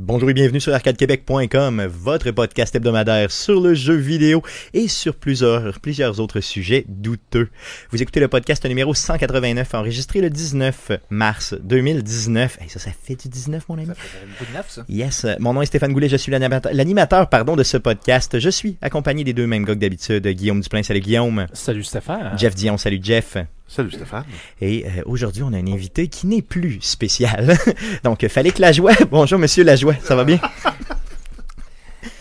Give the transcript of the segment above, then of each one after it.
Bonjour et bienvenue sur arcadequebec.com, votre podcast hebdomadaire sur le jeu vidéo et sur plusieurs, plusieurs autres sujets douteux. Vous écoutez le podcast numéro 189, enregistré le 19 mars 2019. Hey, ça, ça fait du 19, mon ami. Ça fait beaucoup de neuf, ça. Yes, mon nom est Stéphane Goulet, je suis l'animateur- l'animateur pardon, de ce podcast. Je suis accompagné des deux mêmes gars que d'habitude, Guillaume Duplain, salut Guillaume. Salut Stéphane. Jeff Dion, salut Jeff. Salut Stéphane. Et euh, aujourd'hui, on a un invité qui n'est plus spécial. Donc, euh, fallait que la joie. Bonjour, monsieur Lajoie, ça va bien?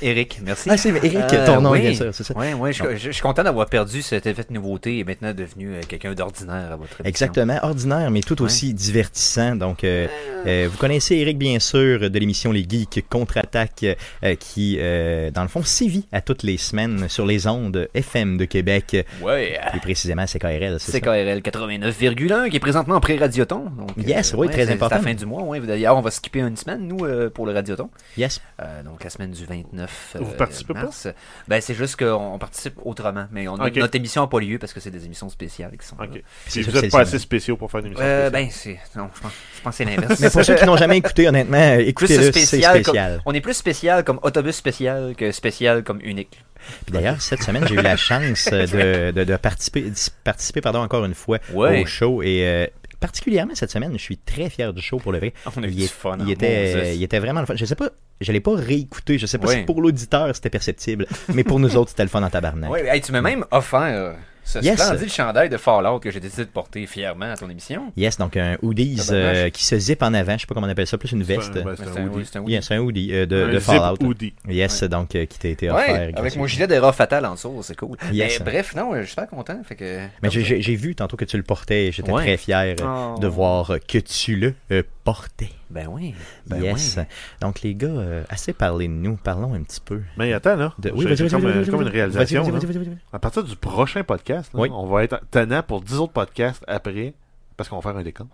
Eric, merci. Ah, c'est Eric, Euh, ton nom, oui. bien sûr, c'est ça. Ouais, ouais, je, je- je suis content d'avoir perdu cet effet de nouveauté et maintenant devenu euh, quelqu'un d'ordinaire à votre émission. Exactement, ordinaire, mais tout aussi divertissant. Donc, euh, euh, vous connaissez Eric, bien sûr, de l'émission Les Geeks Contre-Attaque, euh, qui, euh, dans le fond, sévit à toutes les semaines sur les ondes FM de Québec, Ouais. plus précisément CKRL, c'est ça? CKRL 89,1 qui est présentement en pré-radioton. Donc, euh, Yes, oui, très c'est- important. C'est la fin du mois, oui. D'ailleurs, on va skipper une semaine, nous, euh, pour le radioton. Yes. Euh, donc, la semaine du 29 Vous euh, participez pas? mars. Ben, c'est juste qu'on on participe autrement. Mais on, Ok. notre émission n'a pas lieu parce que c'est des émissions spéciales qui sont là. Ok. C'est Puis sûr vous que c'est êtes pas le assez spéciaux pour faire une émission. Euh, spéciale. ben, c'est. Non, je pense, je pense que c'est l'inverse. Mais pour ceux qui n'ont jamais écouté, honnêtement, euh, Plus écoutez-le, c'est spécial spécial. comme- Euh, On est plus spécial comme autobus spécial que spécial comme unique. Puis d'ailleurs, cette semaine, j'ai eu la chance euh, de, de- de participer, d'y- participer pardon, encore une fois Ouais. au show. Et euh, particulièrement cette semaine, je suis très fier du show pour le vrai. On a eu il, du est- fun, il hein, était, Moses. il était vraiment le fun. Je sais pas, je l'ai pas réécouté. Je sais pas Ouais. si pour l'auditeur c'était perceptible, mais pour nous autres, c'était le fun en tabarnak. Ouais, hey, tu m'as même offert ce Yes. splendide chandail de Fallout que j'ai décidé de porter fièrement à ton émission. Yes, donc un hoodies Tabarnak. euh, qui se zip en avant. Je sais pas comment on appelle ça, plus une C'est un- veste. ben, c'est Mais un c'est un- hoodie. oui, c'est un hoodie. Yes, un hoodie euh, de, Un de zip Fallout. hoodie. Yes, donc euh, qui t'a été Ouais, offert. avec gratuitement. mon gilet d'erreur fatale en dessous, c'est cool. Yes. Mais bref, non, euh, je suis pas content. Fait que... Mais j'ai- j'ai j'ai vu tantôt que tu le portais et j'étais Ouais. très fier euh, Oh. de voir euh, que tu le euh, portais. Ben oui. Ben yes. oui. Donc les gars, euh, assez parlé de nous, parlons un petit peu. Mais attends, là. De... J'ai comme, un- comme vas-y, une réalisation. vas-y, là. vas-y, vas-y, vas-y. À partir du prochain podcast, là, Oui. on va être tenant pour 10 autres podcasts après. Parce qu'on va faire un décompte.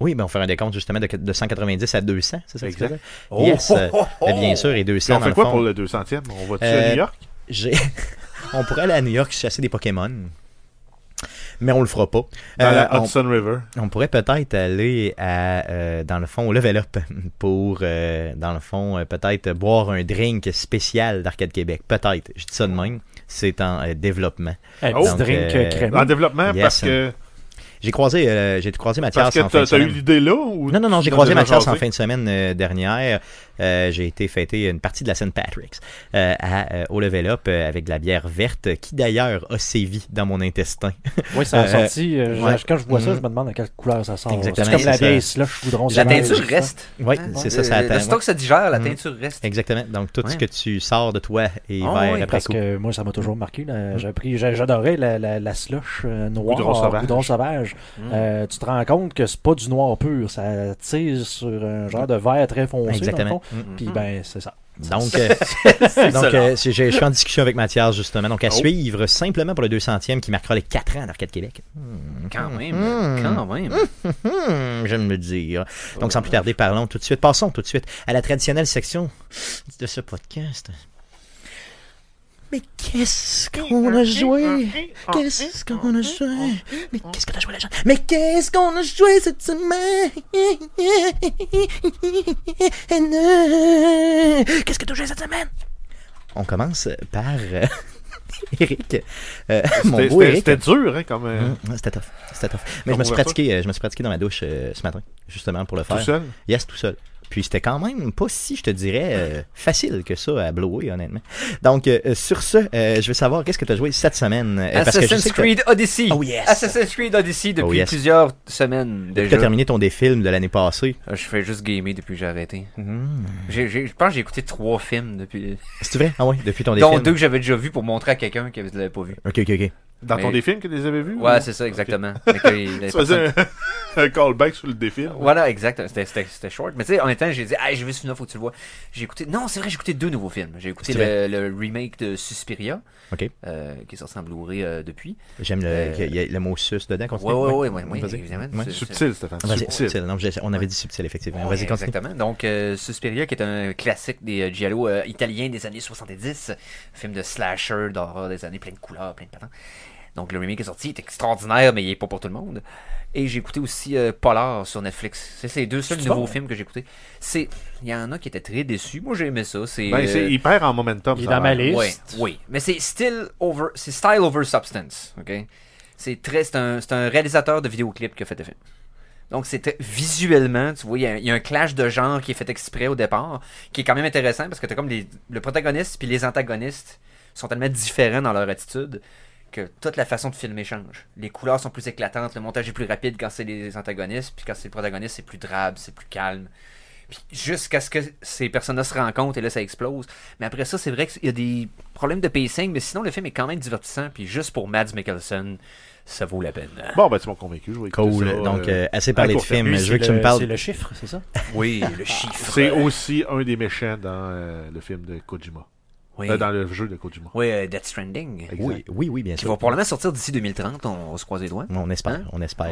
Oui, ben on fait un décompte justement de, de 190 à 200, c'est ça que tu Exact. faisais? Oh, Yes, oh, euh, oh, oh. ben, bien sûr, et Puis 200 on dans fait le quoi fond. pour le 200e On va-tu Euh, à New York J'ai- on pourrait aller à New York chasser des Pokémon, mais on le fera pas. Dans Euh, la on- Hudson River. On pourrait peut-être aller à, euh, dans le fond, au level up pour, euh, dans le fond, euh, peut-être boire un drink spécial d'Arcade Québec. Peut-être. Je dis ça de même. C'est en euh, développement. Un Oh, petit donc, drink euh, crémeux. En développement, Yes. parce que, J'ai croisé, euh, j'ai croisé Mathias parce que en fin t'as de t'as eu semaine. l'idée là ou... Non, non, non, j'ai t'as croisé déjà Mathias en jasé? fin de semaine euh, dernière. Euh, j'ai été fêter une partie de la Saint Patrick's euh, à, euh, au level up euh, avec de la bière verte qui d'ailleurs a sévi dans mon intestin. Oui, ça a Euh, sorti. euh, je- ouais. Quand je vois ça, Mhm. je me demande à quelle couleur ça sort. Exactement, C'est comme la c'est vieille ça. slush goudron. La sauvage, teinture ça. reste. Oui, Hein? c'est ça, Le- ça Le, attend. ouais. stock se digère, la Mm. teinture reste. Exactement. Donc, tout Ouais. ce que tu sors de toi est Ah vert oui, après Parce coup. Mm. que moi, ça m'a toujours marqué. là. J'ai pris- j'ai- J'adorais la, la, la slush euh, noire, Goudron sauvage. goudron sauvage. Mm. Euh, tu te rends compte que c'est pas du noir pur. Ça tire sur un genre de vert très foncé. Dans le Exactement. fond. Mm. Mm-hmm. Puis ben, c'est ça. Donc, euh, donc euh, c'est- j'ai- je suis en discussion avec Mathias justement. Donc, à Oh. suivre simplement pour le 200e qui marquera les 4 ans d'Arcade Québec. Hmm, Quand même, hmm, quand même. hmm, J'aime me dire. Donc, Oh. sans plus tarder, parlons tout de suite. Passons tout de suite à la traditionnelle section de ce podcast. Mais qu'est-ce qu'on a joué? Qu'est-ce qu'on a joué? Mais qu'est-ce que t'as joué la jeune? Mais qu'est-ce qu'on a joué cette semaine? Qu'est-ce que t'as joué cette semaine? On commence par euh, Eric. Euh, mon C'était- beau C'était Eric. c'était dur, hein, comme... euh, Hum, ouais, C'était tough. C'était tough. Mais On je me, suis voit pas. pratiqué, euh, je me suis pratiqué dans ma douche euh, ce matin, justement pour le faire. Tout seul. Yes, tout seul. Puis c'était quand même pas si, je te dirais, euh, facile que ça à blower, honnêtement. Donc, euh, sur ce, euh, je veux savoir qu'est-ce que tu as joué cette semaine. euh, parce que je Assassin's sais que Creed Odyssey. Oh yes. Assassin's Creed Odyssey depuis Oh yes. plusieurs semaines Tu as déjà. terminé ton défilm de l'année passée. Euh, Je fais juste gamer depuis que j'ai arrêté. J'ai- j'ai- je pense que j'ai écouté trois films depuis. C'est vrai? Ah ouais, depuis ton dont défilm. deux que j'avais déjà vu pour montrer à quelqu'un qui ne l'avait pas vu. Ok, ok, ok. Dans ton Mais- défilm que tu les avais vus? Ouais, ou- c'est ça, Ok. exactement. Mais que il- la Tu faisais personne- un, un callback sur le défilm. Voilà, exactement. C'était- C'était c'était short. Mais tu sais, en même temps, j'ai dit, ah, j'ai vu ce film-là, faut que tu le vois. J'ai écouté. Non, c'est vrai, j'ai écouté deux nouveaux films. J'ai écouté C'est le, le remake de Suspiria, Ok. euh, qui est sorti en Blu-ray euh, depuis. J'aime le, Euh, qu'il y a le mot sus dedans. Ouais, continue. ouais, ouais, ouais, ouais, Vas-y. évidemment. Ouais. C'est- c'est- Subtil, Stéphane. Vas-y, Subtil. subtil. Non, je- on avait dit subtil, effectivement. Ouais, Vas-y, continue. Exactement. Donc, euh, Suspiria, qui est un classique des euh, giallo euh, italiens des années 70, film de slasher, d'horreur des années, plein de couleurs, plein de patins. Donc le remake est sorti, il est extraordinaire, mais il est pas pour tout le monde. Et j'ai écouté aussi euh, Polar sur Netflix. C'est ces deux seuls C'est nouveaux bon. films que j'ai écoutés. C'est, il y en a qui étaient très déçus. Moi j'ai aimé ça. C'est, Ben, euh, c'est- il perd en momentum. il est ça a dans ma l'air. liste. oui, oui. Mais c'est still over, c'est style over substance, ok. C'est très, c'est un, c'est un réalisateur de vidéoclips qui a fait le film. Donc c'est très- visuellement, tu vois, il y, a, il y a un clash de genre qui est fait exprès au départ, qui est quand même intéressant parce que t'as comme les- le protagoniste puis les antagonistes sont tellement différents dans leur attitude que toute la façon de filmer change. Les couleurs sont plus éclatantes, le montage est plus rapide quand c'est les antagonistes, puis quand c'est le protagoniste, c'est plus drabe, c'est plus calme. Puis jusqu'à ce que ces personnes-là se rencontrent et là ça explose. Mais après ça, c'est vrai qu'il y a des problèmes de pacing, mais sinon le film est quand même divertissant. Puis juste pour Mads Mikkelsen, ça vaut la peine. Bon, ben, tu m'as convaincu. Je vais écouter Cool. ça, Donc, euh, euh, assez parlé de court terme, films. Lui, Je c'est veux que tu le- me parles. C'est le chiffre, c'est ça Oui, Ah, le chiffre. C'est aussi un des méchants dans euh, le film de Kojima. Oui, Euh, dans le jeu de Kojima. oui euh, Death Stranding. Exact. Oui, oui, oui, bien Qui sûr. va probablement sortir d'ici 2030, on, on se croise les doigts. On espère, Hein? on espère.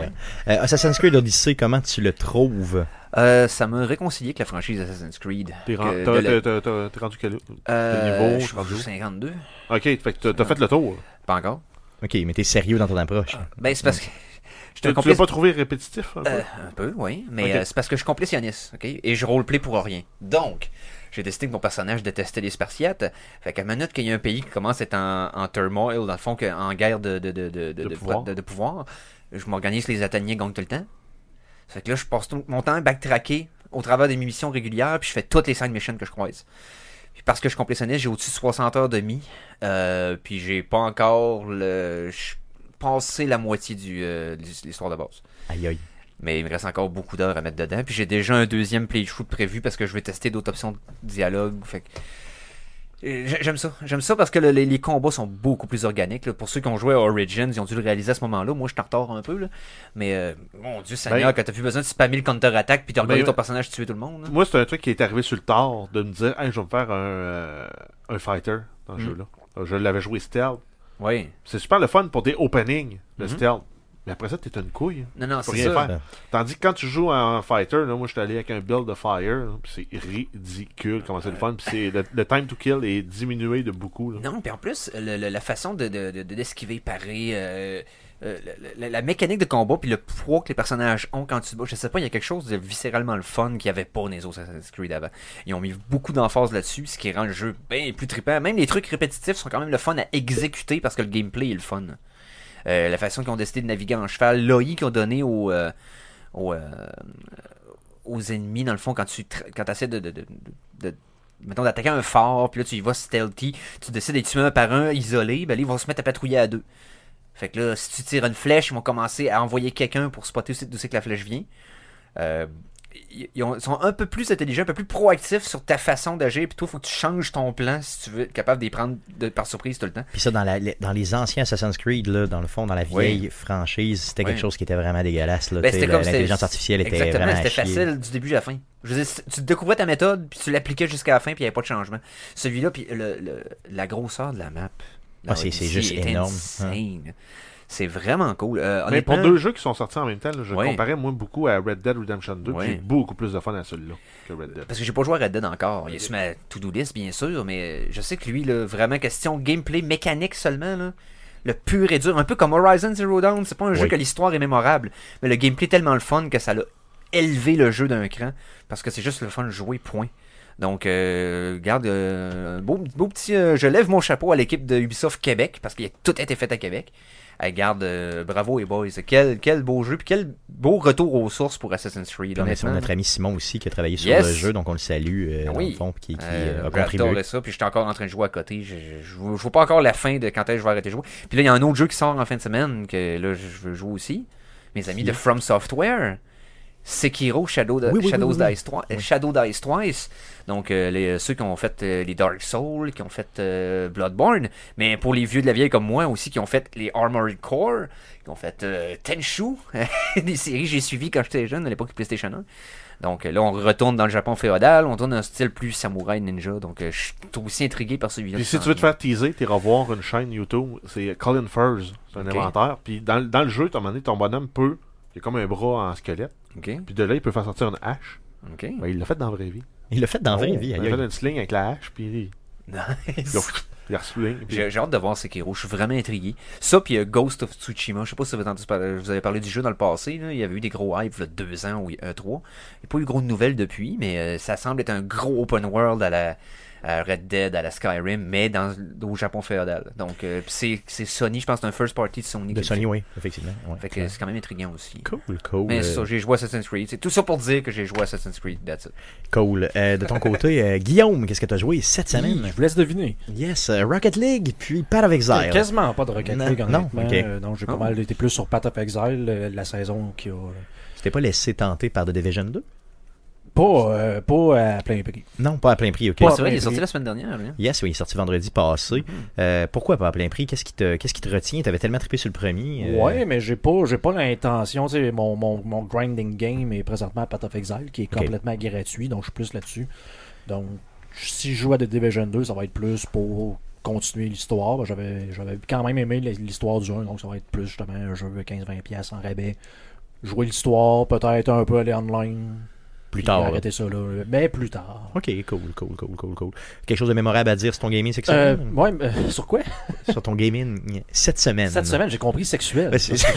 Euh, Assassin's Creed Odyssey, comment tu le trouves Euh, ça m'a réconcilié avec la franchise Assassin's Creed. T'es ren- Que t'as- de la- t'as- t'as- t'as- t'es rendu quel quel Euh, niveau je suis rendu où? 52. Ok, fait que t'as- t'as fait le tour. Pas encore. Ok, mais t'es sérieux dans ton approche. Ben, c'est parce que. Je te Tu tu l'as pas trouvé répétitif un peu? Euh, un peu, oui. Mais Ok. euh, c'est parce que je suis complétionniste, OK? Et je roleplay pour rien. Donc, j'ai décidé que mon personnage détestait les Spartiates. Fait qu'à la minute qu'il y a un pays qui commence à être en, en turmoil, dans le fond, que- en guerre de, de, de, de, de, de- pouvoir. de- de pouvoir, je m'organise que les Athéniens gagnent tout le temps. Fait que là, je passe tout mon temps à backtracker au travers des missions régulières, puis je fais toutes les scènes missions que je croise. Puis parce que je suis complétionniste, j'ai au-dessus de 60 heures de mi. Euh, puis j'ai pas encore le... je suis passé la moitié du, euh, de l'histoire de base. Aïe aïe. Mais il me reste encore beaucoup d'heures à mettre dedans. Puis j'ai déjà un deuxième playthrough de prévu parce que je vais tester d'autres options de dialogue. Fait que- Euh, j'ai- J'aime ça. J'aime ça parce que le- les, les combats sont beaucoup plus organiques. là. Pour ceux qui ont joué à Origins, ils ont dû le réaliser à ce moment-là. Moi, je t'en retard un peu. Là. Mais euh, mon Dieu Seigneur, Ben- quand t'as plus besoin de spammer le counter-attaque puis de regarder Ben- ton personnage tuer tout le monde. là. Moi, c'est un truc qui est arrivé sur le tard de me dire, hey, je vais me faire un, euh, un fighter dans ce Mm. jeu-là. Euh, Je l'avais joué stealth. Oui. C'est super le fun pour des openings, le Mm-hmm. Mhm. stealth. Mais après ça, t'es une couille. Non, non, Faut Ah, c'est rien ça. faire. Tandis que quand tu joues en fighter, là, moi, je suis allé avec un build de fire. là, puis c'est ridicule comment c'est le fun. Puis c'est le, le time to kill est diminué de beaucoup. là. Non, puis en plus, le- le- la façon de, de, de- de- d'esquiver, parer, euh, euh, la- la, la mécanique de combat, puis le poids que les personnages ont quand tu te bats, je sais pas, il y a quelque chose de viscéralement le fun qu'il n'y avait pas dans les autres Assassin's Creed avant. Ils ont mis beaucoup d'emphase là-dessus, ce qui rend le jeu bien plus trippant. Même les trucs répétitifs sont quand même le fun à exécuter parce que le gameplay est le fun. Euh, la façon qu'ils ont décidé de naviguer en cheval, l'OI qu'ils ont donné aux, euh, aux, euh, aux ennemis, dans le fond, quand tu tra- quand essaies de, de- de- de- de- mettons, d'attaquer un fort, puis là, tu y vas stealthy, tu décides d'être tuer un par un, isolé, ben là, ils vont se mettre à patrouiller à deux. Fait que là, si tu tires une flèche, ils vont commencer à envoyer quelqu'un pour spotter où c'est- d'où c'est que la flèche vient. Euh, ils ils ont- sont un peu plus intelligents, un peu plus proactifs sur ta façon d'agir, puis toi, faut que tu changes ton plan si tu veux être capable de les prendre de, par surprise tout le temps. Puis ça, dans, la, les- dans les anciens Assassin's Creed, là, dans le fond, dans la Oui. vieille franchise, c'était Oui. quelque chose qui était vraiment dégueulasse. Là, tu Ben, sais, c'était la- comme- c'était- L'intelligence artificielle était Exactement, vraiment c'était à chier. facile du début à la fin. Je veux dire, c- tu découvrais ta méthode, puis tu l'appliquais jusqu'à la fin, puis il n'y avait pas de changement. Celui-là, puis le, le- la grosseur de la map. Ah, c'est- c'est Odyssey juste était énorme, hein. insane. C'est vraiment cool. Euh, Mais pour honnêtement, deux jeux qui sont sortis en même temps, là, je Ouais. comparais moi beaucoup à Red Dead Redemption 2. Ouais. J'ai beaucoup plus de fun à celui-là que Red Dead. Parce que j'ai pas joué à Red Dead encore. Il est sur ma to-do list, bien sûr, mais je sais que lui, là, vraiment question gameplay mécanique seulement, là, le pur et dur. Un peu comme Horizon Zero Dawn, c'est pas un jeu Oui. que l'histoire est mémorable, mais le gameplay est tellement le fun que ça l'a élevé le jeu d'un cran, parce que c'est juste le fun de jouer, point. Donc, euh, garde, euh, beau, beau petit. euh, je lève mon chapeau à l'équipe de Ubisoft Québec, parce qu'il a tout été fait à Québec. Euh, garde, euh, bravo et boys. Quel, quel beau jeu, puis quel beau retour aux sources pour Assassin's Puis Creed. on a honnêtement. notre ami Simon aussi qui a travaillé sur Yes. le jeu, donc on le salue euh, dans Oui. le fond, puis qui, qui, Euh, euh, a J'adorais contribué. ça, puis j'étais encore en train de jouer à côté. Je, je, je vois- je vois pas encore la fin de quand est-ce que je vais arrêter de jouer. Puis là, il y a un autre jeu qui sort en fin de semaine que là, je je veux jouer aussi. Mes amis de From Software. Sekiro Shadow Oui, oui, Shadows oui, oui, oui. Dice 3, euh, Shadow Dice Twice. Donc euh, les, ceux qui ont fait euh, les Dark Souls, qui ont fait euh, Bloodborne, mais pour les vieux de la vieille comme moi aussi qui ont fait les Armored Core, qui ont fait euh, Tenchu, des séries que j'ai suivies quand j'étais jeune à l'époque de PlayStation 1. Donc euh, là, on retourne dans le Japon féodal, on tourne un style plus samouraï ninja. Donc euh, je suis aussi intrigué par celui-là. Puis si tu veux te faire teaser, t'es revoir une chaîne YouTube, c'est Colin Furs, c'est un Ok. inventaire. Puis dans, dans le jeu, t'as un moment donné, ton bonhomme peut, il a comme un bras en squelette, Ok, puis de là, il peut faire sortir une hache. ok. Ben, il l'a fait dans la vraie vie. Il l'a fait dans la vraie Oh, vie. Il aïe, a aïe. fait une sling avec la hache, puis il- Nice. il a Il la souligne. puis- J'ai j'ai hâte de voir Sekiro, je suis vraiment intrigué. Ça, puis euh, Ghost of Tsushima, je sais pas si vous avez, entendu parler, vous avez parlé du jeu dans le passé, là. il y avait eu des gros hype, là, deux ans ou euh, trois. Il n'y a pas eu gros de nouvelles depuis, mais euh, ça semble être un gros open world à la à Red Dead, à la Skyrim, mais dans, au Japon féodal. Donc, euh, puis c'est c'est Sony, je pense, c'est un first party de Sony. De qui le Sony, oui, effectivement. ouais. Fait que c'est quand même intriguant aussi. Cool, cool. Mais c'est euh, ça, j'ai joué Assassin's Creed. C'est tout ça pour dire que j'ai joué Assassin's Creed, that's it. cool. Euh, de ton côté, euh, Guillaume, qu'est-ce que tu as joué cette Hi, semaine Je vous laisse deviner. Yes, euh, Rocket League, puis Path of Exile. Quasiment pas de Rocket Non, League, non, honnêtement. ok. Oh. Euh, non, j'ai pas Non. mal été plus sur Path of Exile, euh, la saison qui a. euh, Tu t'es pas laissé tenter par The Division 2 Pas, euh, pas à plein prix. Non, pas à plein prix, ok. Pas- c'est vrai, il est mais- sorti la semaine dernière. hein. Yes, oui, il est sorti vendredi Mm-hmm. passé. Euh, pourquoi pas à plein prix Qu'est-ce qui te, qu'est-ce qui te retient T'avais tellement trippé sur le premier. euh, Ouais, mais j'ai pas, j'ai pas l'intention. tu sais, Mon, mon, mon grinding game est présentement à Path of Exile, qui est Ok. complètement gratuit, donc je suis plus là-dessus. Donc, si je joue à The Division 2, ça va être plus pour continuer l'histoire. Ben, J'avais, j'avais quand même aimé l'histoire du 1, donc ça va être plus justement un jeu à 15-20$ en rabais. Jouer l'histoire, peut-être un peu aller online. plus puis tard. là. Arrêter ça là. Mais plus tard. Ok, cool, cool, cool, cool, cool. Quelque chose de mémorable à dire sur ton gaming cette Euh, semaine ouais, mais, euh, sur quoi Sur ton gaming cette semaine. Cette semaine, j'ai compris sexuel. Ouais, c'est c'est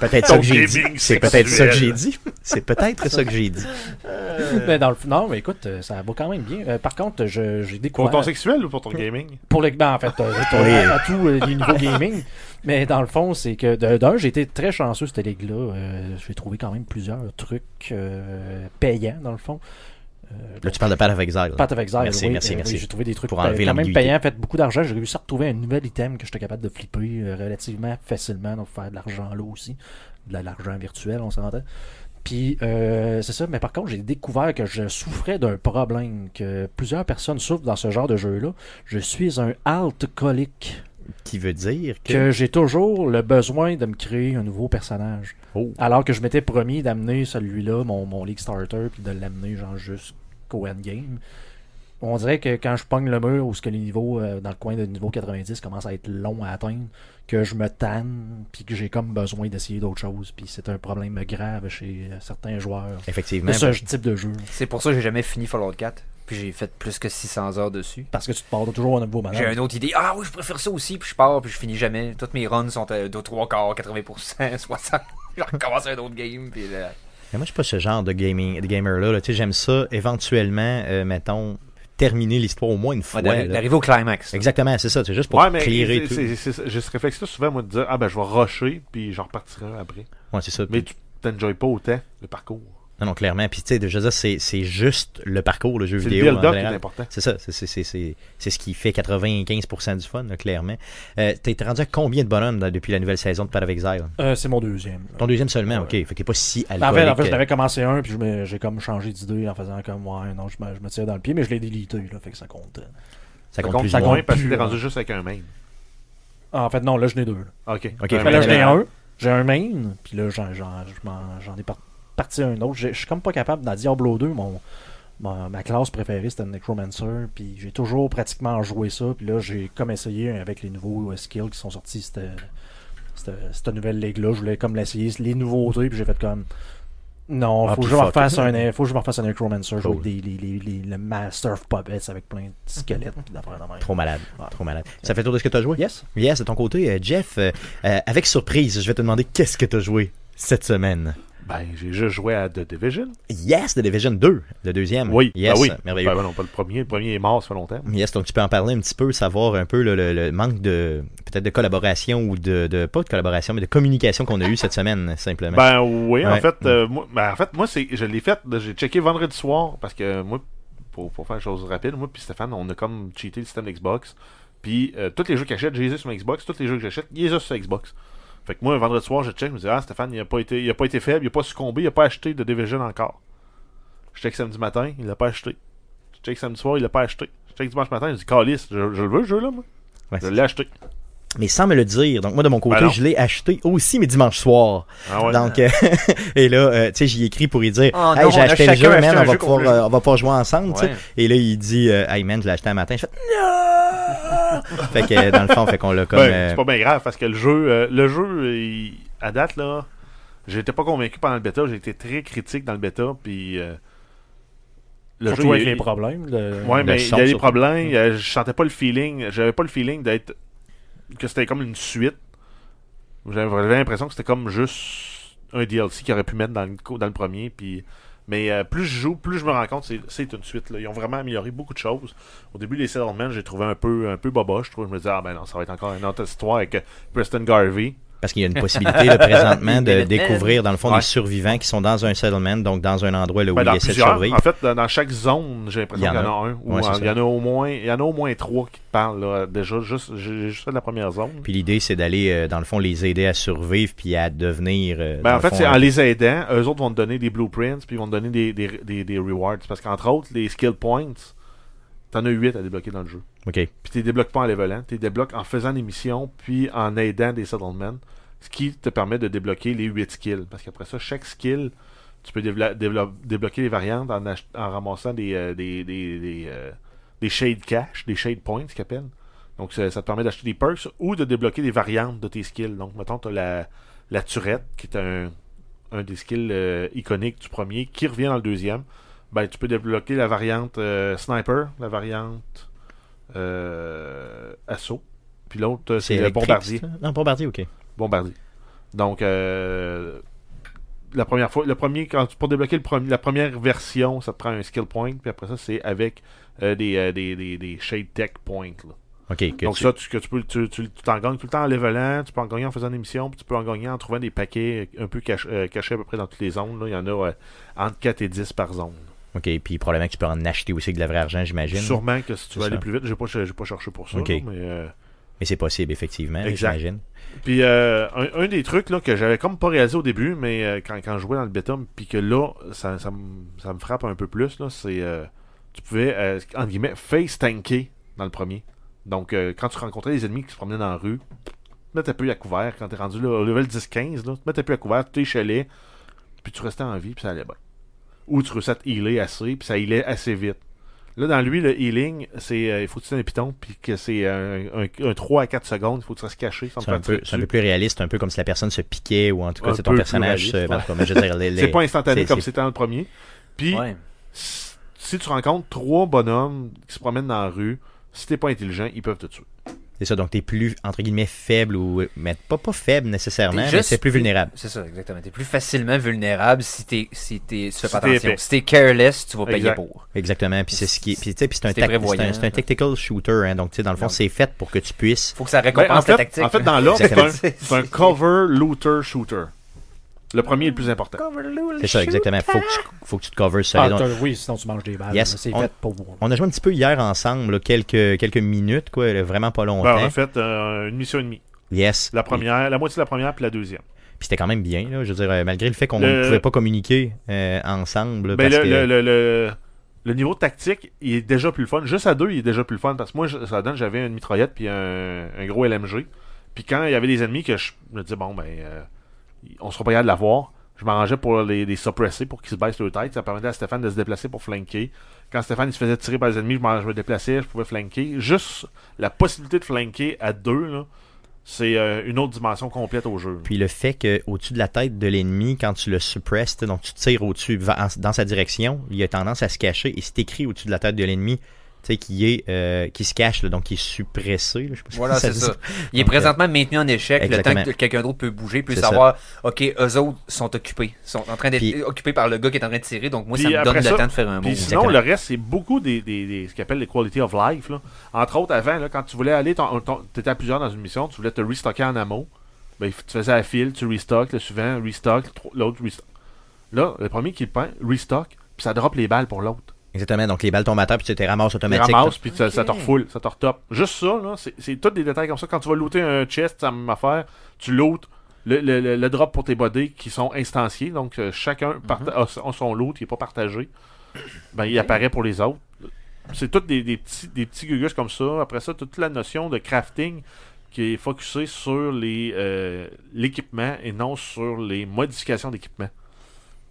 peut-être ça Ton que j'ai dit. gaming C'est peut-être ça que j'ai dit. C'est peut-être ça que j'ai dit. Mais Ben, dans le, non, mais écoute, euh, ça va quand même bien. Euh, par contre, je- j'ai Pour découvert. ton sexuel ou pour ton gaming pour le ben, en fait euh, pour- Oui. à tous euh, les niveaux gaming mais dans le fond c'est que de- d'un j'ai été très chanceux cette ligue là j'ai trouvé quand même plusieurs trucs euh, payants dans le fond Euh, Là, tu parles de Path of Exile. Path of Exile, Merci, oui, merci, euh, oui, merci. J'ai trouvé des trucs Pour pa- enlever quand même l'ambiguïté. payants, fait beaucoup d'argent. J'ai réussi à retrouver un nouvel item que j'étais capable de flipper euh, relativement facilement, donc faire de l'argent là aussi, de la- l'argent virtuel, on s'entend. Puis euh, c'est ça, mais par contre, j'ai découvert que je souffrais d'un problème que plusieurs personnes souffrent dans ce genre de jeu-là. Je suis un alcoolique Qui veut dire que. que j'ai toujours le besoin de me créer un nouveau personnage. Oh. Alors que je m'étais promis d'amener celui-là, mon, mon League Starter, puis de l'amener genre jusqu'au endgame. On dirait que quand je pogne le mur ou ce que les niveaux euh, dans le coin de niveau 90 commencent à être longs à atteindre, que je me tanne, puis que j'ai comme besoin d'essayer d'autres choses, puis c'est un problème grave chez euh, certains joueurs. Effectivement. De ce type de jeu, C'est pour ça que j'ai jamais fini Fallout 4. Puis j'ai fait plus que 600 heures dessus. parce que tu te pars de toujours un nouveau J'ai malade. une autre idée. Ah oui, je préfère ça aussi. Puis je pars, puis je finis jamais. Toutes mes runs sont à 2, 3 quarts, 80%, 60. Je recommence un autre game. Puis là. Mais moi, je suis pas ce genre de, gaming, de gamer-là. là. Tu sais, j'aime ça éventuellement, euh, mettons, terminer l'histoire au moins une fois. Ouais, d'arri- là. D'arriver au climax. là. Exactement, c'est ça. C'est juste pour ouais, mais clearer c'est- tout. c'est- c'est- c'est- j'ai ce réflexe-là souvent, moi, de dire Ah, ben, je vais rusher, puis j'en repartirai un après. Ouais, c'est ça. Mais tu t'enjoyes pas autant le parcours. Non, non, clairement. Puis, tu sais, je veux dire, c'est, c'est juste le parcours, le jeu C'est le vidéo. en build-up qui est général. important. C'est ça, c'est, c'est, c'est, c'est, c'est ce qui fait 95% du fun, là, clairement. Euh, t'es t'es rendu à combien de bonhommes dans- depuis la nouvelle saison de Path of Exile? Euh, c'est mon deuxième. Ton deuxième seulement, Ouais. ok. Fait que t'es pas si En alcoolique. euh, fait, en fait, je l'avais commencé un, puis je me- j'ai comme changé d'idée en faisant comme, ouais, non, je me, je me tire dans le pied, mais je l'ai délité, là, fait que ça compte. ça compte Ça plus hein. ça ou moins. compte parce que plus, t'es ouais. rendu juste avec un main. Ah, En fait, non, là, je n'ai deux. là. Ok. Ben, Ok, Un fait Mais là, main. je n'ai un, j'ai un main, puis là, j'en, j'en, je m'en- j'en ai par- parti un autre. J'ai- Je suis comme pas capable, dans Diablo 2, mon, ma, ma classe préférée, c'était le Necromancer, puis j'ai toujours pratiquement joué ça, puis là, j'ai comme essayé avec les nouveaux euh, skills qui sont sortis, c'était cette, cette nouvelle ligue-là. Je voulais comme l'essayer, les nouveautés, puis j'ai fait comme. Non, Ah, faut, que puis je me fuck. refasse un, faut que je me refasse un Necromancer, jouer Cool. avec des, les, les, les- le Master of Puppets avec plein de squelettes pis d'affaires de même. Trop malade, Ah. Ouais. trop malade. Ça fait le tour de ce que t'as joué? Yes. Yes, de ton côté, euh, Jeff, euh, euh, avec surprise, je vais te demander qu'est-ce que t'as joué cette semaine? Ben, j'ai juste joué à The Division. Yes, The Division 2, le deuxième. Oui, Mm. yes, ben oui. merveilleux. Ben, ben non, pas le premier. Le premier est mort, ça fait longtemps. Yes, donc tu peux en parler un petit peu, savoir un peu le, le- le manque de peut-être de collaboration ou de, de- pas de collaboration mais de communication qu'on a eu cette semaine simplement. Ben oui, en Ouais. Mm. fait, euh, moi, ben, en fait, moi, c'est, je l'ai fait, j'ai checké vendredi soir, parce que euh, moi, pour, pour faire une chose rapide, moi puis Stéphane, on a comme cheaté le système Xbox. Puis euh, tous les jeux que j'achète, j'ai les ai sur mon Xbox, tous les jeux que j'achète, ils les ai sur Xbox. Fait que moi, un vendredi soir, je check, je me dis Ah Stéphane, il a pas été, il a pas été faible, il a pas succombé, il a pas acheté de Division encore. Je check samedi matin, il l'a pas acheté. Je check samedi soir, il l'a pas acheté. Je check dimanche matin, je dis Calice, je, je le veux, ce jeu-là, moi. Ouais, Je c'est- l'ai acheté. mais sans me le dire, donc moi de mon côté, Ben non. je l'ai acheté aussi mais dimanche soir. Ah ouais. Donc euh, et là, euh, tu sais, j'y écris pour lui dire, Oh hey, non, j'ai on a acheté le chacun jeu, acheté man, un on va jeu pouvoir, qu'on veut euh, on va pouvoir jouer ensemble. tu sais. Ouais. Et là, il dit, euh, hey man, je l'ai acheté un matin. Je fais, non. fait que euh, dans le fond, fait qu'on l'a comme. Ben, euh, C'est pas bien grave parce que le jeu, euh, le jeu il- à date, là, j'étais pas convaincu pendant le bêta. J'ai été très critique dans le bêta. Puis euh, le Surtout jeu, avec il- les problèmes. le- Ouais, Le mais il y son, a des surtout. problèmes. euh, Je sentais pas le feeling. J'avais pas le feeling d'être. que c'était comme une suite. J'avais j'avais l'impression que c'était comme juste un DLC qu'ils auraient pu mettre dans le, co- dans le premier. Puis. Mais euh, plus je joue, plus je me rends compte, c'est- c'est une suite. là. Ils ont vraiment amélioré beaucoup de choses. Au début, les Settlements, j'ai trouvé un peu, un peu boboche. Je trouve, je me disais, ah ben non, ça va être encore une autre histoire avec euh, Preston Garvey. Parce qu'il y a une possibilité là, présentement de Mais découvrir, dans le fond, Ouais. des survivants qui sont dans un settlement, donc dans un endroit là, où Ben, ils dans essaient de plusieurs. survivre. En fait, dans, dans chaque zone, j'ai l'impression Il qu'il y en a un. ou Ouais, en- c'est ça. il y en a au moins, il y en a au moins trois qui te parlent là. Déjà, juste, j'ai j'ai juste fait la première zone. Puis l'idée, c'est d'aller, euh, dans le fond, les aider à survivre puis à devenir. euh, dans Ben, en le fait, fond, c'est un- en les aidant, eux autres vont te donner des blueprints, puis ils vont te donner des, des, des, des rewards. Parce qu'entre autres, les skill points, t'en as 8 à débloquer dans le jeu. OK. Puis t'es débloques pas en levelant, t'es débloques en faisant des missions, puis en aidant des settlements, ce qui te permet de débloquer les 8 skills. Parce qu'après ça, chaque skill, tu peux dévela- dévelop- débloquer les variantes en, ach- en ramassant des, euh, des, des, des, euh, des shade cash, des shade points, ce qu'ils appellent. Donc ça, ça te permet d'acheter des perks ou de débloquer des variantes de tes skills. Donc mettons, t'as la, la turette, qui est un, un des skills euh, iconiques du premier, qui revient dans le deuxième. Ben, tu peux débloquer la variante euh, sniper, la variante euh, assaut, puis l'autre euh, c'est le électrique, bombardier. c'est ça? Non, bombardier, OK. Bombardier. Donc, euh, la première fois, le premier, quand tu- pour débloquer le premier, la première version, ça te prend un skill point, puis après ça, c'est avec euh, des, euh, des, des, des shade tech points. là. OK. que Donc tu- ça, tu, que tu peux, tu, tu, tu t'en gagnes tout le temps en levelant, tu peux en gagner en faisant des missions, puis tu peux en gagner en trouvant des paquets euh, un peu cach- euh, cachés à peu près dans toutes les zones. là. Il y en a euh, entre 4 et 10 par zone. OK. Puis probablement que tu peux en acheter aussi avec de la vraie argent, j'imagine. Sûrement que si tu veux C'est aller ça. plus vite, j'ai pas, j'ai pas cherché pour ça. Ok. là, mais, euh, Mais c'est possible, effectivement, Exact. j'imagine. Puis euh, un, un des trucs là, que j'avais comme pas réalisé au début, mais euh, quand, quand je jouais dans le bêta, puis que là, ça, ça, m- ça me frappe un peu plus, là, c'est euh, tu pouvais, euh, entre guillemets, face tanker dans le premier. Donc euh, quand tu rencontrais les ennemis qui se promenaient dans la rue, tu mettais plus à couvert. Quand t'es rendu là, au level 10-15, là, tu mettais plus à couvert, tu t'échalais, puis tu restais en vie, puis ça allait bien. Ou tu réussissais à te healer assez, puis ça healait assez vite. Là, dans lui, le healing, c'est euh, il faut que tu tiennes un piton, puis que c'est un, un- un 3 à 4 secondes, il faut que tu restes caché sans te C'est faire un, peu, tirer c'est un peu dessus. plus réaliste, un peu comme si la personne se piquait ou en tout cas, Un c'est peu ton plus personnage. euh, se- réaliste, en tout cas, mais je veux dire, les- les- C'est pas instantané c'est- comme c'est- c'était dans le premier. Puis, Ouais. si si tu rencontres trois bonhommes qui se promènent dans la rue, si t'es pas intelligent, ils peuvent te tuer. C'est ça, donc t'es plus, entre guillemets, faible ou. Mais pas, pas faible nécessairement, mais T'es juste c'est plus plus- vulnérable. C'est ça, exactement. T'es plus facilement vulnérable si t'es si t'es si tu fais pas Si t'es attention. épais. Si t'es careless, tu vas payer Exact. pour. Exactement, puis c'est ce qui est. Puis tu sais, puis c'est un, C'était tac- c'est prévoyant, un, c'est un ça. tactical shooter, hein, donc tu sais, dans le fond, Donc- c'est fait pour que tu puisses. Faut que ça Ben, en, récompense ta fait, tactique. en fait, dans l'ordre, c'est un, Exactement. c'est un cover, looter, shooter. Le premier est le plus important. C'est ça, exactement. Faut que, tu, faut que tu te covers Ah, solide. On- t'as- oui, sinon tu manges des balles. Yes, là, C'est on- fait pour vous. On a joué un petit peu hier ensemble, là, quelques, quelques minutes, quoi, là, vraiment pas Ben, longtemps. en fait, euh, une mission et demie. yes. La première, la moitié de la première, puis la deuxième. Puis c'était quand même bien, là, je veux dire, euh, malgré le fait qu'on Le- ne pouvait pas communiquer euh, ensemble. là, Ben, parce le, que- le- le- le- le niveau tactique, il est déjà plus le fun. Juste à deux, il est déjà plus le fun. Parce que moi, je- ça donne, j'avais une mitraillette puis un, un gros LMG. Puis quand il y avait des ennemis que je me disais, bon, ben, euh, on sera pas capable de l'avoir, je m'arrangeais pour les, les suppresser pour qu'ils se baissent leur tête. Ça permettait à Stéphane de se déplacer pour flanquer. Quand Stéphane il se faisait tirer par les ennemis, je, m'en- je me déplaçais, je pouvais flanquer. Juste la possibilité de flanquer à deux, là, c'est euh, une autre dimension complète au jeu. Puis le fait qu'au-dessus de la tête de l'ennemi, quand tu le suppresses, tu sais, donc tu tires au-dessus va- en- dans sa direction, il a tendance à se cacher. Et c'est écrit au-dessus de la tête de l'ennemi, tu sais, qui est euh, qui se cache, là, donc qui est suppressé. là, je sais pas si Voilà, c'est dit ça. Il est Donc, euh, présentement maintenu en échec exactement. le temps que quelqu'un d'autre peut bouger, peut C'est savoir, OK, eux autres sont occupés. sont en train d'être Puis- occupés par le gars qui est en train de tirer, donc moi, Puis ça me après donne ça- le temps de faire un mot. Puis sinon, Exactement. le reste, c'est beaucoup des, des, des- ce qu'on appelle les quality of life. là. Entre autres, avant, là, quand tu voulais aller, tu étais à plusieurs dans une mission, tu voulais te restocker en ammo. Ben, il f- tu faisais la file, tu restock, le suivant, restock, le tro- l'autre, restock. Là, le premier qui le prend, restock, puis ça drop les balles pour l'autre. Exactement. Donc les balles tombent à terre, puis tu te ramasses Tu automatique. ramasses, puis ça, Ok. ça te refoule, ça te retope. Juste ça, là, c'est- c'est tous des détails comme ça. Quand tu vas looter un chest, ça même affaire, tu lootes le, le- le- le drop pour tes bodies qui sont instanciés, donc euh, chacun parta- a son- a son loot, il n'est pas partagé. Ben, il apparaît pour les autres. C'est tous des, des petits, des petits gugus comme ça. Après ça, toute la notion de crafting qui est focusée sur les, euh, l'équipement et non sur les modifications d'équipement.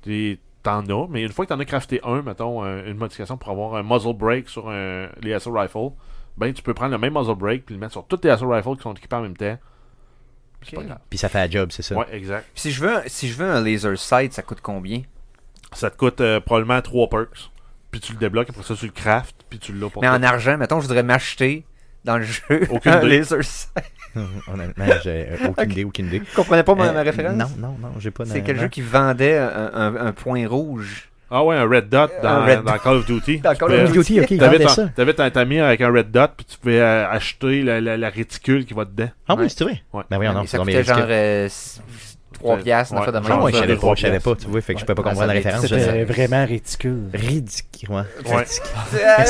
T'es- T'en as, mais une fois que t'en as crafté un, mettons, un- une modification pour avoir un muzzle break sur un- les assault rifles, ben tu peux prendre le même muzzle break puis le mettre sur toutes les assault rifles qui sont équipés en même temps. Puis C'est Ok. pas grave. Puis ça fait la job, c'est ça. Ouais, exact. Si je veux, un- si je veux un laser sight, ça coûte combien? Ça te coûte euh, probablement 3 perks. puis tu le débloques, après ça, tu le craftes, puis tu l'as pour Mais toi. en argent, mettons, je voudrais m'acheter dans le jeu Aucune un idée. laser sight. Honnêtement, j'ai euh, aucune Ok. idée, aucune idée. Tu comprenais pas ma, Euh, ma référence? Non, non, non, j'ai pas. C'est na- quel non. jeu qui vendait un, un- un point rouge? Ah ouais, un red dot dans, Euh, Un red dans Call of Duty. Dans Tu Call of pouvais- Call of Duty, ok, il T'avais vendait ton, ça. t'avais ton- ta mire avec un red dot, puis tu pouvais euh, acheter la, la- la réticule qui va dedans. Ah oui, Ouais. c'est vrai. Ouais. Ben oui, Et non, ça non, mais coûtait risqué. genre euh, s- trois Ouais. piastres, une affaire de Euh, Ouais. Ah, même. moi, je ça, savais deux, pas, trois je savais pièces. pas, tu vois, fait que je Ouais. peux pas Ah, comprendre la ça, mais référence. je c'était- sais. C'était vraiment ridicule. Ridicule. ouais. Ouais. Ridicule. Ah!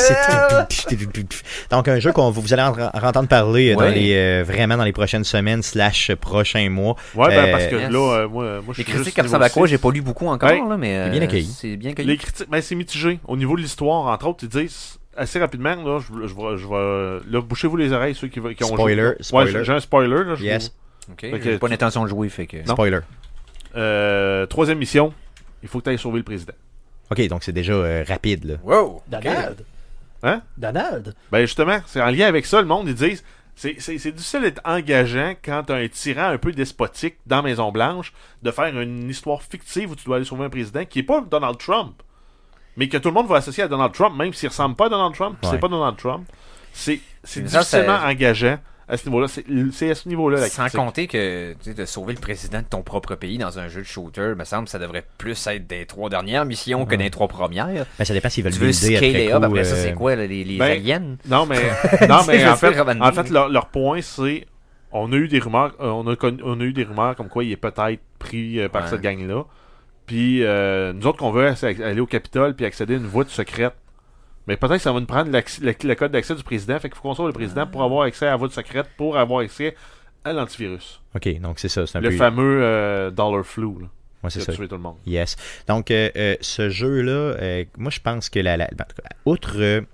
C'est- Donc un jeu qu'on vous vous allez en en entendre parler dans Ouais. les euh, vraiment dans les prochaines semaines slash prochains mois. Ouais, ben Euh, parce que yes. là, euh, moi, euh, moi je Les suis critiques juste ressemblent à niveau quoi? six. J'ai pas lu beaucoup encore, Ouais. là, mais. C'est bien euh, accueilli. C'est bien accueilli. Les critiques, ben c'est mitigé. Au niveau de l'histoire, entre autres, ils disent assez rapidement, là, je, je, vais- je vais- là, bouchez-vous les oreilles, ceux qui, veulent- qui ont Spoiler, joué. Ouais, spoiler. j'ai- j'ai un spoiler, là. je Yes. Ok, Fait J'ai que pas tu- l'intention de jouer, fait que. Non. Spoiler. vous- Euh, troisième mission, il faut que tu ailles sauver le président. Ok, donc c'est déjà euh, rapide là. Wow! Donald. Hein? Donald. Ben justement, c'est en lien avec ça, le monde, ils disent c'est, c'est, c'est difficile d'être engageant quand t'as un tyran un peu despotique dans Maison Blanche, de faire une histoire fictive où tu dois aller sauver un président qui est pas Donald Trump, mais que tout le monde va associer à Donald Trump, même s'il ressemble pas à Donald Trump, puis Ouais. c'est pas Donald Trump. C'est, c'est Mais ça, difficilement c'est- engageant à ce niveau-là. C'est, c'est à ce niveau-là la Sans critique. compter que tu sais, de sauver le président de ton propre pays dans un jeu de shooter, me semble que ça devrait plus être des trois dernières missions que des trois premières. Ben, ça dépend s'ils veulent Tu veux builder scaler après up, coup, après ça, euh, c'est quoi, là, les, les ben, aliens? Non, mais, non, mais Je en sais, fait, Ravan. en fait, leur, leur point, c'est on a eu des rumeurs, euh, on, a connu- on a eu des rumeurs comme quoi il est peut-être pris euh, par Ouais. cette gang-là. Puis euh, nous autres, qu'on veut c'est acc- aller au Capitole puis accéder à une voie de secrète. Mais peut-être que ça va nous prendre l'acc- le, le code d'accès du président. Fait qu'il faut qu'on sauve le président pour avoir accès à la voie de secrète, pour avoir accès à l'antivirus. Ok, donc c'est ça, c'est un Le peu. fameux euh, dollar flu, là, Ouais, qui Ah, c'est a ça. tué tout le monde. Yes. Donc, euh, euh, ce jeu-là, euh, moi, je pense que la, la- ben, en tout cas, outre. euh, tu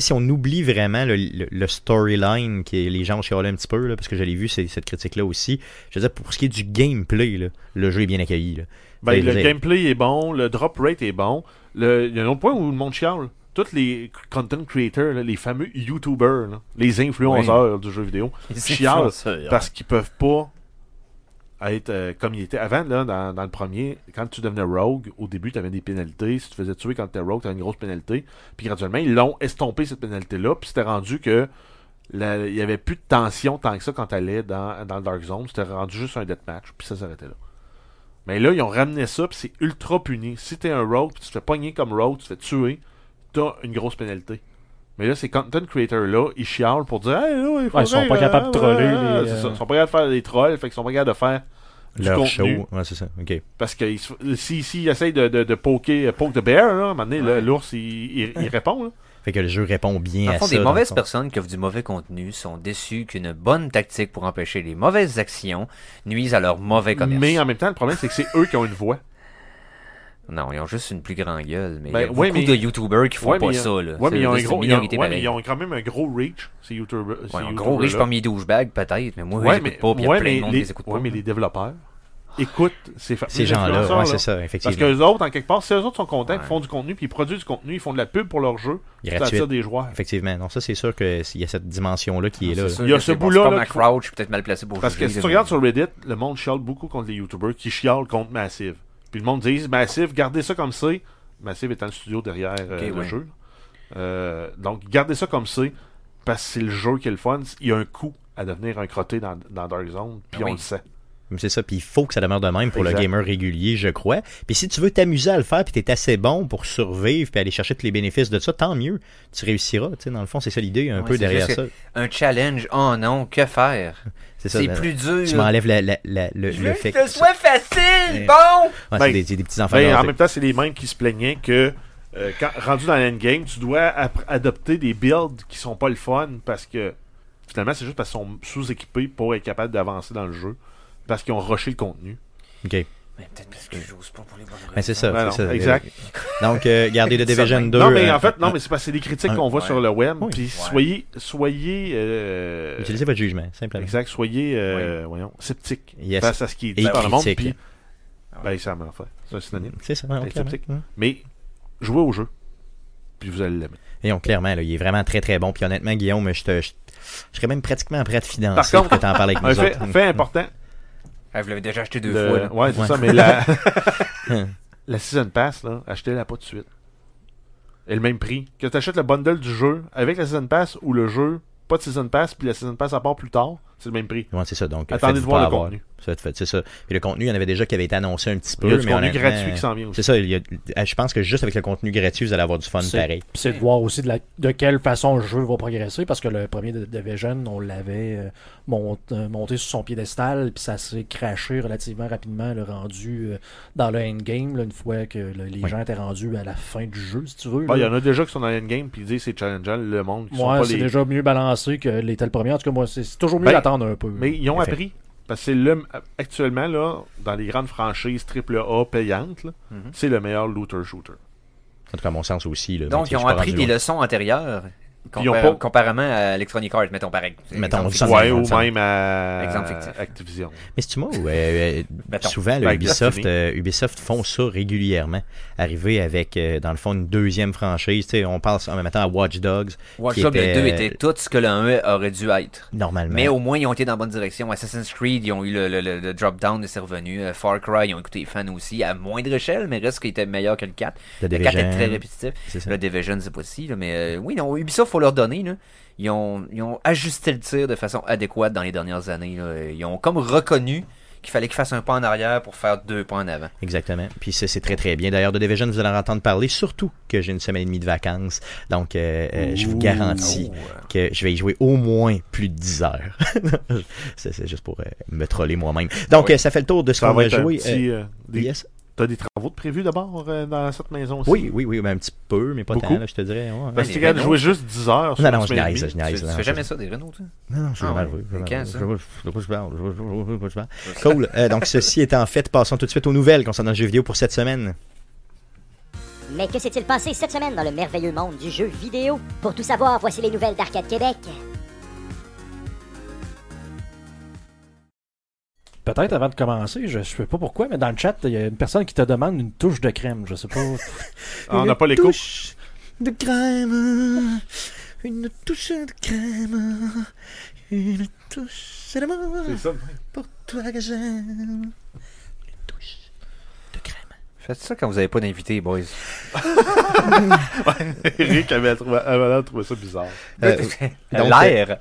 sais, si on oublie vraiment le, le- le storyline que les gens ont chialé un petit peu, là, parce que je l'ai vu, c'est- cette critique-là aussi, je veux dire, pour ce qui est du gameplay, là, le jeu est bien accueilli. là. Ben, Je veux le dire, gameplay est bon, le drop rate est bon. Le- Il y a un autre point où le monde chiale. Tous les content creators, là, les fameux YouTubers, là, les influenceurs du jeu vidéo, chialent parce qu'ils peuvent pas être euh, comme ils étaient avant. Là, dans, dans le premier, quand tu devenais rogue, au début, tu avais des pénalités. Si tu te faisais tuer quand tu étais rogue, tu une grosse pénalité. Puis graduellement, ils l'ont estompé cette pénalité-là. Puis c'était rendu que la- il y avait plus de tension tant que ça quand tu allais dans, dans le Dark Zone. C'était rendu juste un deathmatch. Puis ça s'arrêtait là. Mais là, ils ont ramené ça, puis c'est ultra puni. Si t'es un rogue, puis tu te fais pogner comme rogue, tu te fais tuer, t'as une grosse pénalité. Mais là, ces content creators-là, ils chialent pour dire Hey, là, il faut Ouais, ils sont dire, pas capables de troller ah, les, c'est ça. euh, Ils sont pas capables de faire des trolls, fait qu'ils sont pas capables de faire du leur contenu. show. Ouais, c'est ça. Ok. Parce que ils se- si, s'ils essayent de, de, de poker, euh, poke the bear, là, à un moment donné, le- Ouais. l'ours, il, il- il répond. là. Fait que le jeu répond bien Dans à le fond, ça. des dans le mauvaises fond. personnes qui offrent du mauvais contenu sont déçues qu'une bonne tactique pour empêcher les mauvaises actions nuise à leur mauvais commerce. Mais en même temps, le problème, c'est que c'est eux qui ont une voix. Non, ils ont juste une plus grande gueule, mais Ben, il y a ouais, beaucoup mais- de YouTubers qui font Ouais, pas mais- euh, ça, là. Ouais, mais ils ont, un C'est gros, une ils ont- minorité ouais, mais pareille. ils ont quand même un gros reach, ces YouTubers. ces Ouais, un gros riche YouTubers-là. parmi les douchebags, peut-être, mais moi, je Ouais, les écoute mais- pas, puis il y a ouais, plein mais de monde les- qui les écoute ouais, pas. hein. mais les développeurs écoutent ces, fa- Ces les gens-là, influenceurs, ouais, là. c'est ça, Parce effectivement. qu'eux autres, en quelque part, si eux autres sont contents, Ouais. ils font du contenu, puis ils produisent du contenu, ils font de la pub pour leur jeu, puis ça Gratuite. attire des joueurs. Effectivement. Non, ça, c'est sûr qu'il y a cette dimension-là qui est C'est là. là. sûr Il y a que ce c'est- bon, bout-là, c'est pas là, ma qu'il faut- crowd, je suis peut-être mal placé pour Parce que juger, si là, tu mais- regardes sur Reddit, le monde chiale beaucoup contre les YouTubers qui chialent contre Massive. Puis le monde dit Massive, gardez ça comme c'est. Massive étant le studio derrière euh, Ok, le ouais. jeu. Euh, donc, gardez ça comme c'est, parce que c'est le jeu qui est le fun. Il y a un coût à devenir un crotté dans, dans Dark Zone, puis Ah on oui. le sait. Mais C'est ça, puis il faut que ça demeure de même pour le Exact. gamer régulier, je crois. Puis si tu veux t'amuser à le faire, puis t'es assez bon pour survivre, puis aller chercher tous les bénéfices de ça, tant mieux. Tu réussiras, tu sais, dans le fond, c'est ça l'idée un Ouais, peu c'est derrière juste ça. que- Un challenge, oh non, que faire? C'est ça. C'est là, plus dur. Tu m'enlèves la- la- la- le, Je le veux fait que que. ce soit facile, Eh. bon! Ouais, Ben, c'est des, des- des petits enfants. Ben, en gâtés. même temps, c'est les mêmes qui se plaignaient que euh, quand, rendu dans l'endgame, tu dois appr- adopter des builds qui sont pas le fun parce que finalement, c'est juste parce qu'ils sont sous-équipés pour être capables d'avancer dans le jeu parce qu'ils ont rushé le contenu. Ok. Mais peut-être parce que j'ose pas pour les bonnes Ben, c'est ça. Ben c'est non, ça. exact. Donc, euh, gardez The Ça, Division ben, 2. non, mais euh, en fait, non, mais c'est parce que c'est des critiques un- qu'on voit ouais. sur le web. Oui. Puis Ouais. soyez, soyez, euh, Utilisez votre jugement, simplement. exact, soyez, euh, voyons, sceptique Yes. face à ce qui est dit Et par le monde. critique. Mm. Puis, ben, ça m'en fait. C'est un synonyme. C'est ça, ouais, Exact. clairement. Hum. Mais jouez au jeu, puis vous allez l'aimer. Et on, clairement, là, il est vraiment très très bon. Puis honnêtement, Guillaume, je te. Je, je serais même pratiquement prêt à te financer Par contre- pour que t'en parles avec Un nous fait, autres. mm. fait important, Ah, vous l'avez déjà acheté deux Le- fois, là. Ouais, c'est Ouais. ça, mais la... la Season Pass, là, achetez-la pas tout de suite. est le même prix. Que tu achètes le bundle du jeu avec la Season Pass ou le jeu, pas de Season Pass, puis la Season Pass à part plus tard, c'est le même prix. Ouais, c'est ça. Donc, euh, Attendez faites-vous de voir pas le avoir. contenu. Ça, fait- C'est ça. Puis le contenu, il y en avait déjà qui avait été annoncé un petit peu. Il y a du mais contenu honnêtement, gratuit qui s'en vient aussi. C'est ça. il y a- ah, Je pense que juste avec le contenu gratuit, vous allez avoir du fun C'est- pareil. Puis c'est de voir aussi de, la- de quelle façon le jeu va progresser, parce que le premier de Division, on l'avait euh, mont- euh, monté sur son piédestal, puis ça s'est craché relativement rapidement, le rendu euh, dans le endgame, là, une fois que là, les Oui. gens étaient rendus à la fin du jeu, si tu veux. Bah, Il là. y en a déjà qui sont dans l'endgame puis ils disent c'est challengeant le monde. qui sont Ouais, pas c'est les- déjà mieux balancé que les tels premiers. En tout cas, moi, c'est c'est toujours mieux Ben, d'attendre un peu. Mais ils ont Effect- appris. Parce que c'est le actuellement là, dans les grandes franchises AAA payantes, là, Mhm. c'est le meilleur looter shooter. En tout cas, à mon sens aussi. Là, mais, Donc, tu sais, ils je suis ont pas appris rendu des loin. leçons antérieures Ils ont compar- pas- comparément à Electronic Arts, mettons pareil. Mettons, Exemple ça, fictif. Ouais, dans ou le sens. même à Exemple fictif. Activision. Mais c'est-tu moi ou, euh, euh, Mettons. souvent, le Ben, Ubisoft, Destiny. euh, Ubisoft font ça régulièrement. Arriver avec, euh, dans le fond, une deuxième franchise. Tu sais, on pense en même temps à Watch Dogs. Watch qui Dogs, le était- 2 était tout ce que le 1 aurait dû être. Normalement. Mais oh, au moins, ils ont été dans la bonne direction. Assassin's Creed, ils ont eu le, le- le- le drop-down, c'est revenu. Euh, Far Cry, ils ont écouté les fans aussi, à moindre échelle, mais reste qu'ils étaient meilleurs que le 4. The Le 4 est Division. très répétitif. C'est ça. Le Division, c'est pas si, là, mais euh, oui, non, Ubisoft, faut leur donner. Là. Ils, ont, ils ont ajusté le tir de façon adéquate dans les dernières années. là. Ils ont comme reconnu qu'il fallait qu'ils fassent un pas en arrière pour faire deux pas en avant. Exactement. Puis c'est c'est très très bien. D'ailleurs, de Division, vous allez en entendre parler, surtout que j'ai une semaine et demie de vacances. Donc, euh, euh, je vous garantis Oh, que je vais y jouer au moins plus de 10 heures. c'est c'est juste pour euh, me troller moi-même. Donc, Ah oui. euh, ça fait le tour de ce Ça qu'on va va être un jouer. petit. euh, euh, des- yes. T'as des travaux de prévus d'abord euh, dans cette maison aussi Oui, oui, oui, ben, un petit peu, mais pas Beaucoup. tant, là, je te dirais. ouais, ouais. Parce Mais que tu regardes non. jouer juste 10 heures. sur Non, une non, je semaine et niaise, demie. je Tu, niaise. euh, tu non, fais je- jamais ça des Renault, toi? Non, non, je suis Ah mal ouais, heureux, je c'est suis quand, mal ça? heureux, je- de quoi je parle, je- je- je- je- de quoi je parle. Cool. Euh, donc, ceci étant fait, passons tout de suite aux nouvelles concernant le jeu vidéo pour cette semaine. Mais que s'est-il passé cette semaine dans le merveilleux monde du jeu vidéo Pour tout savoir, voici les nouvelles d'Arcade Québec. Peut-être avant de commencer, je ne sais pas pourquoi, mais dans le chat, il y a une personne qui te demande une touche de crème. Je sais pas. Ah, on n'a Une pas l'écho. touche de crème. Une touche de crème. Une touche d'amour C'est ça. pour toi que j'aime. Une touche de crème. Faites ça quand vous n'avez pas d'invité, boys. Eric avait trouvé, avait l'air de trouver ça bizarre. Euh, donc, L'air.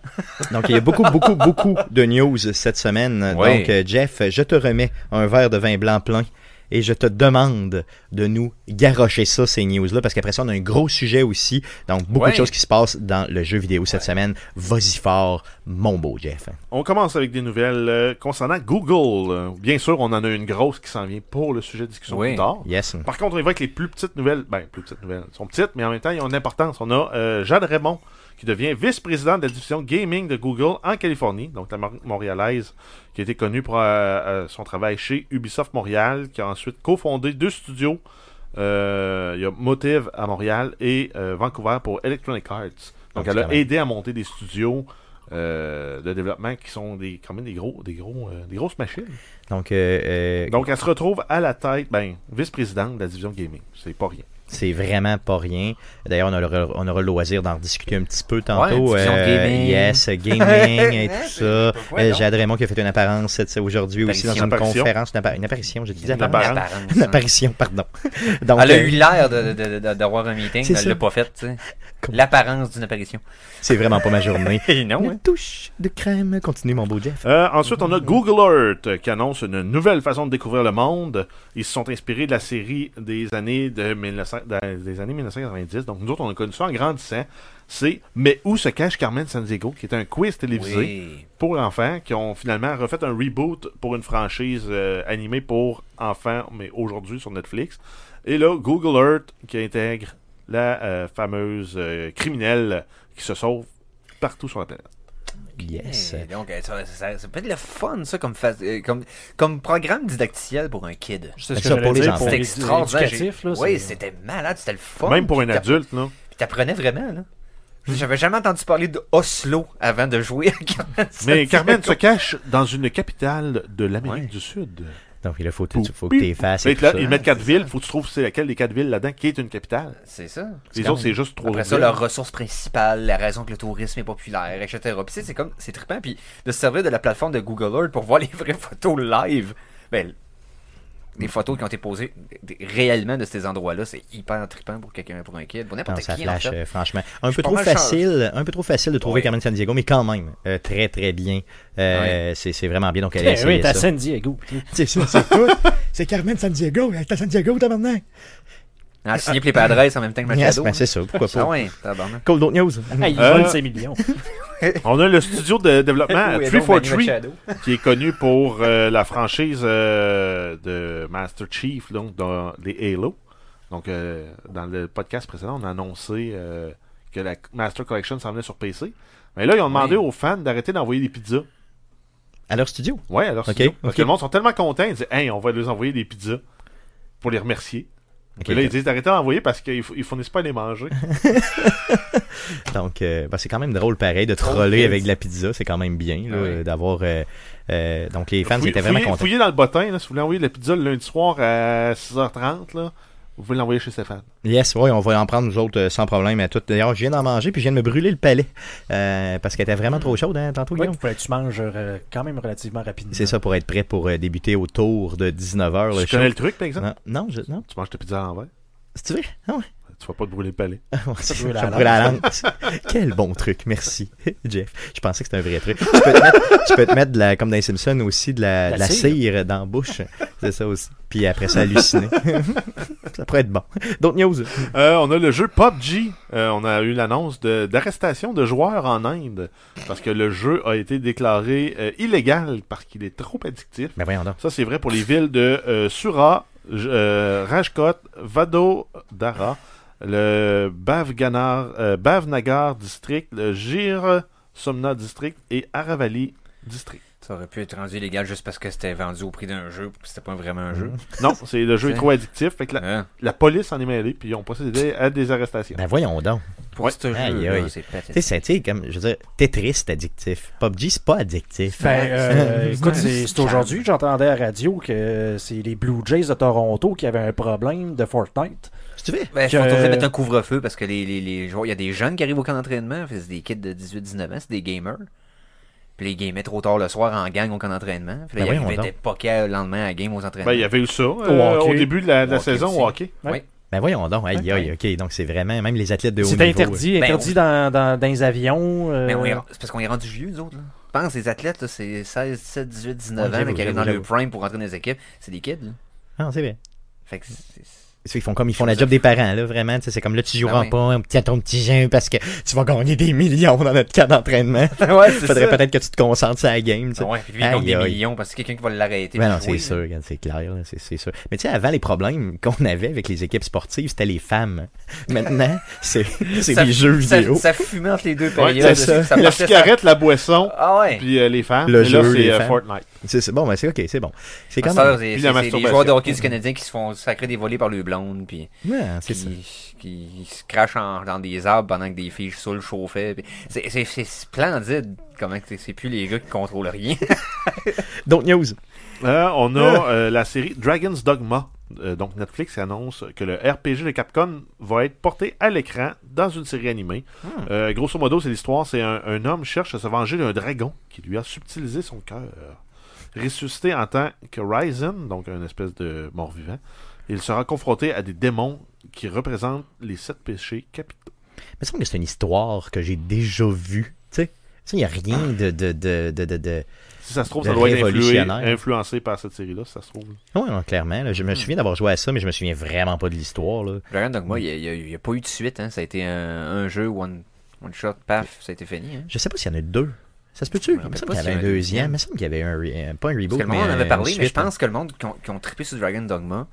Donc, il y a beaucoup, beaucoup, beaucoup de news cette semaine. Oui. Donc, euh, Jeff, je te remets un verre de vin blanc plein et je te demande de nous garrocher ça, ces news-là, parce qu'après ça, on a un gros sujet aussi. Donc, beaucoup Ouais. de choses qui se passent dans le jeu vidéo cette semaine. Vas-y fort, mon beau Jeff. On commence avec des nouvelles euh, concernant Google. Euh, Bien sûr, on en a une grosse qui s'en vient pour le sujet de discussion Oui. plus tard. Yes. Par contre, on évoque les plus petites nouvelles. Ben, plus petites nouvelles. Elles sont petites, mais en même temps, ils ont une importance. On a euh, Jeanne Raymond, qui devient vice-présidente de la division gaming de Google en Californie, donc la Mor- montréalaise, qui a été connue pour euh, euh, son travail chez Ubisoft Montréal, qui a ensuite cofondé deux studios. Euh, il y a Motive à Montréal et euh, Vancouver pour Electronic Arts. Donc, Ah, elle quand a même. aidé à monter des studios euh, de développement qui sont des, quand même des gros, des gros, euh, des grosses machines. Donc, euh, euh, Donc, elle se retrouve à la tête, ben, vice-présidente de la division gaming. C'est pas rien. c'est vraiment pas rien. D'ailleurs, on aura, on aura le loisir d'en rediscuter un petit peu tantôt. Euh, Ouais, discussion gaming. Yes, gaming et tout ça. Ouais, c'est- ouais, Euh, non. Jade Raymond qui a fait une apparence cette- aujourd'hui aussi dans Apparition. une Apparition. conférence. Une, appa- une apparition, j'ai dit Une apparence. apparence. apparence, Une hein. apparition, pardon. Donc, Elle a euh, eu l'air de- de- de- de- d'avoir un meeting, C'est mais elle ça. l'a pas fait. tu sais. Comme- L'apparence d'une apparition. C'est vraiment pas ma journée. Et non, hein. Une touche de crème. Continue, mon beau Jeff. Euh, ensuite, on a Google Earth euh, qui annonce une nouvelle façon de découvrir le monde. Ils se sont inspirés de la série des années, de 1900 de- des années 1990. Donc, nous autres, on a connu ça en grandissant. C'est Mais où se cache Carmen Sandiego, qui est un quiz télévisé Oui. pour enfants qui ont finalement refait un reboot pour une franchise euh, animée pour enfants, mais aujourd'hui sur Netflix. Et là, Google Earth qui intègre la euh, fameuse euh, criminelle qui se sauve partout sur la planète. Yes. Eh, donc, euh, ça, ça- ça peut être le fun, ça, comme, fa- euh, comme, comme programme didacticiel pour un kid. C'est Mais ça, pour les enfants. C'était C'est extraordinaire. éducatif, j'ai- là, oui, c'est- c'était malade, c'était le fun. Même pour un Puis t'a- adulte, là. puis T'apprenais vraiment, là. J'avais jamais entendu parler de Oslo avant de jouer à Carmen Mais Sandiego. Carmen se cache dans une capitale de l'Amérique Ouais. du Sud. Donc, il faut, Pou- faut que tu fasses. Fait que là, ils hein, mettent quatre villes, faut que tu trouves c'est laquelle des quatre villes là-dedans qui est une capitale. C'est ça. Les quand autres, même- c'est juste trois Après ça, villes. leur ressource principale, la raison que le tourisme est populaire, etc. Puis tu sais, c'est comme, c'est trippant. Puis de se servir de la plateforme de Google Earth pour voir les vraies photos live. Ben, des photos qui ont été posées des- réellement de ces endroits-là. C'est hyper trippant pour quelqu'un, pour un kid, pour Non, n'importe ça qui. flash, en fait. euh, franchement. Un suis peu pas trop mal chanceux. facile, un peu trop facile de trouver Ouais. Carmen San Diego, mais quand même, euh, très très bien. Euh, c'est, c'est vraiment bien. Donc, allez Ben oui, essayer t'as ça. San Diego. C'est ça, c'est tout. C'est Carmen San Diego. Elle est à San Diego, t'as maintenant. Ah, signer les adresses en même temps que Yes, Machado. ben c'est ça, pourquoi Ah pas. ouais, tabarnak. Cold d'autres news. Ah, il Euh, vole ses millions. On a le studio de développement Où est donc Manny 343 Machado? qui est connu pour euh, la franchise euh, de Master Chief, donc dans les Halo. Donc, euh, dans le podcast précédent, on a annoncé euh, que la Master Collection s'en venait sur PC. Mais là, ils ont demandé Oui. aux fans d'arrêter d'envoyer des pizzas. À leur studio. Ouais, alors Ok, studio. Parce ok. que le monde sont tellement contents, ils disent Hey, on va leur envoyer des pizzas pour les remercier. Ok, Mais là, ils disent d'arrêter d'envoyer parce qu'ils f- ils fournissent pas à les manger. Donc, euh, bah, c'est quand même drôle, pareil, de troller Ok. avec de la pizza. C'est quand même bien, là, Ah oui. euh, d'avoir. euh, euh, donc, les fans Fouillez- étaient vraiment fouillez- contents. fouillez dans le bottin, là, si vous voulez envoyer de la pizza le lundi soir à 6h30, là, vous pouvez l'envoyer chez Stéphane. Yes, oui, on va en prendre nous autres euh, sans problème à toutes. D'ailleurs, je viens d'en manger puis je viens de me brûler le palais euh, parce qu'elle était vraiment trop chaude, hein, tantôt, Ouais, Guillaume. faut que tu manges euh, quand même relativement rapidement. C'est ça pour être prêt pour euh, débuter autour de 19h. tu connais le truc, par exemple Non, non, je, non. Tu manges ta pizza à l'envers, C'est vrai? Ah ouais. tu vas pas te brûler le palais. Ah, mon Dieu, te je brûle me la brûle la langue. Quel bon truc, merci, Jeff. Je pensais que c'était un vrai truc. Tu peux te mettre, tu peux te mettre de la, comme dans les Simpsons aussi, de la, La de la cire. cire dans la bouche. C'est ça aussi. Puis après ça, halluciner. ça pourrait être bon. D'autres news? Euh, on a le jeu PUBG. Euh, on a eu l'annonce de- d'arrestation de, joueurs en Inde parce que le jeu a été déclaré euh, illégal parce qu'il est trop addictif. Ben voyons donc. Ça, c'est vrai pour les villes de euh, Sura, J- euh, Rajkot, Vadodara, le Bhavganar, euh, Bhavnagar District, le Gir Somna District et Aravali District. Ça aurait pu être rendu illégal juste parce que c'était vendu au prix d'un jeu, puis c'était pas vraiment un jeu. Non, c'est le jeu est Ok. trop addictif. Fait que la, Hein? la police en est mêlée, puis ils ont procédé à des arrestations. Ben voyons donc. Pour Ouais. ce Aïe, jeu, aïe. c'est Tu sais, pathétique. c'est- tu sais, comme, je veux dire, Tetris, c'est addictif. PUBG, c'est pas addictif. Ben, euh, écoute, c'est- c'est c'est aujourd'hui que j'entendais à la radio que c'est les Blue Jays de Toronto qui avaient un problème de Fortnite. Si tu veux. Ben, que- faut toujours mettre un couvre-feu parce que les, les, les joueurs, il y a des jeunes qui arrivent au camp d'entraînement, fait, c'est des kids de 18-19 ans, c'est des gamers. Puis les gamers trop tard le soir en gang au camp d'entraînement. Puis Ben là, ils voyons arrivaient donc. des poquets le lendemain à la game aux entraînements. Ben, il y avait eu ça euh, hockey. au début de la, de la Au hockey saison aussi. au hockey. Oui. Ben voyons donc. Aïe, Ouais. aïe, ok. Donc, c'est vraiment, même les athlètes de haut C'est niveau. interdit, Ben, interdit dans, dans, dans les avions. euh, Mais Ben, on est- c'est parce qu'on est rendu vieux, nous autres. Là. Pense, les athlètes, là, c'est 16, 17, 18, 19 Ouais, ans, mais j'avoue, qui arrivent dans j'avoue, le prime pour rentrer dans les équipes. C'est des kids. Là. euh, Ah, c'est vrai. Fait que c'est- c'est- Ils font comme ils font la job des parents, là, vraiment. tu sais, C'est comme là, tu joueras Ah oui. pas un petit, à ton petit jeu parce que tu vas gagner des millions dans notre cas d'entraînement. ouais, c'est Faudrait ça. peut-être que tu te concentres sur la game. tu sais. Ah Ouais, hein. puis lui, il compte Aïe, des aïe. millions parce que quelqu'un qui va l'arrêter. Ben puis non, jouer, c'est sûr, regarde, c'est clair, là, c'est c'est sûr. Mais tu sais, avant, les problèmes qu'on avait avec les équipes sportives, c'était les femmes. hein. Maintenant, c'est c'est Ça- des jeux Ça, vidéo. ça fumait entre les deux Ben, Ouais, périodes. c'est ça. La partait, cigarette, la boisson, Ah ouais. puis euh, les femmes. Le Et là, jeu, les c'est euh, femmes. Fortnite. C'est c'est- bon, ben c'est ok, c'est bon. C'est Ah, quand ça, même. C'est c'est- Puis la c'est des masturbation. joueurs de hockey du Canadien qui se font sacrer des volets par le blonde, puis Ouais, Ah, c'est ça. qui, qui se crachent en- dans des arbres pendant que des filles saoulent chauffaient. puis c'est- C'est c'est splendide comment que c'est- c'est plus les gars qui contrôlent rien. D'autres news. Euh, on a euh, la série Dragon's Dogma. Euh, donc Netflix annonce que le RPG de Capcom va être porté à l'écran dans une série animée. Hmm. Euh, grosso modo, c'est l'histoire, c'est un, un homme cherche à se venger d'un dragon qui lui a subtilisé son cœur. Ressuscité en tant que Ryzen, donc un espèce de mort-vivant, il sera confronté à des démons qui représentent les sept péchés capitaux. Il me semble que c'est une histoire que j'ai déjà vue. Tu sais, il n'y a Ah. rien de. de, de, de, de, de- Si ça se trouve, Le ça doit être influé- révolutionnaire. influencé par cette série-là, si ça se trouve. Ouais, non, clairement. là, je Hmm. me souviens d'avoir joué à ça, mais je me souviens vraiment pas de l'histoire. là. Dragon Dogma, il n'y a, pas eu de suite. Hein. Ça a été un, un jeu, one, one shot, paf, ça a été fini. Hein. Je sais pas s'il y en a deux. Ça se peut-tu? Je Il me me rappelle semble pas qu'il y s'il avait un deuxième. Il me semble qu'il y avait un. re- euh, Pas un reboot. Parce que le mais monde en un- avait parlé, une mais je suite, hein. pense que le monde qui ont, qui ont trippé sur Dragon Dogma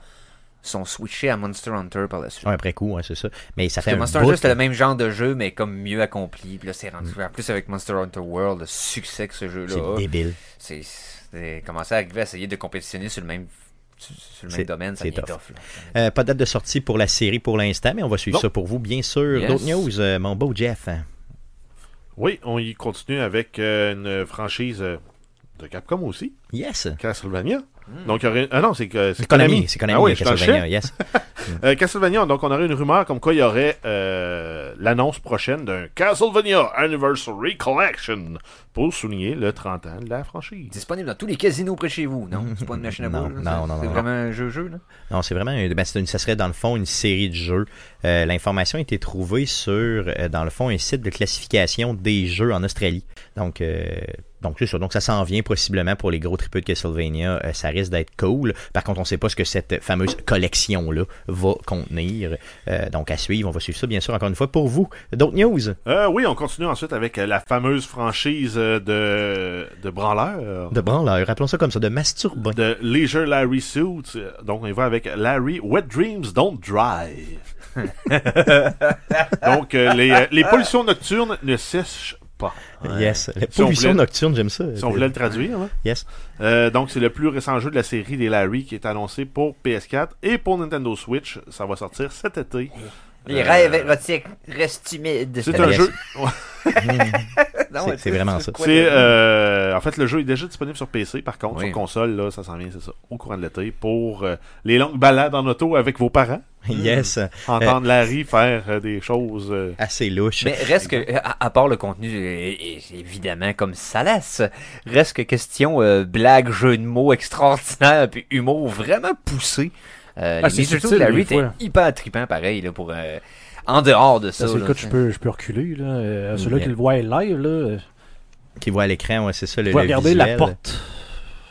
sont switchés à Monster Hunter par la suite. Ouais, après coup, ouais, c'est ça. Mais ça fait Parce que un Monster bout, Hunter, c'était là. Mm. le même genre de jeu, mais comme mieux accompli. Puis là, c'est rendu. En plus, avec Monster Hunter World, le succès que ce C'est jeu-là a, débile. c'est- c'est commencé à arriver à essayer de compétitionner sur le même, sur- sur le C'est- même domaine. Ça c'est devient tough. tough, là. Euh, pas de date de sortie pour la série pour l'instant, mais on va suivre Non. ça pour vous, bien sûr. Yes. D'autres news, euh, mon beau Jeff. hein. Oui, on y continue avec euh, une franchise euh, de Capcom aussi. Yes. Castlevania. Donc, il y aurait... Ah non, c'est que. Hmm. Konami, c'est Konami, Ah oui, je suis dans le Castlevania, yes. Euh, Castlevania, donc on aurait une rumeur comme quoi il y aurait euh, l'annonce prochaine d'un Castlevania Anniversary Collection pour souligner le 30 ans de la franchise. Disponible dans tous les casinos près de chez vous. Non, c'est pas une machine à Non, boule. là, non, c'est- non, C'est non. vraiment un jeu-jeu. là. Non, c'est vraiment. un- ben, c'est une- ça serait dans le fond une série de jeux. Euh, L'information a été trouvée sur, euh, dans le fond, un site de classification des jeux en Australie. Donc, euh, donc c'est ça. Donc, ça s'en vient possiblement pour les gros tripeux de Castlevania. Euh, ça risque d'être cool. Par contre, on ne sait pas ce que cette fameuse collection-là va contenir. Euh, donc, à suivre. On va suivre ça, bien sûr, encore une fois, pour vous. D'autres news Euh, oui, on continue ensuite avec euh, la fameuse franchise euh, de, de branleurs. de branleur. Rappelons ça comme ça, de masturbin. de Leisure Larry Suits. Donc, on y va avec Larry Wet Dreams Don't Drive. Donc, euh, les, euh, les pollutions nocturnes ne sèchent pas. Yes. La Si on pollution voulait- nocturne, j'aime ça. Si on voulait le traduire. là. Yes. Euh, donc, c'est le plus récent jeu de la série des Larry qui est annoncé pour PS4 et pour Nintendo Switch. Ça va sortir cet été. Les Euh, rêves érotiques restent timides. C'est un yes. jeu. Non, c'est- mais c'est vraiment ça. quoi C'est le- euh, en fait le jeu est déjà disponible sur PC par contre Oui. sur console là ça s'en vient c'est ça au courant de l'été pour euh, les longues balades en auto avec vos parents Yes. entendre Larry faire euh, des choses euh, Assez louche. Mais reste que, à, à part le contenu, euh, é- évidemment, comme salace, reste que question euh, blague, jeu de mots extraordinaire, puis humour vraiment poussé. Euh, Ah, les c'est surtout subtil, Larry des était fois. hyper trippant pareil, là, pour, euh, en dehors de ça. Ça, c'est là, le cas que je t'sais. peux, je peux reculer. Là. Euh, Celui-là Yeah. qui le voit live, là, euh, Qui voit à l'écran, ouais, c'est ça le, je vais le regarder la visuel. porte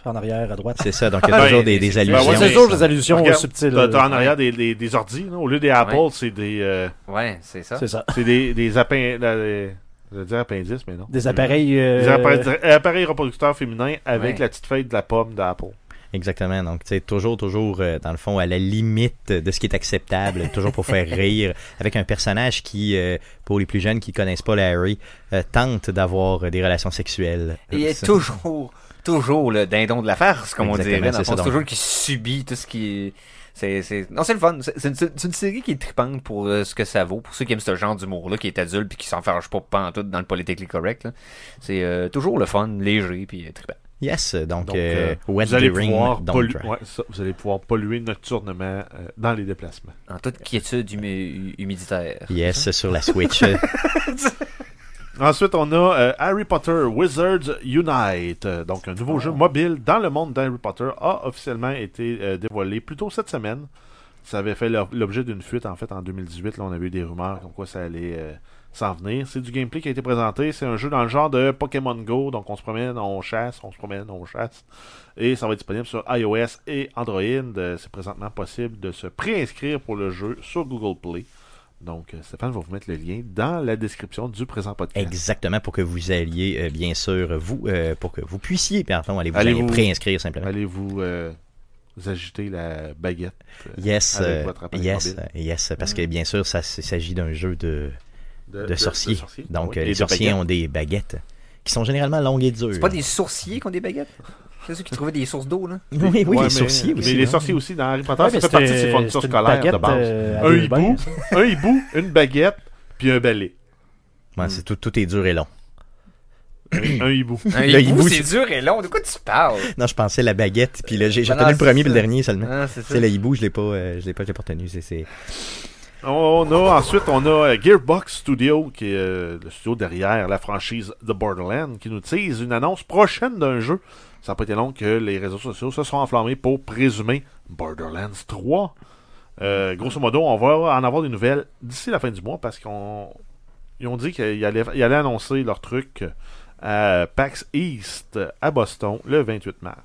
en arrière à droite. C'est ça, donc il y a toujours Ben, des, des c'est- allusions. ben ouais, c'est oui, sûr ça. des allusions euh, Regarde, subtiles. T'as t'as là. en arrière des, des, des ordi, là. au lieu des Apple, Ouais. c'est des, euh, Ouais, c'est ça. C'est ça. c'est des, des append- euh, je veux dire appendices, mais non. Des appareils. euh, Des appareils, appareils reproducteurs féminins avec Ouais. la petite feuille de la pomme d'Apple. Exactement, donc tu sais, toujours, toujours, euh, dans le fond, à la limite de ce qui est acceptable, toujours pour faire rire, avec un personnage qui, euh, pour les plus jeunes qui connaissent pas Larry, euh, tente d'avoir euh, des relations sexuelles. Et il est Ça- toujours, toujours le dindon de la farce, comme Exactement, on dirait. Dans c'est le fond, ça, c'est donc. toujours qui subit tout ce qui est- c'est, c'est... Non, c'est le fun. C'est, c'est une, c'est une série qui est tripante pour euh, ce que ça vaut. Pour ceux qui aiment ce genre d'humour-là, qui est adulte puis qui s'en fâche pas pantoute dans le politically correct. là. C'est euh, toujours le fun, léger puis euh, trippant. Yes, donc, Donc, euh, euh, Wet vous, allez Dream, pouvoir Don't pollu- Drive. ouais, ça, vous allez pouvoir polluer nocturnement euh, dans les déplacements. En toute quiétude humi- humiditaire. Yes, sur la Switch. Euh, Ensuite, on a euh, Harry Potter Wizards Unite. Euh, Donc, un Oh. nouveau jeu mobile dans le monde d'Harry Potter a officiellement été euh, dévoilé plus tôt cette semaine. Ça avait fait l'o- l'objet d'une fuite en fait en 2018. Là, on avait eu des rumeurs comme quoi ça allait euh, s'en venir. C'est du gameplay qui a été présenté. C'est un jeu dans le genre de Pokémon Go. Donc, on se promène, on chasse, on se promène, on chasse. Et ça va être disponible sur iOS et Android. Euh, C'est présentement possible de se préinscrire pour le jeu sur Google Play. Donc, euh, Stéphane va vous mettre le lien dans la description du présent podcast. exactement, pour que vous alliez, euh, bien sûr, vous, euh, pour que vous puissiez, pardon, allez vous Allez allez vous- préinscrire simplement. Allez-vous euh, vous agiter la baguette euh, Yes, avec euh, votre appareil yes, mobile euh, yes, parce que bien sûr, ça s- s'agit d'un jeu de, de, sorciers. Donc, oui, euh, et les de sorciers baguettes. ont des baguettes qui sont généralement longues et dures. C'est pas des sourciers qui ont des baguettes? C'est ceux qui trouvaient des sources d'eau, là? Oui, oui, Ouais, mais- les sorciers aussi. Mais les là. sorciers aussi, dans Harry Potter, hein. Ouais, ça mais fait partie de c'était- ses fournitures c'était une scolaires de baguette, base. euh, à un, deux bains. hibou, un hibou, une baguette, puis un balai. Ouais, c'est tout, tout est dur et long. un hibou. Un Le hibou, hibou, c'est dur et long. De quoi tu parles? Non, je pensais la baguette, puis là, j'ai j'ai Ah non, retenu le c'est premier, puis ça. le dernier seulement. Ah, c'est ça. C'est le hibou, je l'ai pas, euh, je l'ai pas, je l'ai pas retenu. c'est- c'est- On a ensuite on a euh, Gearbox Studio qui est euh, le studio derrière la franchise The Borderlands qui nous tease une annonce prochaine d'un jeu. Ça n'a pas été long que les réseaux sociaux se sont enflammés pour présumer Borderlands 3. Euh, grosso modo, on va en avoir des nouvelles d'ici la fin du mois parce qu'on ils ont dit qu'ils allaient, ils allaient annoncer leur truc à PAX East à Boston le 28 mars.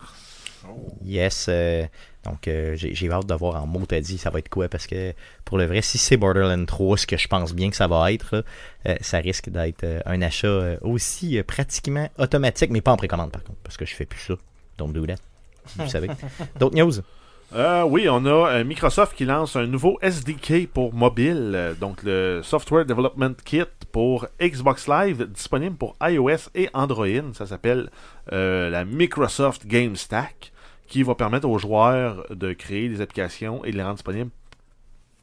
Yes. euh, donc, euh, j'ai j'ai hâte de voir en mot, t'as dit, ça va être quoi, parce que pour le vrai, si c'est Borderlands 3, ce que je pense bien que ça va être, là, euh, ça risque d'être euh, un achat euh, aussi euh, pratiquement automatique, mais pas en précommande, par contre, parce que je fais plus ça. Don't do that. Vous savez. D'autres news? Euh, oui, on a euh, Microsoft qui lance un nouveau SDK pour mobile, euh, donc le Software Development Kit pour Xbox Live, disponible pour iOS et Android. Ça s'appelle euh, la Microsoft Game Stack, qui va permettre aux joueurs de créer des applications et de les rendre disponibles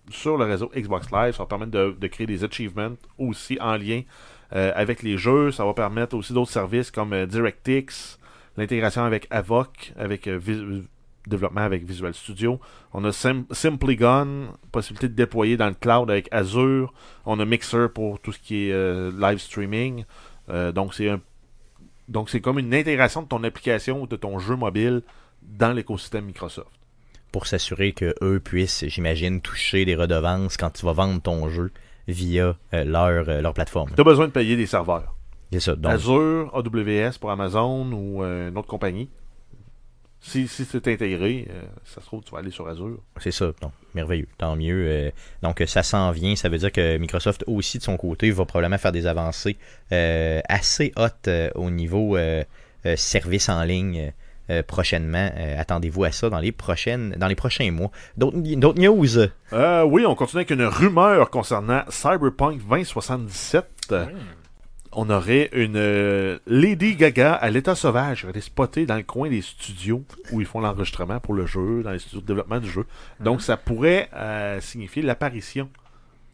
sur le réseau Xbox Live. Ça va permettre de, de créer des achievements aussi en lien euh, avec les jeux. Ça va permettre aussi d'autres services comme euh, DirectX, l'intégration avec Avoc, avec euh, Vis- développement avec Visual Studio. On a Sim- Simply Gone, possibilité de déployer dans le cloud avec Azure. On a Mixer pour tout ce qui est euh, live streaming. Euh, donc c'est un donc c'est comme une intégration de ton application ou de ton jeu mobile dans l'écosystème Microsoft. pour s'assurer que eux puissent, j'imagine, toucher des redevances quand tu vas vendre ton jeu via euh, leur, euh, leur plateforme. Tu as besoin de payer des serveurs. C'est ça. Donc, Azure, AWS pour Amazon ou euh, une autre compagnie. Si, si c'est intégré, euh, ça se trouve, tu vas aller sur Azure. c'est ça. Donc, merveilleux. Tant mieux. euh, donc, ça s'en vient. Ça veut dire que Microsoft aussi, de son côté, va probablement faire des avancées euh, assez hautes euh, au niveau euh, euh, service en ligne. euh, prochainement, Euh, attendez-vous à ça dans les prochaines, dans les prochains mois. D'autres d'autres news. euh, Euh, oui, on continue avec une rumeur concernant Cyberpunk 2077. Euh, On aurait une euh, Lady Gaga à l'état sauvage qui aurait été spotée dans le coin des studios où ils font l'enregistrement pour le jeu, dans les studios de développement du jeu. Donc ça pourrait euh, signifier l'apparition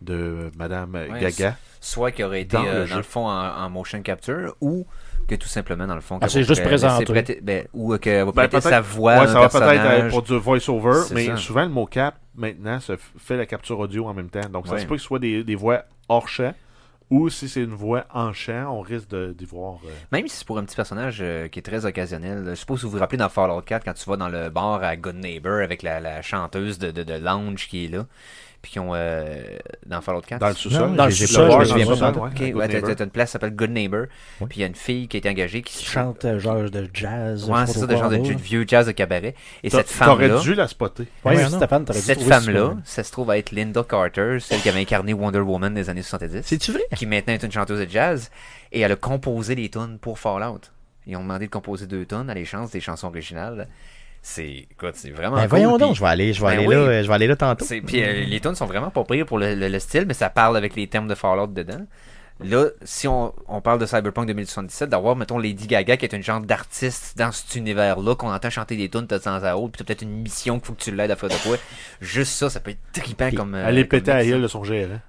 de Madame euh, Ouais, Gaga. Soit qui aurait été euh, Dans dans, le le, jeu. fond en, en motion capture ou que tout simplement dans le fond Ah, qu'elle c'est va juste prêter- présenté. c'est prêter- ben, ou euh, qu'elle va Ben, prêter peut-être- sa voix à ouais, un ça va peut-être personnage. être pour du voice-over, C'est mais ça. souvent le mocap maintenant se f- fait la capture audio en même temps. Donc ça Ouais. se peut que ce soit des, des voix hors champ ou si c'est une voix en champ, on risque de- d'y voir. euh, Même si c'est pour un petit personnage euh, qui est très occasionnel. Je suppose que vous vous rappelez dans Fallout 4, quand tu vas dans le bar à Good Neighbor avec la, la chanteuse de, de, de lounge qui est là, puis qui ont... euh, dans Fallout 4... Dans le sous-sol. Non, dans le Ah, J'ai- j'ai sous-sol, pas je voir me dans souviens le pas. sous-sol, ouais, Ok, à Good ouais, t'as- Neighbor. t'as t'as une place qui s'appelle Good Neighbor, Oui. puis il y a une fille qui a été engagée qui se- chante euh, genre de jazz. je Ouais, c'est sais pas ça, de genre de, trop quoi, de là. vieux jazz de cabaret. Et T'a- cette femme-là, T'aurais dû la spotter. Ouais, Ouais, non. Stéphane, t'aurais dû cette trouver ça, femme-là, ouais. ça se trouve à être Linda Carter, celle qui avait incarné Wonder Woman des années 70, C'est-tu vrai? qui maintenant est une chanteuse de jazz, et elle a composé les tunes pour Fallout. Ils ont demandé de composer deux tunes à l'échange des chansons originales. C'est, écoute, c'est vraiment Ben, cool, voyons puis- donc, je vais aller, je vais Ben aller oui. là, euh, je vais aller là tantôt. c'est- Puis euh, les tunes sont vraiment pas pires pour le, le- le style, mais ça parle avec les thèmes de Fallout dedans. Là, si on, on parle de Cyberpunk 2077, d'avoir, mettons, Lady Gaga, qui est une genre d'artiste dans cet univers-là, qu'on entend chanter des tunes de temps à autre, puis t'as peut-être une mission qu'il faut que tu l'aides à faire de quoi. Juste ça, ça peut être trippant comme. euh, Elle est comme pétée à mix. elle de son hein. gérant.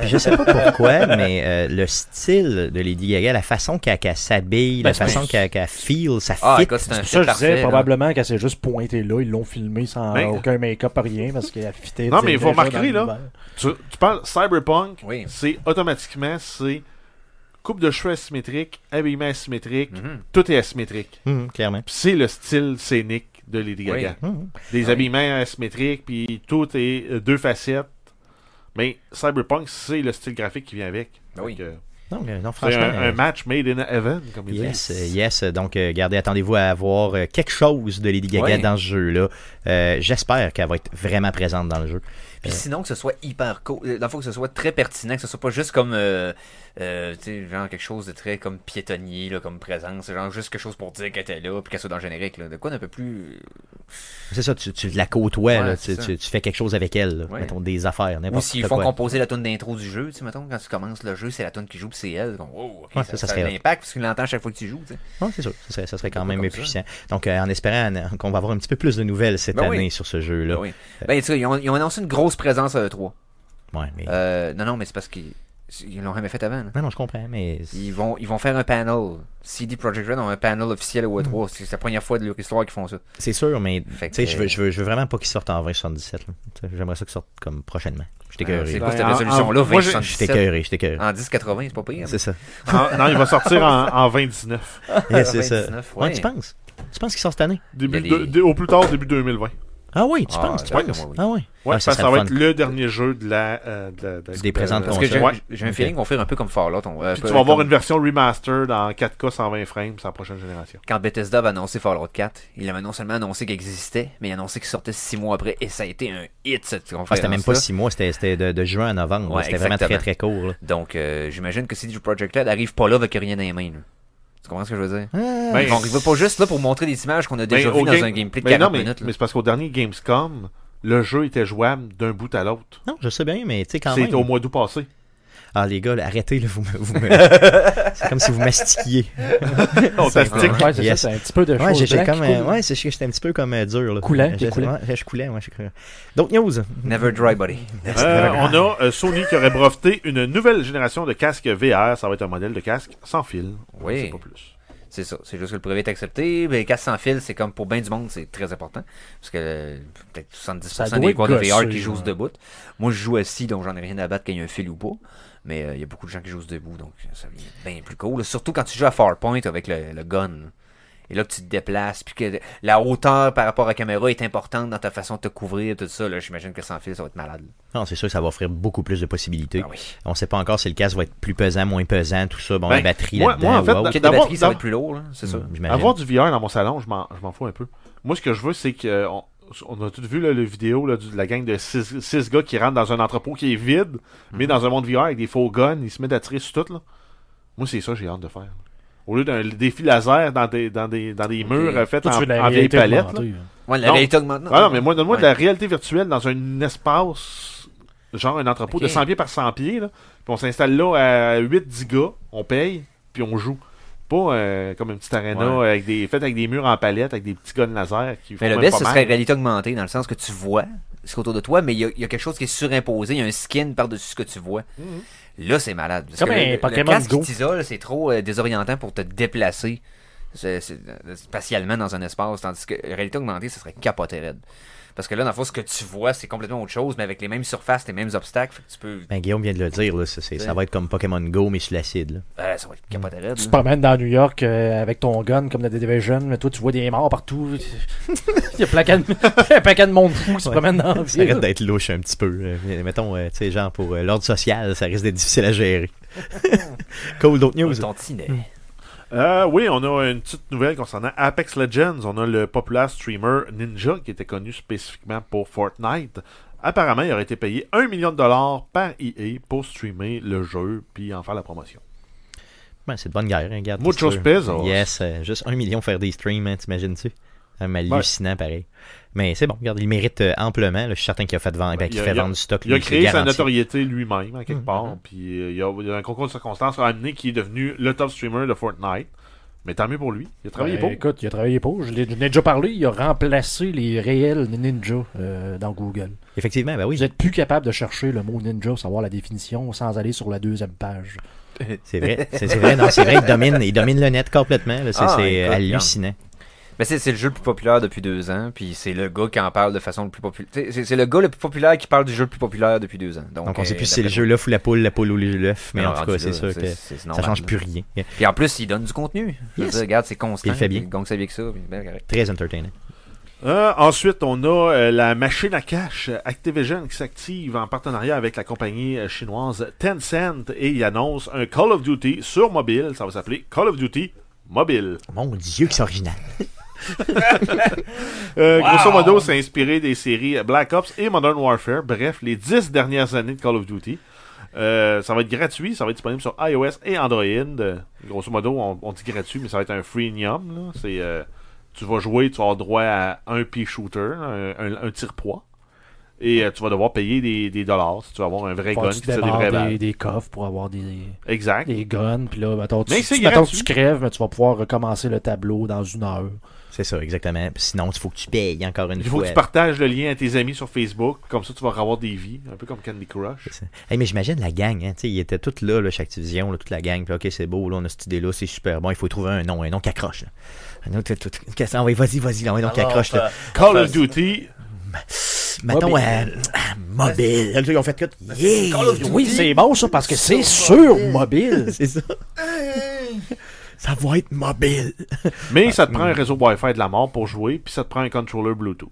Puis Je sais pas pourquoi, mais euh, le style de Lady Gaga, la façon qu'elle qu'elle s'habille, Ben, la c'est façon pas- qu'elle qu'elle feel, ça Ah, fit. écoute, c'est un Pour fit ça, je parfait, disais là. probablement qu'elle s'est juste pointée là. Ils l'ont filmé sans Ben, aucun make-up, pas rien, parce qu'elle fitait. Non, tu sais, mais vous déjà dans remarquerez, là. l'univers. Tu, tu parles Cyberpunk, Oui. c'est automatiquement, c'est coupe de cheveux asymétrique, habillement asymétrique, Mhm. tout est asymétrique. Mhm, clairement. Puis c'est le style scénique de Lady Oui. Gaga. Mhm. Des Ah Oui. habillements asymétriques, puis tout est euh, deux facettes. Mais Cyberpunk, c'est le style graphique qui vient avec. Ben oui. Fait que Non, euh, non, C'est franchement. un, euh, un match made in heaven, comme ils Yes, disent. euh, yes. Donc, euh, gardez, attendez-vous à avoir euh, quelque chose de Lady Gaga Ouais. dans ce jeu-là. Euh, J'espère qu'elle va être vraiment présente dans le jeu. Puis sinon, que ce soit hyper cool, euh, dans le fond, que ce soit très pertinent, que ce soit pas juste comme, euh, euh, tu sais, genre quelque chose de très comme piétonnier, là, comme présence, genre juste quelque chose pour dire qu'elle était là, puis qu'elle soit dans le générique, là. De quoi un peu plus. C'est ça, tu, tu la côtoies, Ouais, là, c'est tu, ça. tu- tu fais quelque chose avec elle, là. Ouais. mettons des affaires, Ou n'importe s'ils quoi. font composer la tune d'intro du jeu, tu sais, mettons, quand tu commences le jeu, c'est la tune qui joue, puis c'est elle. Donc, wow, ok, Ouais, ça, ça, ça ça a serait de l'impact, parce que tu l'entends chaque fois que tu joues, tu sais. Ouais, c'est sûr, ça serait, ça serait quand Pas même comme ça. puissant. Donc, euh, en espérant euh, qu'on va avoir un petit peu plus de nouvelles cette Ben oui. année sur ce jeu-là. Ben oui. Ben, tu sais, ils ont, ils ont annoncé une grosse présence à E3. Ouais, mais... Euh, non, non, mais c'est parce qu'ils ils l'ont jamais fait avant, là. Non, non, je comprends, mais... Ils vont, ils vont faire un panel. CD Projekt Red ont un panel officiel au E3. Mm. C'est la première fois de leur histoire qu'ils font ça. C'est sûr, mais Fait tu sais, que- je veux, je, veux, je veux vraiment pas qu'il sorte en 2077. là. Tu sais, J'aimerais ça qu'il sorte comme prochainement. Je Ah, C'est Ah, t'écœuré. quoi cette Ben, en- résolution-là, en- moi, j'ai- 2077? Je t'écœuré, je t'écœuré. En 1080, c'est pas pire. C'est ça. Ah, non, il va sortir en, en 29. Ouais, c'est ça. 29, Ouais, Ah, ouais. tu penses? Tu penses qu'il sort cette année? Début Il y a de- des- de- au plus tard, début 2020. Ah oui, tu Ah, penses, tu ouais, penses? ouais, ouais. Ah oui. Ouais, Ah, parce que ça, serait va fun. être le dernier jeu de la. euh, de la- de- Des présentes de- Parce que j'ai Ouais. j'ai un Ok. feeling qu'on fait un peu comme Fallout. On, euh, Puis peu tu vas avoir comme une version remastered en 4K 120 frames sur la prochaine génération. Quand Bethesda va annoncer Fallout 4, il avait non seulement annoncé qu'il existait, mais il a annoncé qu'il sortait 6 mois après. Et ça a été un hit, cette conférence Ah, c'était même pas six mois, c'était- c'était de, de juin à novembre. Ouais, c'était vraiment très exactement. très court. là. Donc, euh, j'imagine que CD Projekt Red arrive pas là avec rien dans les mains. là. Tu comprends ce que je veux dire? Ah, Ben, Ils vont arriver pas juste là pour montrer des images qu'on a déjà Mais vues au dans game- un gameplay de mais 40 non, mais, minutes. là. mais c'est parce qu'au dernier Gamescom, le jeu était jouable d'un bout à l'autre. Non, je sais bien, mais tu sais quand C'était même. au mois d'août passé. Ah les gars, là, arrêtez, là, vous me. vous me- c'est comme si vous mastiquiez. On C'est- t'astique. Ouais, c'est Yes. ça, c'est un petit peu de Ouais, choses j'étais blanches comme. qui euh, coulent. ouais, c'est- j'étais un petit peu comme euh, dur. Là. Coulant, je, t'es coulant. ouais, je coulais, ouais, je coulais. Donc, Euh, news. Never dry body. Euh, on a euh, Sony qui aurait breveté une nouvelle génération de casques VR. Ça va être un modèle de casque sans fil. On Oui. sait pas plus. C'est ça. C'est juste que le privé est accepté. Mais casse sans fil, c'est comme pour bien du monde, c'est très important. Parce que euh, peut-être 70% Ça doit des joueurs de gosser, VR qui jouent genre. debout. Moi, je joue assis, donc j'en ai rien à battre quand il y a un fil ou pas. Mais euh, il y a beaucoup de gens qui jouent debout, donc ça devient bien plus cool. Surtout quand tu joues à Farpoint avec le, le gun. Et là que tu te déplaces, puis que la hauteur par rapport à la caméra est importante dans ta façon de te couvrir, tout ça, là, j'imagine que sans fil, ça va être malade. Non, c'est sûr que ça va offrir beaucoup plus de possibilités. Ah oui. On sait pas encore si le casque va être plus pesant, moins pesant, tout ça. Bon, Ben, la batterie moi- là-dedans moi, en fait, ou autre, Ok, la D'abord- batterie, ça va d'abord- Hmm, être plus lourd, là, c'est ça. j'imagine. Avoir du VR dans mon salon, je m'en je m'en fous un peu. Moi, ce que je veux, c'est que. euh, On, on a tous vu là, le vidéo là, du- de la gang de 6 gars qui rentrent dans un entrepôt qui est vide, mais dans un monde VR avec des faux guns, ils se mettent à tirer sur tout. Là. Moi, c'est ça que j'ai hâte de faire. Au lieu d'un défi laser dans des, dans des, dans des murs euh, faits Toi, tu en, veux de la en vieille réalité palette. là. augmentée, là. Ouais, la Non. réalité augmente. Ah non, mais moi, donne-moi Ouais. de la réalité virtuelle dans un espace, genre un entrepôt Ok. de 100 pieds par 100 pieds, là. Puis on s'installe là à 8-10 gars, on paye, puis on joue. Pas euh, comme une petite arena Ouais. avec des, faite avec des murs en palette, avec des petits guns laser qui font Mais le même best, pas ce mal. serait réalité augmentée, dans le sens que tu vois ce qu'il y a autour de toi, mais il y, a- il y a quelque chose qui est surimposé, il y a un skin par-dessus ce que tu vois. Là, c'est malade. Parce Mhm. Comme que un le, le Pokémon casque Go. qui t'isole, c'est trop euh, désorientant pour te déplacer c'est- c'est- euh, spatialement dans un espace, tandis que réalité augmentée, ce serait capoté raide. Parce que là, dans le fond, ce que tu vois, c'est complètement autre chose, mais avec les mêmes surfaces, les mêmes obstacles, fait que tu peux... Ben, Guillaume vient de le dire, là, ça, c'est- ça va être comme Pokémon Go, mais sur l'acide. là. Ah, ça va être capoté raide, Tu te là. promènes dans New York euh, avec ton gun comme dans The Division, mais toi tu vois des morts partout. Il y a plein de, il y a plein de monde fou qui se Ouais. promène dans la Ça ville. arrête d'être louche un petit peu. euh, mais mettons, euh, tu sais, genre pour euh, l'ordre social, ça risque d'être difficile à gérer. cool, d'autres news. Ton tinet. Euh, oui, on a une petite nouvelle concernant Apex Legends. On a le populaire streamer Ninja qui était connu spécifiquement pour Fortnite. Apparemment, il aurait été payé 1 million de dollars par EA pour streamer le jeu puis en faire la promotion. Ben, c'est de bonne guerre, hein, regarde. Muchos c'est sûr. pesos. Yes, euh, juste un million faire des streams, hein, t'imagines-tu? Un mal hallucinant, pareil. Mais c'est bon, regarde, il mérite euh, amplement. là, je suis certain qu'il a fait vendre, ben, Il qu'il a- fait il a- vendre du stock. Il a lui, c'est créé sa garanti. notoriété lui-même, à quelque Mhm. part. Puis euh, il y, a, il y a un concours de circonstances qui a amené qu'il est devenu le top streamer de Fortnite. Mais tant mieux pour lui. Il a travaillé Ben, pour. Écoute, il a travaillé pour. Je l'ai je n'ai déjà parlé. Il a remplacé les réels ninja euh, dans Google. Effectivement, ben oui, Vous êtes plus capable de chercher le mot ninja, savoir la définition, sans aller sur la deuxième page. c'est vrai. C'est c'est vrai, non, c'est vrai, il domine, il domine le net complètement. là, C'est Ah, c'est, euh, écoute, hallucinant. Mais c'est c'est le jeu le plus populaire depuis deux ans, puis c'est le gars qui en parle de façon le plus populaire. C'est c'est le gars le plus populaire qui parle du jeu le plus populaire depuis deux ans. Donc, Donc on sait euh, plus si c'est le d'après- jeu l'œuf ou la poule, la poule ou l'œuf, mais Non, en tout rendu cas, là, c'est sûr que c'est ça normal, change là. plus rien. Puis en plus, il donne du contenu. Je veux Yes. dire, regarde, c'est constant. Il le fait bien. Donc c'est bien que ça. puis ben, correct. Très entertaining. Euh, ensuite, on a euh, la machine à cash euh, Activision qui s'active en partenariat avec la compagnie euh, chinoise Tencent et il annonce un Call of Duty sur mobile. Ça va s'appeler Call of Duty Mobile. Mon Dieu, que c'est original. Euh, Grosso modo, c'est inspiré des séries Black Ops et Modern Warfare. Bref, les 10 dernières années de Call of Duty. Euh, ça va être gratuit, ça va être disponible sur iOS et Android. Euh, Grosso modo, on, on dit gratuit, mais ça va être un freemium. là. C'est, euh, tu vas jouer, tu vas avoir droit à un pea shooter, un, un, un tire-poids. Et euh, tu vas devoir payer des, des dollars si tu vas avoir un vrai gun Faut que qui tu tire des démarres vraies des, balles. des coffres pour avoir des, Exact. des guns. Puis là, mettons, tu, Mais c'est tu- mettons que gratuit. tu crèves, mais tu vas pouvoir recommencer le tableau dans une heure. C'est ça, exactement. Puis Sinon, il faut que tu payes encore une Il faut fois. que tu partages le lien à tes amis sur Facebook, comme ça tu vas avoir des vies, un peu comme Candy Crush. C'est ça. Hey, mais j'imagine la gang, hein, tu sais, ils étaient tous là, là, chez Activision, là, toute la gang, puis ok, c'est beau, là, on a cette idée-là, c'est super bon, il faut trouver un nom, un nom qui accroche. là. Un autre, tout- tout- qu'est-ce- ah oui, vas-y, vas-y, là, un nom qui accroche. euh, là. Call of Duty Mettons, Mobile. euh, ah, mobile. Là, ils ont fait que, yeah! Oui, c'est bon ça, parce que c'est sur mobile. C'est ça. ça va être mobile. Mais ça te prend un réseau Wi-Fi de la mort pour jouer, puis ça te prend un controller Bluetooth.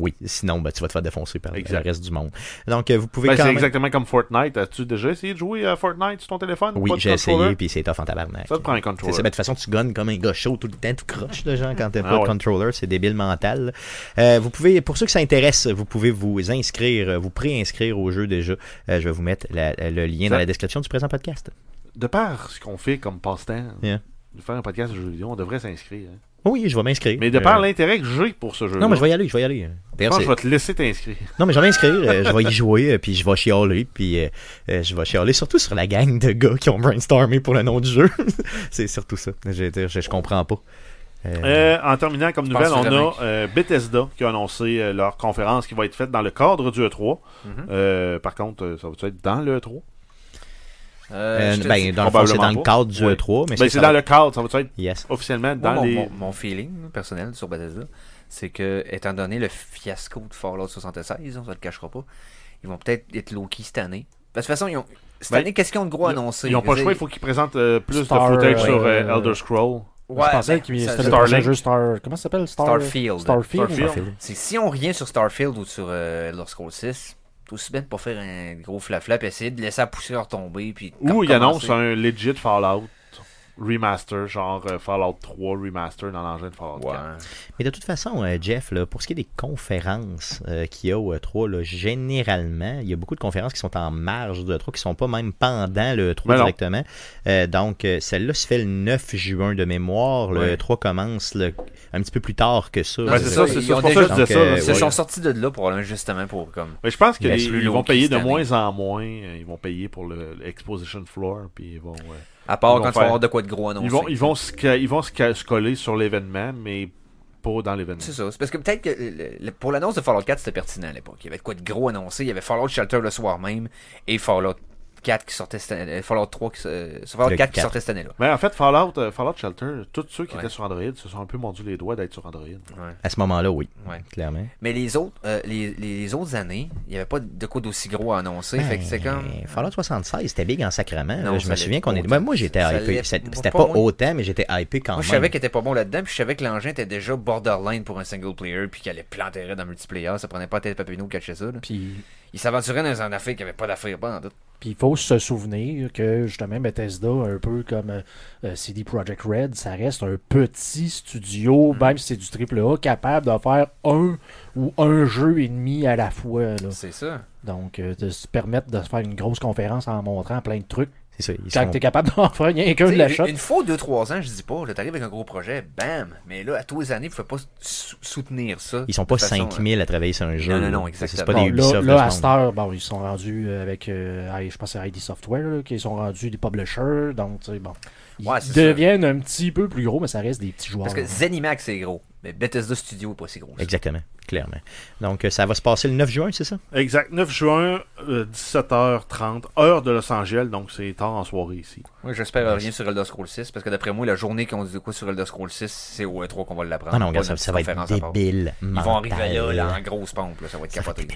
Oui, sinon, ben, tu vas te faire défoncer par Exact. le reste du monde. Donc, euh, vous pouvez Ben, quand c'est même... exactement comme Fortnite. As-tu déjà essayé de jouer à Fortnite sur ton téléphone? Oui, Pas de j'ai controller? essayé, puis c'est tough en tabarnak. Ça te prend un C'est controller. ça, mais de toute façon, tu gonnes comme un gars chaud tout le temps, tout croche, de gens, quand t'as Ah pas de ouais. controller. C'est débile mental. Euh, vous pouvez, pour ceux que ça intéresse, vous pouvez vous inscrire, euh, vous préinscrire au jeu déjà. Euh, je vais vous mettre la- le lien dans Ça- la description du présent podcast. De par ce qu'on fait comme passe-temps, Yeah. de faire un podcast de jeux vidéo, on devrait s'inscrire. hein. Oui, je vais m'inscrire. Mais de par Euh, l'intérêt que j'ai pour ce jeu Non, mais je vais y aller, je vais y aller. je D'ailleurs, pense que c'est- je vais te laisser t'inscrire. Non, mais je vais m'inscrire, euh, je vais y jouer, euh, puis je vais chialer, puis euh, euh, je vais chialer surtout sur la gang de gars qui ont brainstormé pour le nom du jeu. c'est surtout ça. Je, veux dire, je, je comprends pas. Euh, Euh, en terminant comme nouvelle, pense on vraiment a euh, Bethesda qui a annoncé euh, leur conférence qui va E être faite dans le cadre du E3. Mhm. E Euh, par contre, euh, ça va être dans le E3? Euh, Euh, je te dis- ben, dans le fond, c'est dans le Probablement pas. cadre du Ouais. E3, mais Ben, ça, c'est ça dans va- le cadre, ça va être Yes. officiellement Moi, dans mon, les. mon- mon feeling personnel sur Bethesda, c'est que, étant donné le fiasco de Fallout 76, on ne le cachera pas, ils vont peut-être être low-key cette année. Parce que de toute façon, ils ont- cette Ben, année, qu'est-ce qu'ils ont de gros ils- annoncé Ils n'ont pas le Je choix, veux il faut qu'ils présentent euh, plus Star, de footage euh, sur euh, euh, Elder Scroll. dire- Ouais, je pensais mais qu'il ça- c'était le Star- Starlink. prochain jeu Star. Comment ça s'appelle Star- Starfield. Starfield. Starfield. c'est- Si on revient sur Starfield ou sur euh, Elder Scrolls 6, t'as aussi bien de pas faire un gros flap-flap, essayer de laisser la poussière tomber. Puis Ou ils commencer. annoncent un legit Fallout remaster, genre euh, Fallout 3 remaster dans l'engin de Fallout 4. Ouais. Mais de toute façon, euh, Jeff, là, pour ce qui est des conférences euh, qu'il y a au E3, là, généralement, il y a beaucoup de conférences qui sont en marge de E3, qui sont pas même pendant le E3 Ben non. directement. Euh, donc, euh, celle-là se fait le 9 juin de mémoire. Le Ouais. E3 commence le- un petit peu plus tard que ça. Ben, c'est c'est ça, ça, ils c'est ont ça, c'est pour ça que déjà- je disais ça. Donc, là, euh, Ils se c'est- ouais. sont sortis de là probablement justement pour comme Mais je pense qu'ils Laisse le ils low vont key payer cette de année. moins en moins. euh, Ils vont payer pour le l'exposition floor, puis ils vont. euh, à part Ils vont quand tu faire- vas avoir de quoi de gros annoncé. ils vont, ils vont se, ca- ils vont se, ca- se coller sur l'événement, mais pas dans l'événement. C'est ça. C'est parce que peut-être que le- le- pour l'annonce de Fallout 4, c'était pertinent à l'époque. Il y avait de quoi de gros annoncé. Il y avait Fallout Shelter le soir même et Fallout 4 qui sortait cette année. euh, Fallout 3 qui, euh, Fallout Le 4 qui 4. sortait cette année-là. Mais en fait, Fallout, euh, Fallout Shelter, tous ceux qui Ouais. étaient sur Android se sont un peu mordus les doigts d'être sur Android. À ce moment-là, oui. Ouais. Clairement. Mais les autres, euh, les, les- les autres années, il n'y avait pas de quoi d'aussi gros à annoncer. fait que c'est Ben, comme. Fallout 76, c'était big en sacrament. Non, là. ça je me l'est souviens qu'on est. autant. Ben, moi, j'étais Ça hypé. l'est C'était pas c'était pas moins. autant, mais j'étais hypé quand Moi, je même. savais qu'il était pas bon là-dedans, puis je savais que l'engin était déjà borderline pour un single player, puis qu'elle allait planter dans le multiplayer. Ça prenait pas tête papineau de cacher ça. là. Puis Il s'aventurait dans une affaire qui avait pas d'affaire, pas en doute. Puis il faut se souvenir que justement Bethesda, un peu comme euh, euh, CD Projekt Red, ça reste un petit studio, même si c'est du triple A, capable de faire un ou un jeu et demi à la fois. là. C'est ça. Donc euh, de se permettre de se faire une grosse conférence en montrant plein de trucs, C'est ça, ils quand sont- t'es capable d'en faire rien qu'un de la T'sais, shot. Une fois, deux, trois ans, je dis pas, là, t'arrives avec un gros projet, bam! Mais là, à tous les années, il ne faut pas sou- soutenir ça. Ils sont pas De façon, 5000 à travailler sur un jeu. non, non, là. exactement. C'est pas Bon, des là, Ubisoft. là, de ce à monde. cette heure, bon, ils sont rendus euh, avec, euh, I- je pense que c'est ID Software, là, qui sont rendus des publishers, donc tu sais, bon, ils Ouais, c'est ça. deviennent un petit peu plus gros, mais ça reste des petits joueurs. Parce que là. Zenimax, c'est gros. Mais Bethesda Studio, pas si gros. ça. Exactement, clairement. Donc, euh, ça va se passer le 9 juin, c'est ça? Exact. 9 juin, euh, 17h30, heure de Los Angeles, donc c'est tard en soirée ici. Moi, j'espère rien sur Elder Scrolls 6, parce que d'après moi, la journée qu'on dit de quoi sur Elder Scrolls 6, c'est au E3 qu'on va l'apprendre. Ah non, Pas regarde, ça, notre ça va être conférence à part. débile. Ils vont arriver là, là, en grosse pompe, là, ça va être capoté.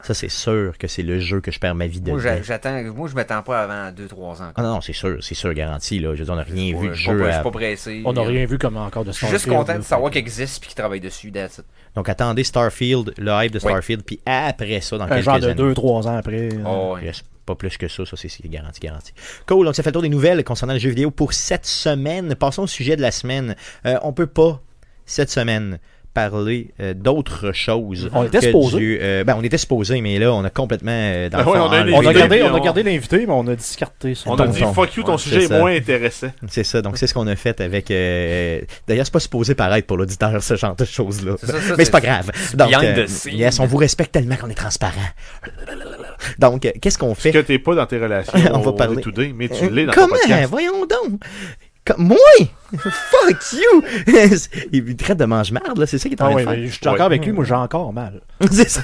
Ça, c'est sûr que c'est le jeu que je perds ma vie de. Moi, j'a- j'attends, moi, je m'attends pas avant 2-3 ans. Ah non, non, c'est sûr, c'est sûr, garanti. Là. Je veux dire, on n'a rien Ouais, vu de je suis pas- jeu. je à- suis pas pressé. euh, On n'a rien vu comme encore de Je suis Starfield. juste content là, de savoir fait qu'il existe puis qu'il travaille dessus. that's it. Donc, attendez Starfield, le hype de Ouais. Starfield, puis après ça, dans Un quelques genre de années. 2-3 ans après. Ah, euh, Oh, ouais. Yes, Pas plus que ça, ça c'est c'est garanti, garanti. Cool, donc ça fait le tour des nouvelles concernant les jeux vidéo pour cette semaine. Passons au sujet de la semaine. Euh, on peut pas, cette semaine, parler euh, d'autres choses. On était que supposé. du, euh, ben, on était supposé, mais là, on a complètement euh, dans le Ah ouais, fond, on a enlevé- Ben On a, L'invité, gardé, puis on a on- gardé l'invité, mais on a discarté son On a Ton dit ton. fuck you, ton Ouais, sujet c'est est ça. moins intéressant. C'est ça, donc c'est ce qu'on a fait avec... euh, D'ailleurs, c'est pas supposé paraître pour l'auditeur, ce genre de choses-là. C'est ça, ça, Mais c'est pas grave. Donc, behind euh, the scenes. yes, on vous respecte tellement qu'on est transparent. Donc, euh, qu'est-ce qu'on fait? Parce que t'es pas dans tes relations. On va au- parler. Euh, au day-to-day, mais tu l'es dans ton Comment? Hein, podcast. Voyons donc. Com- moi? Fuck you! il me traite de mange-marde, là. C'est ça qu'il est en Ah train ouais, de faire. mais je suis encore avec lui, moi j'ai encore mal. C'est ça.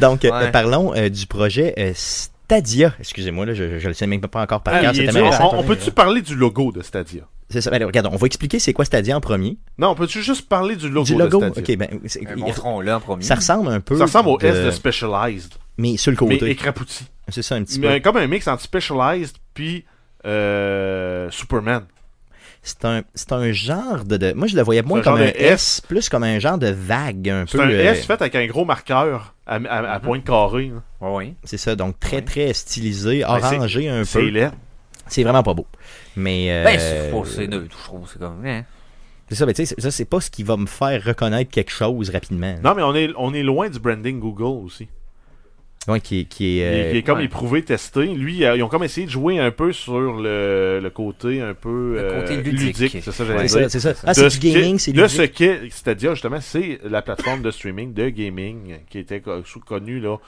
Donc, euh, Ouais. parlons euh, du projet euh, Stadia. Excusez-moi, là, je, je le sais même pas encore par Ah, cœur. il est C'était dur. ma récente- on on peut-tu parler du logo de Stadia? C'est ça. Ben, alors, regarde, on va expliquer c'est quoi Stadia en premier. Non, on peut-tu juste parler du logo, du logo. de Stadia? Ok, ben, c'est- Euh, il- Montrons-le en premier. ça ressemble un peu. Ça ressemble au de- S de Specialized, Mais sur le mais côté. écrapouti. C'est ça, un petit peu. Mais comme un mix entre Specialized puis euh, Superman. C'est un, c'est un genre de, de- Moi, je le voyais moins C'est un comme genre un de S, plus comme un genre de vague, un C'est peu. un euh, Mm-hmm. S fait avec un gros marqueur à, à- à pointe carrée. hein. Ouais, Ah, ouais. C'est ça, donc très Ouais. très stylisé, Ben, c'est- orangé un C'est peu. laid. C'est vraiment pas beau. Mais euh, Ben, c'est pas- c'est neutre, je trouve. C'est comme. hein. c'est ça, mais tu sais, c'est- ça c'est pas ce qui va me faire reconnaître quelque chose rapidement. Non, mais on est, on est loin du branding Google aussi. Ouais, qui, qui Il, est- est, il euh, est comme ouais. éprouvé, testé. Lui, euh, ils ont comme essayé de jouer un peu sur le, le côté un peu Le côté euh, ludique. C'est ça, que c'est j'allais ça, dire. c'est ça. Ah, c'est De du ce qu'est- gaming, c'est de du. ce qu'est, c'est-à-dire justement, c'est la plateforme de streaming de gaming qui était co- sous- connue là,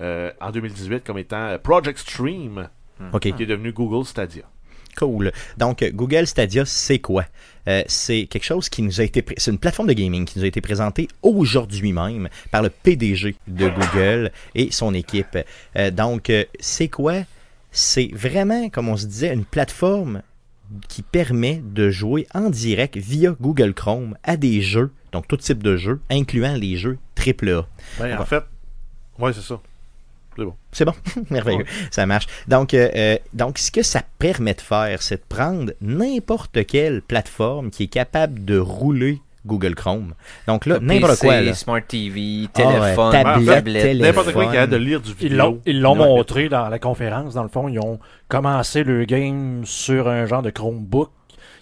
euh, en 2018 comme étant euh, Project Ah. Stream, Ok, qui est devenu Google Stadia. cool. Donc euh, Google Stadia, c'est quoi Euh, C'est quelque chose qui nous a été, pré- c'est une plateforme de gaming qui nous a été présentée aujourd'hui même par le PDG de Google et son équipe. Euh, donc euh, c'est quoi c'est vraiment, comme on se disait, une plateforme qui permet de jouer en direct via Google Chrome à des jeux, donc tout type de jeux, incluant les jeux AAA. Ben, Ouais. en fait, ouais, c'est ça. C'est bon. C'est bon, merveilleux, ça marche. Donc, euh, euh, donc, ce que ça permet de faire, c'est de prendre n'importe quelle plateforme qui est capable de rouler Google Chrome. Donc Ah, ben, là, n'importe PC, quoi. là. Smart TV, Ah ouais, téléphone, tablette, tablette. téléphone. N'importe quoi qui a de lire du Ils l'ont, vidéo. ils l'ont Ouais. montré dans la conférence. Dans le fond, ils ont commencé le game sur un genre de Chromebook.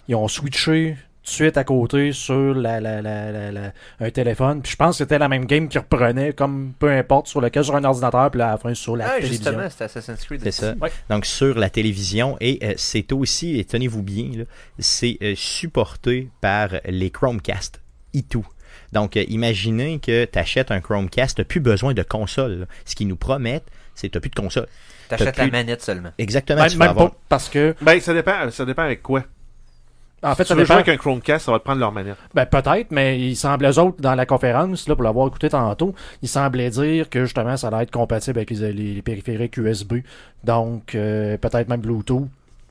Ils ont switché tout de suite à côté sur la, la- la- la- la- un téléphone. Puis je pense que c'était la même game qu'ils reprenaient, comme peu importe, sur lequel, sur un ordinateur, puis à la fin, sur la Ah, télévision. justement, c'est Assassin's Creed. C'est ça. Ouais. Donc sur la télévision et euh, c'est aussi, et tenez-vous bien, là, c'est euh, supporté par les Chromecast et tout. Donc euh, imaginez que tu achètes un Chromecast, tu plus besoin de console. là. Ce qu'ils nous promettent, c'est que tu plus de console. T'achètes la plus- manette seulement. Exactement. Même, tu vas même avoir- pas parce que, Ben, ça dépend, ça dépend avec quoi. en fait, Si ça tu veux jouer dépend. avec un Chromecast, ça va te prendre leur manière. Ben, peut-être, mais il semblait eux autres dans la conférence, là, pour l'avoir écouté tantôt, il semblait dire que justement ça allait être compatible avec les, les- les périphériques USB, donc euh, peut-être même Bluetooth.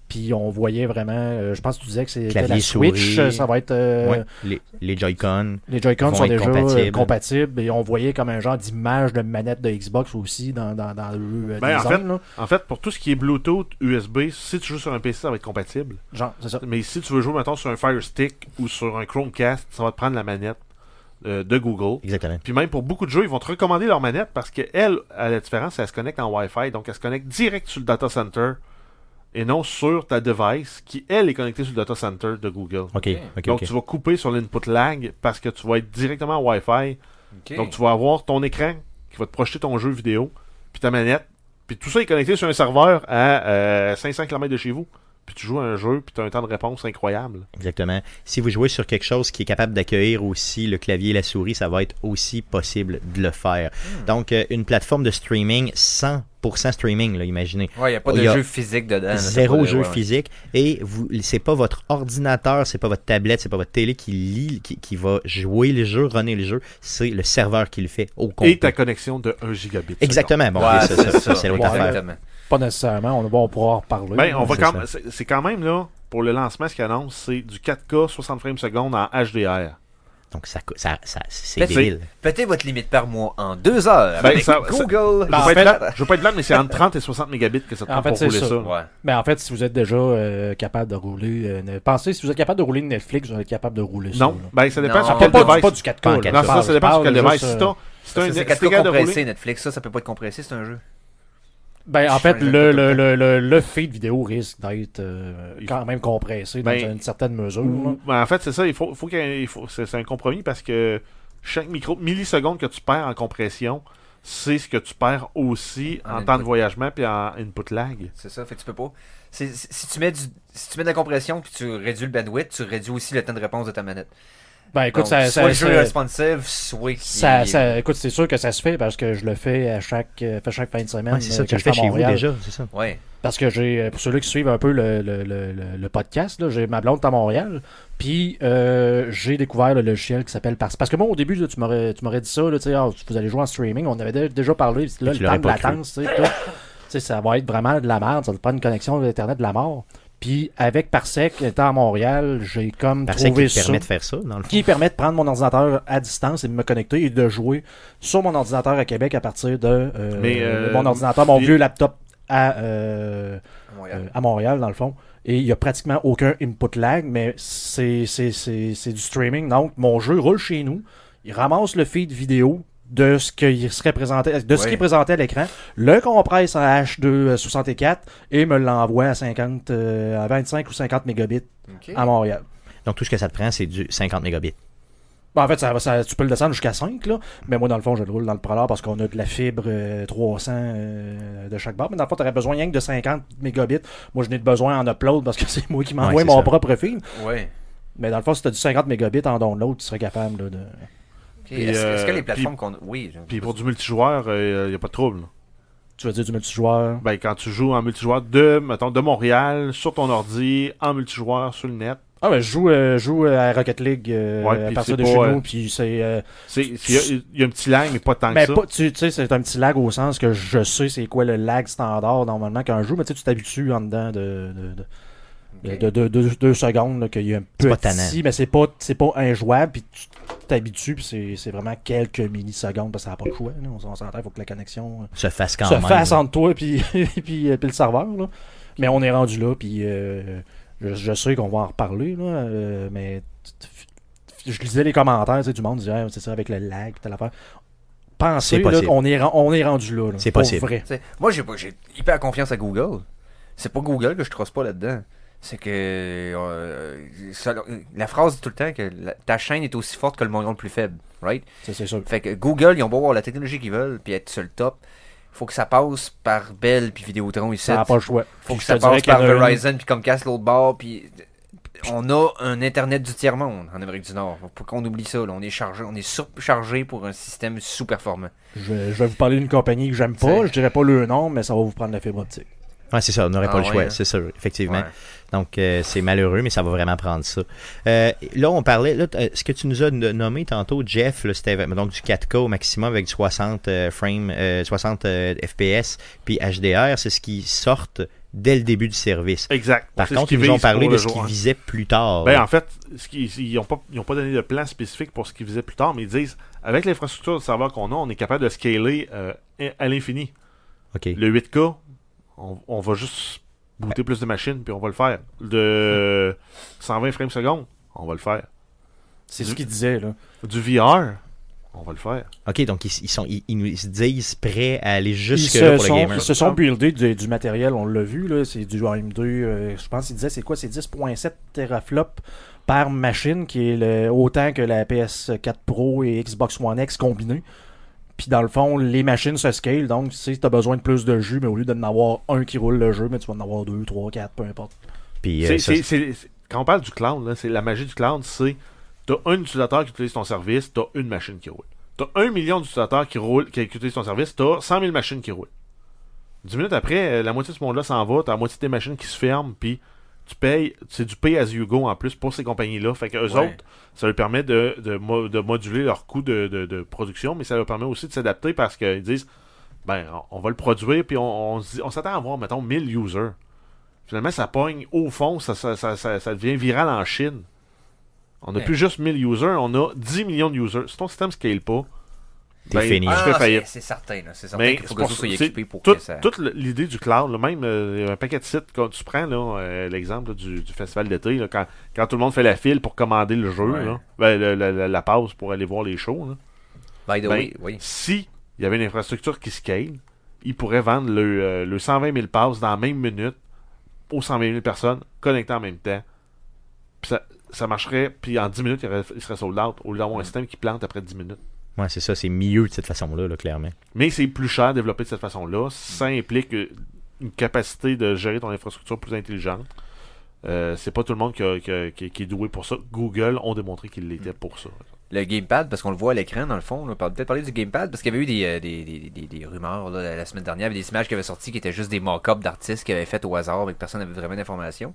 Puis on voyait vraiment, euh, je pense que tu disais que c'est Clavier, la Switch, souris. euh, ça va être euh, Ouais, les, les Joy-Con. les Joy-Con Vont sont être déjà euh, compatibles. compatibles. et on voyait comme un genre d'image de manette de Xbox aussi dans dans dans le euh, Ben, en design, fait- là. En fait, pour tout ce qui est Bluetooth, USB, si tu joues sur un PC, ça va être compatible. genre c'est ça. Mais si tu veux jouer, maintenant sur un Fire Stick ou sur un Chromecast, ça va te prendre la manette euh, de Google. Exactement. Puis même pour beaucoup de jeux, ils vont te recommander leur manette parce qu'elle, à la différence, elle se connecte en Wi-Fi, donc elle se connecte direct sur le data center et non sur ta device qui, elle, est connectée sur le data center de Google. OK, OK, donc OK. tu vas couper sur l'input lag parce que tu vas être directement en Wi-Fi. Ok. Donc tu vas avoir ton écran qui va te projeter ton jeu vidéo, puis ta manette, puis tout ça est connecté sur un serveur à euh, 500 km de chez vous. Puis tu joues à un jeu, puis tu as un temps de réponse incroyable. Exactement. Si vous jouez sur quelque chose qui est capable d'accueillir aussi le clavier et la souris, ça va être aussi possible de le faire. Donc, euh, une plateforme de streaming 100% streaming, là, imaginez. Ouais, il n'y a pas de Il Oh, y a jeu physique dedans. là, c'est pas Zéro de- jeu ouais, ouais. physique et vous c'est pas votre ordinateur, c'est pas votre tablette, c'est pas votre télé qui lit, qui, qui va jouer le jeu, runner le jeu, c'est le serveur qui le fait au complet. Et ta connexion de 1 gigabit. Exactement. Bon, Ouais, c'est ça, ça, ça, c'est l'autre Ouais. affaire. Exactement. Pas nécessairement, on va on pourra en reparler. Ben, on va c'est quand ça. même- c'est c'est quand même là, pour le lancement, ce qu'ils annoncent, c'est du 4K 60 frames secondes en HDR. Donc ça, co- ça, ça- c'est Ben, débile. Pétez votre limite par mois en deux heures Ben, avec ça- Ben, ça- Google. je, Ben, en veux pas fait- être blanc- je veux pas être blanc, mais c'est entre 30 et 60 mégabits que ça te En prend fait, pour c'est rouler ça. ça. Ouais. Mais Ben, en fait, si vous êtes déjà euh, capable de rouler, euh, ne- pensez si vous êtes capable de rouler Netflix, vous êtes capable de rouler ça. Non, là. ben ça dépend Non. sur Pas, quel pas, du- device. pas du 4K. Pas en là. 4K. Non, Je ça, parle- ça dépend sur je quel parle device. juste, Si euh, t'as- si t'as Ça, un C'est si 4K t'es capable de rouler- compressé, Netflix. Ça, ça peut pas être compressé, c'est un jeu. Ben, en Je fait, fais un le, jeu le, le, le, le feed vidéo risque d'être euh, Il quand même compressé dans Ben, une certaine mesure. là. Ou- ben, en fait, c'est ça. Il faut, faut qu'il y ait- il faut- c'est, c'est un compromis parce que chaque micro milliseconde que tu perds en compression, c'est ce que tu perds aussi En en, temps input. de voyagement puis en input lag. C'est ça, fait que tu peux pas. C'est- c'est- si, tu mets du, si tu mets de la compression puis tu réduis le bandwidth, tu réduis aussi le temps de réponse de ta manette. Ben, écoute, Donc, ça, soit ça, le jeu ça- est responsive, soit. ça- il- ça- écoute, c'est sûr que ça se fait parce que je le fais à chaque, euh, fait chaque fin de semaine. Ouais, c'est ça, euh, tu que le je suis fais à chez vous Montréal. déjà, c'est ça. Ouais. Parce que j'ai, euh, pour ceux qui suivent un peu le, le, le, le- le podcast, là, j'ai ma blonde à Montréal. Puis euh, j'ai découvert le logiciel qui s'appelle Pars. Parce que moi, au début, là, tu m'aurais tu m'aurais dit ça, là, tu sais, Ah, vous allez jouer en streaming, on avait dé- déjà parlé. puis Là, Et tu le temps l'aurais de pas cru. latence, tu sais, tout. Tu sais, ça va être vraiment de la merde, ça va te prendre une connexion d'Internet de la mort. Puis avec Parsec, étant à Montréal, j'ai comme Parce que trouvé te ça permet de faire ça, dans le fond. qui permet de prendre mon ordinateur à distance et de me connecter et de jouer sur mon ordinateur à Québec à partir de euh, Mais, euh, mon ordinateur, mon il- vieux laptop à, euh, à Montréal. euh, à Montréal, dans le fond. Et il n'y a pratiquement aucun input lag, mais c'est c'est- c'est- c'est du streaming. Donc, mon jeu roule chez nous. Il ramasse le feed vidéo de ce qu'il serait présenté, de ce Ouais. qui est présenté à l'écran, le compresse en H264 et me l'envoie à 50, euh, à 25 ou 50 mégabits Ok. à Montréal. Donc tout ce que ça te prend, c'est du 50 mégabits. Ben, en fait, ça, va- ça- tu peux le descendre jusqu'à 5, là. Mais moi, dans le fond, je le roule dans le Prolard parce qu'on a de la fibre euh, 300 euh, de chaque barre. Mais dans le fond, t'aurais besoin rien que de 50 mégabits. Moi, je n'ai de besoin en upload parce que c'est moi qui m'envoie Ouais, c'est mon ça. propre film. Ouais. Mais dans le fond, si t'as du 50 mégabits en download, tu serais capable là, de... Ok, Puis, Est-ce est-ce que euh, les plateformes qu'on. Oui. je- Puis pour du multijoueur, il n'y a pas de trouble. là. Tu veux dire du multijoueur. Ben, quand tu joues en multijoueur de, mettons, de Montréal, sur ton ordi, en multijoueur, sur le net, Ah ouais, je joue, euh, je joue à Rocket League euh, Ouais, à puis partir c'est de chez pas, euh, nous, puis c'est... euh, C'est- c'est- Il y, a un petit lag, mais pas tant Ben, mais que ça. pas, tu tu sais, c'est un petit lag au sens que je sais c'est quoi le lag standard normalement qu'un jeu, mais tu sais, tu t'habitues en dedans de... de, de de- de- de- de- deux secondes là, qu'il y a un C'est peu pas petit, tannant. mais c'est pas c'est pas injouable puis tu t'habitues puis c'est- c'est vraiment quelques millisecondes parce que ça n'a pas de choix là. on, on s'entend il faut que la connexion euh, Se fasse quand se même. fasse là. entre toi puis puis, euh, puis le serveur là. mais on est rendu là puis euh, je, je sais qu'on va en reparler là, euh, mais t- t- je lisais les commentaires tu sais, du monde disait Ah, c'est ça avec le lag puis telle affaire C'est pensez là, possible. on est ren- on est rendu là, là. C'est Pour possible. vrai. T'sais, moi, j'ai pas- j'ai hyper confiance à Google. C'est pas Google que je trosse pas là-dedans. C'est que euh, ça- la phrase dit tout le temps que la- ta chaîne est aussi forte que le maillon le plus faible, right? Ça, c'est sûr Fait que Google, ils ont beau avoir la technologie qu'ils veulent puis être sur le top, faut que ça passe par Bell puis Vidéotron ici. ça n'a pas le choix faut Puis que je ça te dirais passe qu'il y en par a une- Verizon puis Comcast l'autre bord puis on a un internet du tiers monde en Amérique du Nord. Faut qu'on oublie ça, là. on est chargé, on est surchargé pour un système sous-performant. Je vais, je vais vous parler d'une compagnie que j'aime pas. C'est- Je dirais pas le nom, mais ça va vous prendre la fibre optique. Ouais, c'est ça, on n'aurait Ah pas le ouais, choix, hein. c'est sûr, effectivement. Ouais. Donc, euh, c'est malheureux, mais ça va vraiment prendre ça. Euh, là, on parlait, là, t- euh, ce que tu nous as n- nommé tantôt, Jeff, là, c'était donc du 4K au maximum avec du 60 euh, frames, euh, 60 euh, FPS, puis HDR, c'est ce qui sort dès le début du service. Exact. Par C'est ce contre, qu'ils ils nous ont visent parlé pour de le ce jour, qu'ils hein. visaient plus tard. Ben, en fait, ce qu'ils- ils n'ont pas, ils ont pas donné de plan spécifique pour ce qu'ils faisaient plus tard, mais ils disent avec l'infrastructure de serveur qu'on a, on est capable de scaler euh, à l'infini. OK. Le 8K, on, on va juste booter plus de machines, puis on va le faire. De 120 frames secondes, on va le faire. C'est Du- ce qu'il disait, là. Du VR, on va le faire. OK, donc ils, ils sont, ils, ils nous disent prêts à aller Ils jusque là se, pour le sont, gamer. ils se sont buildés du, du matériel, on l'a vu, là. C'est du AM2. euh, je pense qu'il disait, c'est quoi C'est 10.7 teraflops par machine, qui est le- autant que la PS4 Pro et Xbox One X combinés. Puis dans le fond, les machines se scalent, donc tu as besoin de plus de jus, mais au lieu d'en avoir un qui roule le jeu, mais tu vas en avoir deux, trois, quatre, peu importe. Puis, euh, C'est- ça, c'est- c'est- c'est- Quand on parle du cloud, là, c'est la magie du cloud, c'est t'as un utilisateur qui utilise ton service, t'as une machine qui roule. T'as un million d'utilisateurs qui roulent, qui, qui utilisent ton service, t'as 100 000 machines qui roulent. Dix minutes après, euh, la moitié de ce monde-là s'en va, t'as la moitié des machines qui se ferment, puis tu payes, c'est du pay as you go en plus pour ces compagnies-là. Fait que eux Ouais. autres, ça leur permet de, de, mo- de moduler leur coût de, de- de production, mais ça leur permet aussi de s'adapter parce qu'ils disent, ben, on, on va le produire, puis on, on se dit- on s'attend à avoir, mettons, 1000 users. Finalement, ça pogne au fond, ça, ça, ça, ça- ça devient viral en Chine. On n'a Ouais. plus juste 1000 users, on a 10 millions de users. Si ton système scale pas, T'es fini. je fais Ah, c'est- faillite. C'est certain, là. C'est certain Mais qu'il faut Ah, Ben, c'est que pour ça ça, soit tu équipé sais, pour tout- que ça. toute l- l'idée du cloud, là, même euh, un paquet de sites, quand tu prends là, euh, l'exemple là, du, du festival d'été, là, quand, quand tout le monde fait la file pour commander le jeu, Ouais. là, ben, le- la, la- la pause pour aller voir les shows, là, By the ben, way, oui. si il y avait une infrastructure qui scale, ils pourraient vendre le, euh, le 120 000 passes dans la même minute aux 120 000 personnes connectées en même temps. Puis ça, ça marcherait, puis en 10 minutes, il, aurait- il serait sold out au lieu d'avoir un système qui plante après 10 minutes. ouais, c'est ça, c'est mieux de cette façon-là, là, clairement. Mais c'est plus cher de développer de cette façon-là. Ça implique euh, une capacité de gérer ton infrastructure plus intelligente. Euh, c'est pas tout le monde qui, a- qui a- qui- qui est doué pour ça. Google ont démontré qu'il l'était pour ça. Le gamepad, parce qu'on le voit à l'écran, dans le fond. là. On parle peut-être parler du gamepad, parce qu'il y avait eu des, euh, des, des, des- des rumeurs là, la semaine dernière, il y avait des images qui avaient sorti qui étaient juste des mock-ups d'artistes qui avaient fait au hasard, mais que personne n'avait vraiment d'informations.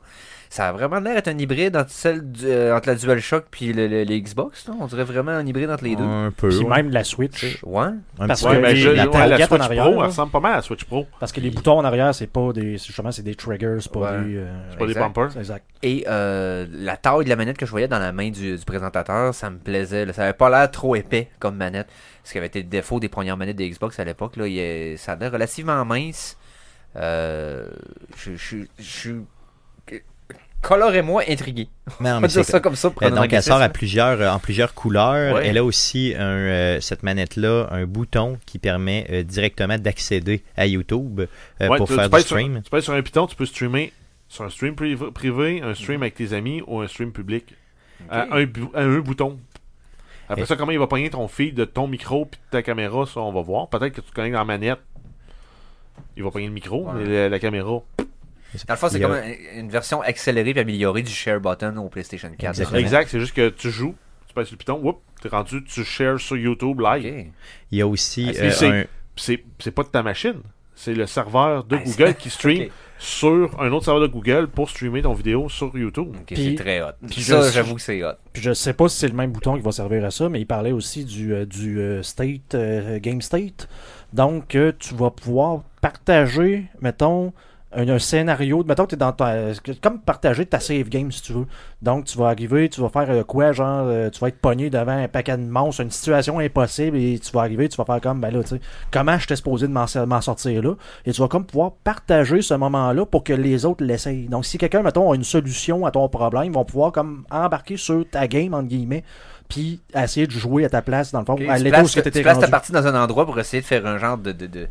Ça a vraiment l'air d'être un hybride entre, celle du- euh, entre la DualShock puis le, le- les Xbox. là. On dirait vraiment un hybride entre les deux. Un peu. Puis ouais. même la Switch. Ouais. Un parce petit que peu. les- La la taille- ouais, la tablette en Switch arrière, Pro, là. elle ressemble pas mal à la Switch Pro. Parce que les boutons en arrière, c'est pas des. c'est Justement, c'est des triggers, c'est pas Ouais. des. euh, C'est pas des Exact. bumpers. c'est Exact. Et euh, la taille de la manette que je voyais dans la main du, du présentateur, ça me plaisait. là. Ça avait pas l'air trop épais comme manette. Ce qui avait été le défaut des premières manettes des Xbox à l'époque. là. Il est- Ça avait l'air relativement mince. Euh, je suis. Je, je- Colorez-moi intrigué. Mais non, On mais va dire c'est- ça comme ça pour Euh, prendre un donc, elle anglicisme. sort à plusieurs, euh, en plusieurs couleurs. Ouais. Elle a aussi, un, euh, cette manette-là, un bouton qui permet euh, directement d'accéder à YouTube euh, Ouais, pour tu, faire tu du pèses sur, stream. tu pèses sur un piton, tu peux streamer sur un stream priv- privé, un stream avec tes amis ou un stream public. À, un, bou- à un bouton. Après Et- ça, comment il va pogner ton feed de ton micro puis de ta caméra, ça on va voir. Peut-être que tu connectes dans la manette. Il va pogner le micro, Ouais. mais la, la caméra. Dans le fond, c'est Il y a- comme un- une version accélérée et améliorée du share button au PlayStation 4. Exactement. Ouais. Exact, c'est juste que tu joues, tu passes sur le piton, whoop, t'es rendu, tu shares sur YouTube live. Ok. Il y a aussi Ah, euh, c'est- un- Puis c'est- c'est pas de ta machine. C'est le serveur de Ah, c'est- Google qui stream. Ok. sur un autre serveur de Google pour streamer ton vidéo sur YouTube. Ok, Puis- c'est très hot. puis ça, je- j'avoue que c'est hot. Puis je sais pas si c'est le même bouton qui va servir à ça, mais il parlait aussi du, euh, du euh, state, euh, game state. Donc, euh, tu vas pouvoir partager, mettons, un, un scénario. Mettons, que t'es dans ta. Comme partager ta save game si tu veux. Donc, tu vas arriver, tu vas faire euh, quoi, genre, euh, tu vas être pogné devant un paquet de monstres, une situation impossible, et tu vas arriver, tu vas faire comme, ben là, tu sais, comment j'étais supposé de m'en m'en sortir là? Et tu vas comme pouvoir partager ce moment-là pour que les autres l'essayent. Donc, si quelqu'un, mettons, a une solution à ton problème, ils vont pouvoir comme embarquer sur ta game, entre guillemets, puis essayer de jouer à ta place, dans le fond, Ok, à tu l'état où places, tu tu étais places rendu. ta partie dans un endroit pour essayer de faire un genre de, de, de,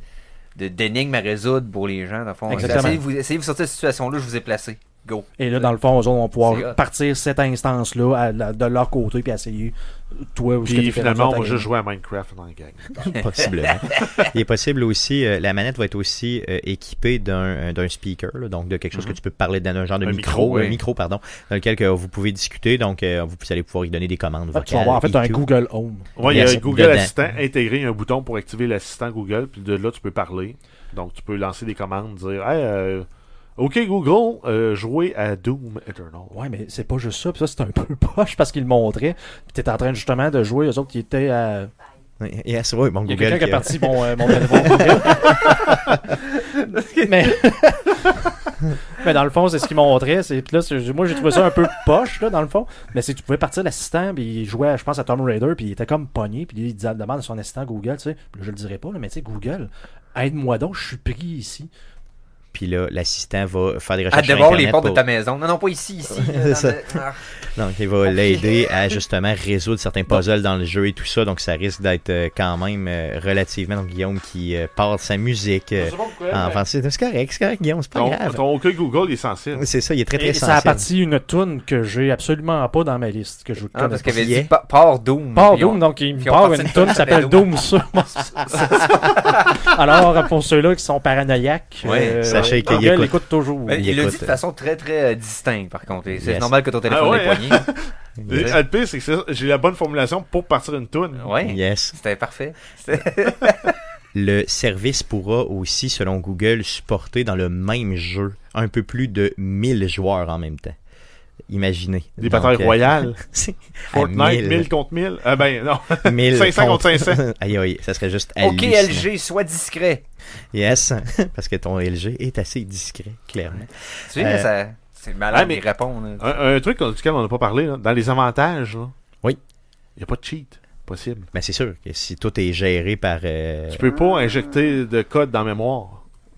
de- d'énigme à résoudre pour les gens, dans le fond. Exactement. Essayez de vous, essayez de vous sortir de cette situation-là, je vous ai placé. Go. Et là, dans le fond, eux autres vont C'est hot. pouvoir partir cette instance-là à la- de leur côté, puis essayer, euh, toi, où ce que Puis t'étais rendu finalement, dans on ta va game. juste jouer à Minecraft dans la gang. Possiblement. Il est possible aussi, euh, la manette va être aussi euh, équipée d'un euh, d'un speaker, là, donc de quelque chose que tu peux parler d'un genre de Mhm. Un micro, micro, oui. un micro, pardon, dans lequel que vous pouvez discuter, donc euh, vous, vous allez pouvoir y donner des commandes Ah, vocales. tu vas avoir en fait et un tout. Google Home. Ouais, il y a Yes, Google dedans. Assistant intégré, il y a un bouton pour activer l'assistant Google, puis de là, tu peux parler. Donc, tu peux lancer des commandes, dire Hey, euh, OK, Google, euh, jouer à Doom Eternal. Ouais, mais c'est pas juste ça, puis ça, c'est un peu poche parce qu'ils le montraient. Puis t'es en train justement de jouer, eux autres, qui étaient à. Yes, oui, mon Il y Google. a quelqu'un qui qui a a- parti mon, euh, mon téléphone. mais... mais dans le fond, c'est ce qu'ils montraient. C'est... puis là, c'est- Moi, j'ai trouvé ça un peu poche, là, dans le fond. Mais c'est que tu pouvais partir l'assistant, puis il jouait, à- je pense, à Tom Raider, puis il était comme pogné, puis il disait, demande à son assistant Google, tu sais. Puis je le dirais pas, là, mais tu sais, Google, aide-moi donc, je suis pris ici. Puis là, l'assistant va faire des À recherches sur devoir les Internet portes de pour- ta maison. Non, non, pas ici, ici. C'est euh, dans ça. le- Ah. Donc, il va l'aider à justement résoudre certains puzzles dans le jeu et tout ça. Donc, ça risque d'être euh, quand même euh, relativement. Donc, Guillaume qui euh, part sa musique euh, Ah, en français. C'est correct, c'est correct, Guillaume, c'est pas ton, grave. ton OK Google est sensible. C'est ça, il est très très Et ça a sensible. parti une toune que j'ai absolument pas dans ma liste, que je Ah, connais parce pas. qu'il avait Yeah. dit pa- part Doom. Part Puis on- Doom, donc il me puis on part partit une une tune qui tune s'appelle Doom. Doom sur mon- Alors, pour ceux-là qui sont paranoïaques, Ouais, sachez qu'il Google écoute. écoute toujours. Mais Il Ben, il le dit écoute, de façon très très euh, distincte par contre. Et C'est Yes. normal que ton téléphone Ah ouais, est poigné. Et- Ouais. ah, Le pire, c'est que c'est ça, j'ai la bonne formulation pour partir une toune. Ouais. Yes. C'était parfait. C'était- Le service pourra aussi, selon Google, supporter dans le même jeu un peu plus de 1000 joueurs en même temps. Imaginez. Des Donc, batailles euh, royales. c'est- à Fortnite, 1000 contre 1000. Ah ben non. 1000 500 contre 500. aïe, aïe, ça serait juste ok hallucinant. LG, sois discret. Yes, parce que ton LG est assez discret, clairement. Tu sais, Euh, ça, c'est Ah, malade mais- d'y répondre. Un, un truc qu'on- duquel on n'a pas parlé, là, dans les avantages, là, Oui. il n'y a pas de cheat possible. Mais Ben, c'est sûr que si tout est géré par... euh, Tu peux pas injecter de code dans la mémoire.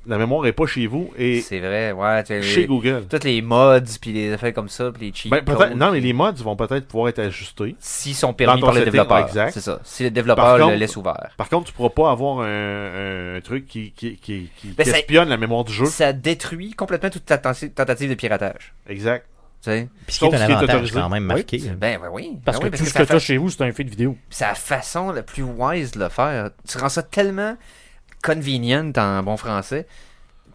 La mémoire n'est pas chez vous et C'est vrai, ouais. tu sais, chez les- Google. Toutes les mods, puis les affaires comme ça, puis les cheats. Ben, peut-être- non, mais les mods vont peut-être pouvoir être ajustés. S'ils sont permis Dans ton par le setting, développeur. exact. C'est ça. Si le Par développeur contre- le laisse ouvert. Par contre, tu pourras pas avoir un, un truc qui, qui, qui, qui Ben, qui ça- espionne la mémoire du jeu. Ça détruit complètement toute ta tenti- tentative de piratage. Exact. Tu sais? Puis ce qui est Sauf un ce qui est avantage autorisé. quand même Oui. marqué. hein, là. Ben, ben oui. Parce Ben que oui, tout ce ça que fait- t'as chez vous, c'est un fait de vidéo. C'est la façon la plus wise de le faire. Tu rends ça tellement convenient en bon français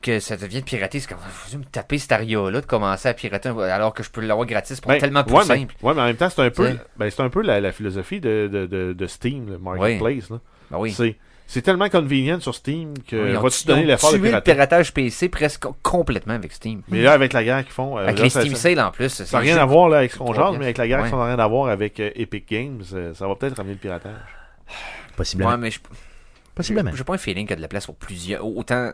que ça devient de pirater. C'est comme, vous me taper cet aria-là de commencer à pirater alors que je peux l'avoir gratis pour Ben, tellement plus ouais, mais- simple. ouais, mais en même temps, c'est un peu, C'est- ben, c'est un peu la, la philosophie de, de, de, de Steam, le marketplace. là. Ben oui. Ben C'est, c'est tellement convenient sur Steam que Oui, ils ont vas-tu tu- donner ils ont l'effort de tué le pirater? piratage PC presque complètement avec Steam. Mais là, avec la guerre qu'ils font, euh, avec là, les ça- Steam ça Sale en plus. ça c'est n'a rien juste- à voir là, avec ce qu'on Trois jase, pièces. mais avec la guerre Ouais. ça n'a rien à voir avec euh, Epic Games, euh, ça va peut-être ramener le piratage. Possiblement. Ouais, mais je- j'ai Possiblement. j'ai pas un feeling qu'il y a de la place pour plusieurs. Autant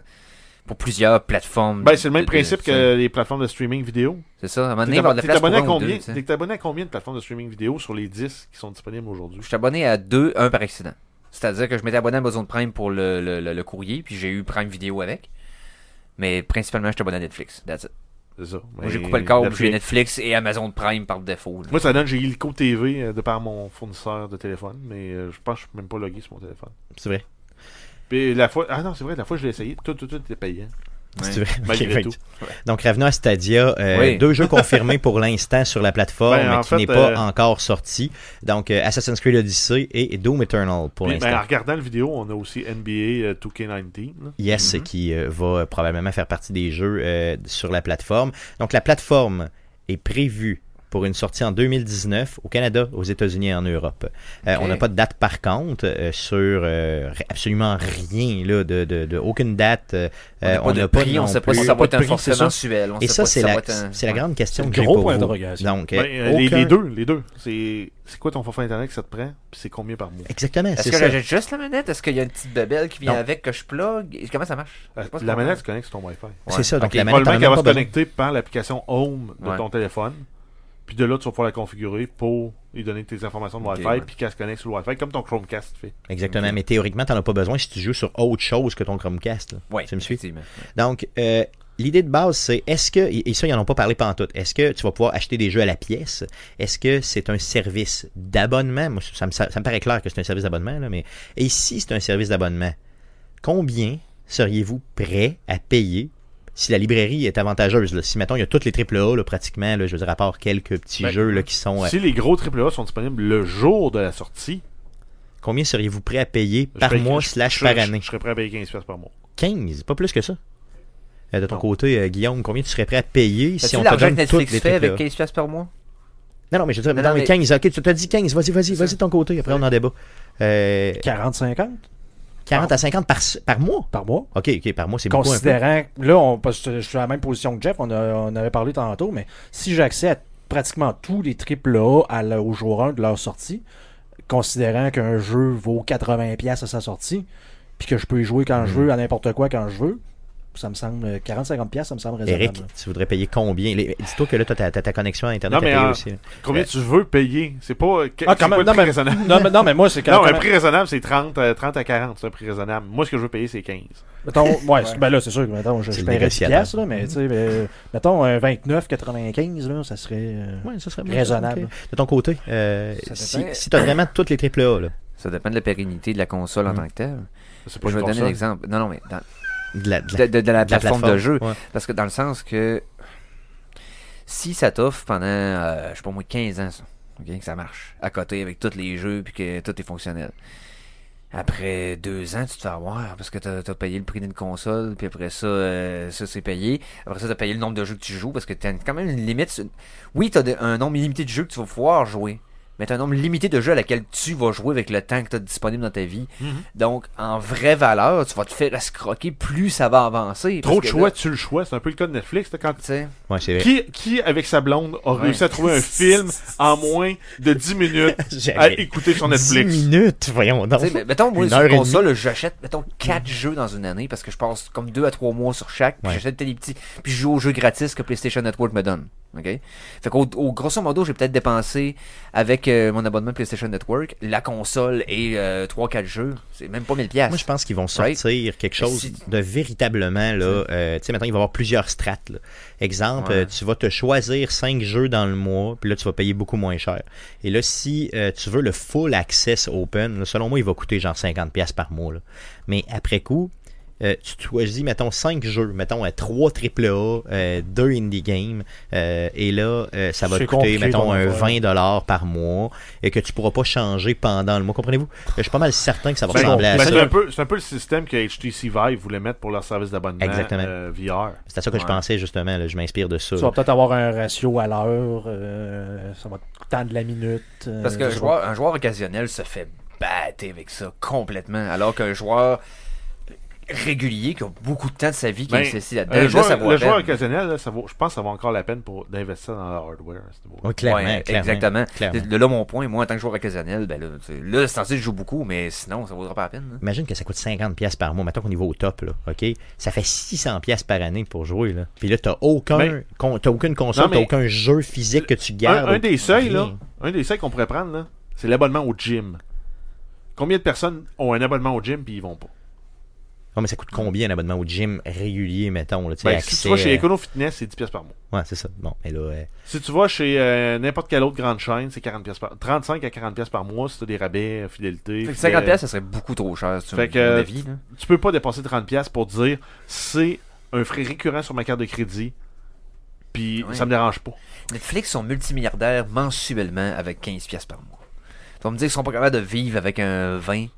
pour plusieurs plateformes. Ben, c'est le même de- de- principe que les plateformes de streaming vidéo. C'est ça. À un moment donné, T'es il va y avoir de t'es la place pour abonné, à un ou deux, combien- tu sais. t'es abonné à combien de plateformes de streaming vidéo sur les 10 qui sont disponibles aujourd'hui? Je suis abonné à deux, un par accident. C'est-à-dire que je m'étais abonné à Amazon Prime pour le, le, le- le courrier, puis j'ai eu Prime Vidéo avec. Mais principalement, je suis abonné à Netflix. That's it. C'est ça. Moi, Mais j'ai coupé le câble, Netflix- j'ai Netflix et Amazon Prime par défaut. là. Moi, ça donne, j'ai Illico TV euh, de par mon fournisseur de téléphone, mais euh, je pense que je suis même pas logué sur mon téléphone. C'est vrai. Puis la fois. Ah non, c'est vrai, la fois que je l'ai essayé, tout, tout, tout était payant. Ouais. C'est vrai. Malgré Ok, tout. Donc, revenons à Stadia. euh, Oui. Deux jeux confirmés pour l'instant sur la plateforme Ben, en qui fait, n'est pas euh, encore sorti. Donc, euh, Assassin's Creed Odyssey et Doom Eternal pour Puis, ben, en l'instant. regardant la vidéo, on a aussi NBA euh, 2K19. là. Yes, Mhm. qui euh, va probablement faire partie des jeux euh, sur la plateforme. Donc, la plateforme est prévue pour une sortie en 2019 au Canada, aux États-Unis et en Europe. Euh, Ok. On n'a pas de date par contre euh, sur euh, r- absolument rien, là, de, de- de- aucune date. euh, euh, on n'a pas de prix, on non ne sait pas plus. si ça va être un prix, c'est ça. forcément mensuel. on Et sait ça, pas si c'est va la, être un- c'est la grande question C'est que le j'ai gros pour point vous. d'interrogation. Donc, Ben, euh, euh, les, aucun- les deux, les deux. C'est c'est quoi ton forfait internet que ça te prend Puis c'est combien par mois Exactement, Est-ce c'est que ça. j'ajoute juste la manette Est-ce qu'il y a une petite babelle qui vient Non. avec que je plug Et Comment ça marche Eh, Je sais pas Euh, si La on- manette se connecte sur ton Wi-Fi. C'est ça, donc Ok. la manette, t'en as Probablement même qu'elle va pas se besoin. connecter par l'application Home de Ouais. ton téléphone. Puis de là, tu vas pouvoir la configurer pour lui donner tes informations de Ok, Wi-Fi, ouais. puis qu'elle se connecte sur le Wi-Fi, comme ton Chromecast fait. Exactement, mais théoriquement, t'en as pas besoin si tu joues sur autre chose que ton Chromecast. là. Ouais, tu me suis? effectivement. Donc, euh, l'idée de base, c'est est-ce que, et ça, ils n'en ont pas parlé pantoute, est-ce que tu vas pouvoir acheter des jeux à la pièce? Est-ce que c'est un service d'abonnement? Moi, ça me, ça me paraît clair que c'est un service d'abonnement, là, mais. Et si c'est un service d'abonnement, combien seriez-vous prêt à payer? Si la librairie est avantageuse, là? si mettons il y a toutes les AAA là, pratiquement, là, je veux dire, à part quelques petits Ben, jeux là, qui sont. euh, Si les gros AAA sont disponibles le jour de la sortie, combien seriez-vous prêt à payer je par paye- mois je- slash je- par je- année? Je, serais prêt à payer 15$ par mois. 15, pas plus que ça. Euh, de ton Non. côté, euh, Guillaume, combien tu serais prêt à payer si As-tu on te Ben, l'argent donne que toutes les Netflix fait avec AAA? 15$ par mois Non, non, mais je dirais, Non, non, non, mais mais- 15, ok, tu t'as dit 15, vas-y, vas-y, ça. vas-y de ton côté, après on en débat. Euh, 40-50 40 à 50 par, s- par mois? par mois. Ok, ok, par mois, c'est beaucoup. un peu. Considérant, là, on, parce que je suis à la même position que Jeff, on, a- on avait parlé tantôt, mais si j'ai accès à pratiquement tous les AAA à la- au jour 1 de leur sortie, considérant qu'un jeu vaut 80$ à sa sortie, puis que je peux y jouer quand je veux, à n'importe quoi quand je veux, ça me semble 40-50$, ça me semble raisonnable. Eric, tu voudrais payer combien? Les- Dis-toi que là, t'as ta, t'as ta connexion à Internet Non, mais à payer en- aussi. là. Combien Euh, tu veux payer C'est pas. euh, que- Ah, c'est quand pas même, le non, prix mais, raisonnable. non, mais, non, mais moi, c'est quand Non, un même. prix raisonnable, c'est 30, euh, 30 à 40, c'est un prix raisonnable. Moi, ce que je veux payer, c'est 15. mettons, ouais, c'est- ben là, c'est sûr que mettons, je, C'est le je paierais 10$, négociable. piastres, là, mais tu sais, ben, mettons, un 29,95$, là, ça serait. euh, ouais, ça serait raisonnable. ok. De ton côté, euh, Ça si, dépend. si t'as vraiment toutes les AAA, là, Ça dépend de la pérennité de la console Hmm. en tant que telle. C'est pas Je vais une donner console. l'exemple. Non, non, mais dans- de la, de de, de- de la de la plateforme de jeu. ouais. Parce que dans le sens que si ça t'offre pendant, euh, je sais pas moi, 15 ans, ça, ok, que ça marche, à côté avec tous les jeux puis que tout est fonctionnel. Après deux ans, tu te fais avoir parce que t'as as payé le prix d'une console, puis après ça, euh, ça c'est payé. Après ça, t'as payé le nombre de jeux que tu joues parce que t'as une- quand même une limite. sur- Oui, t'as de- un nombre illimité de jeux que tu vas pouvoir jouer, mais t'as un nombre limité de jeux à laquelle tu vas jouer avec le temps que t'as disponible dans ta vie. Mm-hmm. Donc, en vraie valeur, tu vas te faire escroquer plus ça va avancer. Trop de parce que choix, là, tu le choix. C'est un peu le cas de Netflix. là, Quand tu sais. Ouais, c'est vrai. Qui, qui, avec sa blonde, a Ouais. réussi à trouver un film en moins de 10 minutes J'ai- à écouter sur 10 Netflix? minutes, voyons donc. Tu sais, mais mettons, moi, Une sur heure et Mm-hmm. console, j'achète, mettons, 4 jeux dans une année parce que je passe comme 2 à 3 mois sur chaque. Puis Ouais. j'achète peut-être des petits. Puis je joue aux jeux gratis que PlayStation Network me donne. OK? Fait qu'au au- grosso modo, j'ai peut-être dépensé avec euh, mon abonnement PlayStation Network la console et 3-4 jeux. C'est même pas 1000$. piastres. Moi, je pense qu'ils vont Right. sortir quelque chose Si- de véritablement, là, euh, tu sais, maintenant, il va y avoir plusieurs strates. là. Exemple, Ouais. euh, tu vas te choisir cinq jeux dans le mois, puis là, tu vas payer beaucoup moins cher. Et là, si euh, tu veux le full access open, là, selon moi, il va coûter genre 50$ par mois. là. Mais après coup, euh, tu te choisis, mettons, 5 jeux, mettons, euh, 3 AAA, 2 euh, indie games, euh, et là, euh, ça va te coûter, C'est compliqué, mettons, ton un affaire. 20$ par mois, et que tu pourras pas changer pendant le mois. Comprenez-vous? Je suis pas mal certain que ça va Ben, ressembler à ben, ça. c'est un, peu- c'est un peu le système que HTC Vive voulait mettre pour leur service d'abonnement Exactement. euh, VR. C'est à ça que je Ouais. pensais justement, là, je m'inspire de ça. Tu vas peut-être avoir un ratio à l'heure, euh, ça va te coûter de la minute. euh, Parce qu'un je sais joueur, un joueur occasionnel se fait battre avec ça complètement. Alors qu'un joueur régulier qui a beaucoup de temps de sa vie qui Ben, est investi là-dedans, le là, joueur, ça vaut le la joueur peine. occasionnel, là, ça vaut, je pense que ça vaut encore la peine pour d'investir dans le hardware. à ce niveau-là. Oui, clairement, Ouais, clairement, exactement. clairement. De là, mon point, moi, en tant que joueur occasionnel, ben là, tu sais, là c'est censé que je joue beaucoup, mais sinon, ça vaudra pas la peine. hein. Imagine que ça coûte 50$ piastres par mois, maintenant qu'on y va au top, là, OK? Ça fait 600$ piastres par année pour jouer, là. Puis là, t'as aucun, Mais- con- t'as aucune console, Non, mais- t'as aucun jeu physique que tu gardes. Un, un des seuils, là, Rien. un des seuils qu'on pourrait prendre, là, c'est l'abonnement au gym. Combien de personnes ont un abonnement au gym puis ils vont pas? Non, mais ça coûte combien un abonnement au gym régulier, mettons, là, tu sais, Ben, accès, si tu vas chez euh, Econo Fitness, c'est 10 pièces par mois. Ouais, c'est ça. Bon, mais là, euh, Si tu vas chez euh, n'importe quelle autre grande chaîne, c'est 40 pièces par 35 à 40 pièces par mois si tu des rabais, euh, fidélité. Fait que fidèle- 50$, piastres, ça serait beaucoup trop cher, si tu me Fait que- demandes mon avis, là. Tu peux pas dépasser 30 pièces pour dire c'est un frais récurrent sur ma carte de crédit. Puis Ouais. ça me dérange pas. Netflix sont multimilliardaires mensuellement avec 15$ piastres par mois. Tu vas me dire qu'ils sont pas capables de vivre avec un 20$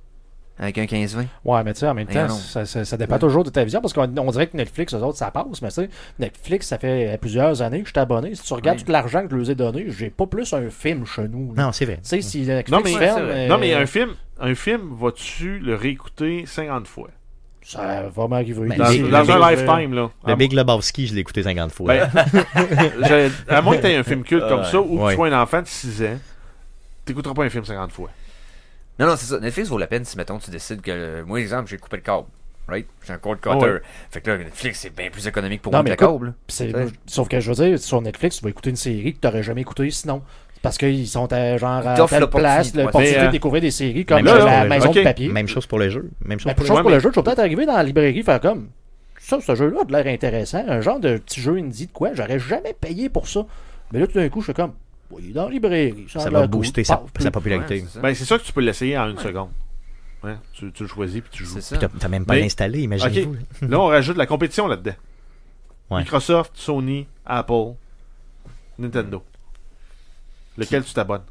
Avec un 15-20. Ouais, mais tu sais, en même Et temps, non. ça, ça- ça dépend Ouais. toujours de ta vision parce qu'on on dirait que Netflix, eux autres, ça passe, mais tu sais, Netflix, ça fait euh, plusieurs années que je suis abonné. Si tu regardes Ouais. tout l'argent que je leur ai donné, j'ai pas plus un film chez nous. là. Non, c'est vrai. Tu sais, si Netflix Non, mais- ferme, Ouais, c'est vrai. euh, Non, mais un film, un film vas-tu le réécouter 50 fois ça va m'arriver. Mais Dans, Les- dans les- un lifetime, là. Le À- Big Lebowski, je l'ai écouté 50 fois. Ah, Ben, je- à moins que tu aies un film culte comme ça ou que Ouais. tu sois un enfant de 6 ans, t'écouteras pas un film 50 fois. Non, non, c'est ça. Netflix vaut la peine si, mettons, tu décides que. euh, moi, exemple, j'ai coupé le câble. Right? J'ai un cord cutter. Oh, Ouais. Fait que là, Netflix, c'est bien plus économique pour Non, moi que mais la écoute, câble. là. C'est- Ouais. Sauf que je veux dire, sur Netflix, tu vas écouter une série que tu n'aurais jamais écoutée sinon. Parce qu'ils sont à, genre à Ils t'offrent telle l'opportunité, place, ouais. l'opportunité Mais, euh, de découvrir des séries comme même euh, chose, la ouais. maison Ok. Ben, de papier. Même chose pour le jeu. Même chose Même pour le chose jeu. pour mais- le jeu, je vais peut-être arriver dans la librairie faire comme ça, ce jeu-là a de l'air intéressant, un genre de petit jeu indie de quoi, j'aurais jamais payé pour ça. Mais là, tout d'un coup, je fais comme, Ouais, il est dans la librairie. a Ça l'air va cool. booster sa, Paf, sa plus. popularité. Ouais, c'est ça. Ben, c'est sûr que tu peux l'essayer en une seconde. Hein? Tu, tu le choisis puis tu joues. C'est ça. T'as- T'as même pas Mais- installé, imaginez-vous. Ok. Là, on rajoute la compétition là-dedans. Ouais. Microsoft, Sony, Apple, Nintendo. Lequel tu t'abonnes?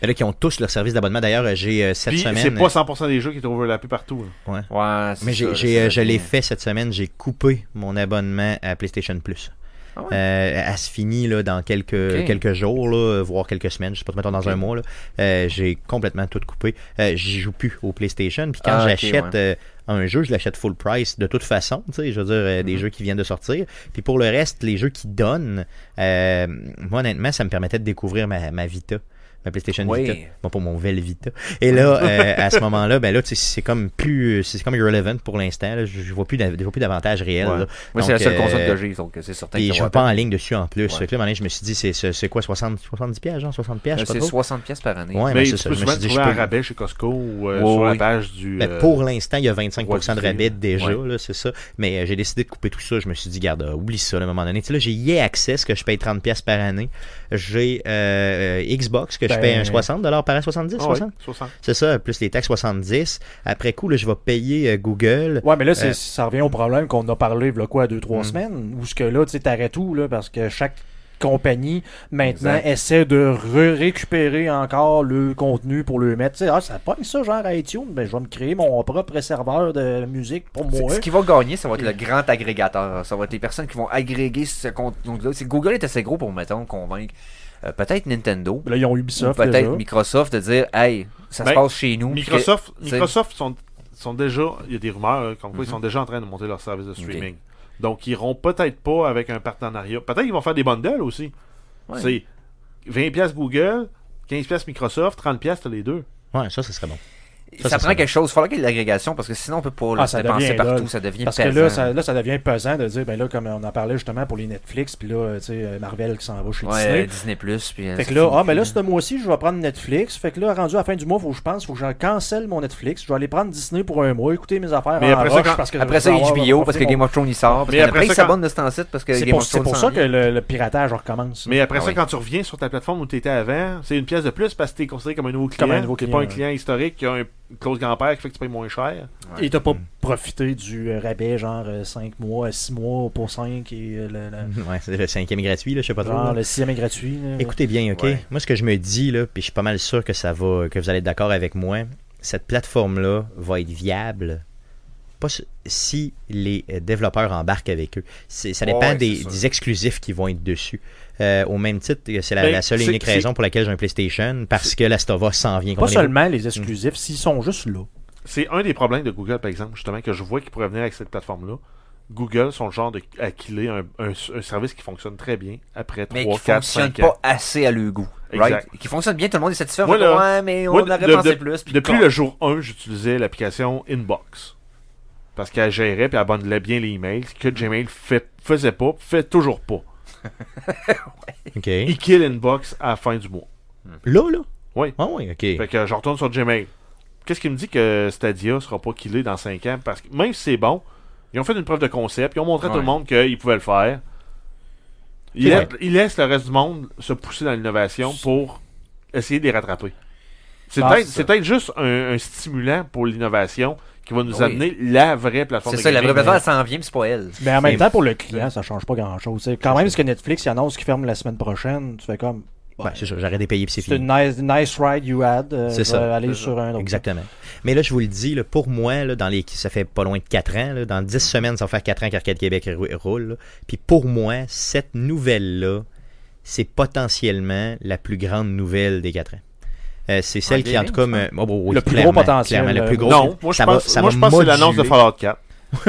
Mais Là, qui ont tous leur service d'abonnement. D'ailleurs, euh, j'ai euh, cette Puis, semaine. c'est pas 100% des jeux qui sont overlappés partout. là. Ouais, c'est Mais j'ai, ça, j'ai, c'est euh, ça. hein. je l'ai fait cette semaine, j'ai coupé mon abonnement à PlayStation Plus. Ah ouais? Euh, elle se finit là, dans quelques, Ok. quelques jours, là, voire quelques semaines, je sais pas, mettons dans Ok. un mois. là. Euh, j'ai complètement tout coupé. Euh, j'y joue plus au PlayStation. Puis quand Ah, ok, j'achète euh, un jeu, je l'achète full price de toute façon. tu sais, Je veux dire, euh, Mm-hmm. des jeux qui viennent de sortir. Puis pour le reste, les jeux qui donnent, euh, moi honnêtement, ça me permettait de découvrir ma, ma Vita. Ma PlayStation Oui. Vita. Bon, pour mon Vel Vita. Et là, euh, à ce moment-là, ben là, tu sais, c'est comme plus, c'est comme irrelevant pour l'instant. là. Je, je vois plus, d'av- je vois plus d'avantages réels. Ouais. là. Moi, c'est la Donc, seule console euh, que j'ai, donc c'est certain et qu'il y je joue aura pas en ligne dessus en plus. Ouais. Fait que là, à un moment donné, je me suis dit, c'est, c'est, c'est quoi, 60, 70 pièges, genre, 60 Ah, pièges, Euh, je sais C'est pas trop. 60$ piastres par année. Ouais, mais mais c'est tu peux ça. Je me souvent suis dit, le trouver je à peux- rabais chez Costco ou Ouais, euh, sur la oui. page du. Ben, euh, pour l'instant, il y a 25% de Wall Street, rabais déjà, ouais. là, c'est ça. Mais euh, j'ai décidé de couper tout ça. Je me suis dit, garde, euh, oublie ça, là, à un moment donné. Tu sais, là, j'ai EA Access que je paye 30$ piastres par année. J'ai euh, euh, Xbox que je Ben- paye un 60$ par an, 70, Ah ouais, 60? 60. C'est ça, plus les taxes 70. Après coup, là, je vais payer euh, Google. Ouais, mais là, c'est- Euh, ça revient au problème qu'on a parlé, voilà quoi, deux, trois Mm. semaines, où ce que là, tu sais, t'arrêtes tout, là, parce que chaque compagnie, maintenant, Exact. essaie de re- récupérer encore le contenu pour le mettre. Tu sais, ah, ça pogne ça, genre à iTunes, ben, je vais me créer mon propre serveur de musique pour C'est- moi. Ce qui va gagner, ça va être le grand agrégateur. Ça va être les personnes qui vont agréger ce contenu-là. C'est- Google est assez gros pour, mettons, convaincre euh, peut-être Nintendo, Là, ils ont ou Ubisoft, peut-être déjà. Microsoft de dire Hey, ça se Ben, passe chez nous. puis que- Microsoft, c'est- Microsoft sont, sont déjà. Il y a des rumeurs là, comme quoi Mhm. ils sont déjà en train de monter leur service de streaming. Donc, ils iront peut-être pas avec un partenariat. Peut-être qu'ils vont faire des bundles aussi. Ouais. C'est 20$ Google, 15$ Microsoft, 30$ t'as les deux. Ouais, ça, ce serait bon. Ça, ça prend serait- quelque chose. Il faudra qu'il y ait de l'agrégation parce que sinon on peut pas là, Ah, se ça dépenser devient partout. là. Ça devient Parce que pesant. là ça, là, ça devient pesant de dire, ben là, comme on en parlait justement pour les Netflix, puis là, euh, tu sais, euh, Marvel qui s'en va chez Ouais, Disney. euh, Disney Plus. Puis, euh, Fait que c'est là, fini, ah, mais là, puis, ce mois-ci, je vais prendre Netflix. Fait que là, rendu à la fin du mois, faut que je pense, faut que je cancelle mon Netflix. Je vais aller prendre Disney pour un mois, écouter mes affaires. Mais en après ça, rush quand- parce que Après je ça, vais avoir HBO, mon parce que profil. Game of Thrones il sort. Parce Mais qu'il y en a après plein qui ça, quand- s'abonnent de ce temps-site parce que C'est Game pour, of c'est Thrones pour s'en ça que vient. le, le piratage recommence. Mais après Ah ça, oui. quand tu reviens sur ta plateforme où tu étais avant, c'est une pièce de plus parce que tu es considéré comme un nouveau client. Comme un nouveau T'es client, pas un ouais. client historique qui a un- une clause grand-père qui fait que tu payes moins cher. Et t'as pas profité du euh, rabais, genre 5 mois, 6 mois pour 5 et euh, le, le- Ouais, c'est le cinquième gratuit, là, je sais pas hein. trop. genre, là. Ah, le sixième est gratuit. là. Écoutez bien, OK? Ouais. Moi, ce que je me dis, là, puis je suis pas mal sûr que ça va, que vous allez être d'accord avec moi, cette plateforme-là va être viable pas s- si les euh, développeurs embarquent avec eux. C'est- Ça dépend Ouais, des, c'est sûr. des exclusifs qui vont être dessus. Euh, au même titre, que c'est la, Ben, la seule et c'est- unique c'est- raison pour laquelle j'ai un PlayStation, parce que la Stova s'en vient. Pas comprenez-vous? seulement les exclusifs, s'ils sont juste là. C'est un des problèmes de Google, par exemple, justement, que je vois qui pourrait venir avec cette plateforme-là. Google sont le genre de à killer un, un- un service qui fonctionne très bien après Mais 3, qui 4, fonctionne 5 ans. pas assez à leur goût. Exact. Right? Qui fonctionne bien, tout le monde est satisfait. Moi, Fait que, là, ouais, mais on Moi, aurait de- pensé de- plus. puis Depuis quoi. le jour 1, j'utilisais l'application Inbox. Parce qu'elle gérait et elle bundlait bien les emails, ce que Gmail fait, faisait pas, fait toujours pas. OK. Il kill Inbox à la fin du mois. Là, là? Oui. Ah oui, OK. Fait que euh, je retourne sur Gmail. Qu'est-ce qui me dit que Stadia sera pas killé dans 5 ans? Parce que même si c'est bon, ils ont fait une preuve de concept, ils ont montré à tout Ouais. le monde qu'ils pouvaient le faire. Ils, C'est la- vrai. ils laissent le reste du monde se pousser dans l'innovation pour essayer de les rattraper. C'est Ah, peut-être c'est c'est peut-être juste un, un stimulant pour l'innovation qui va nous Oui. amener la vraie plateforme. C'est de ça, la gaming. vraie plateforme, elle s'en vient, puis c'est pas elle. Mais en même Mais- temps, pour le client, ça change pas grand chose. Quand même, ce que Netflix annonce qu'ils ferme la semaine prochaine, tu fais comme. Ouais, c'est ça, j'aurais des payés puis c'est C'est fini. une nice, nice ride you had. euh, C'est je vais ça. aller sur un autre. Exactement. Ah, Mais là, je vous le dis, là, pour moi, là, dans les... ça fait pas loin de 4 ans. là, dans 10 semaines, ça va faire 4 ans qu'Arcade Québec rou- roule. là. Puis pour moi, cette nouvelle-là, c'est potentiellement la plus grande nouvelle des 4 ans. Euh, c'est celle En qui, en tout cas, me- oh, bon, oui, Le plus clairement, gros potentiel, clairement, le euh, plus gros. Ah, Non, moi je Ça va- pense, ça moi, va je pense que c'est l'annonce de moduler. Fallout 4.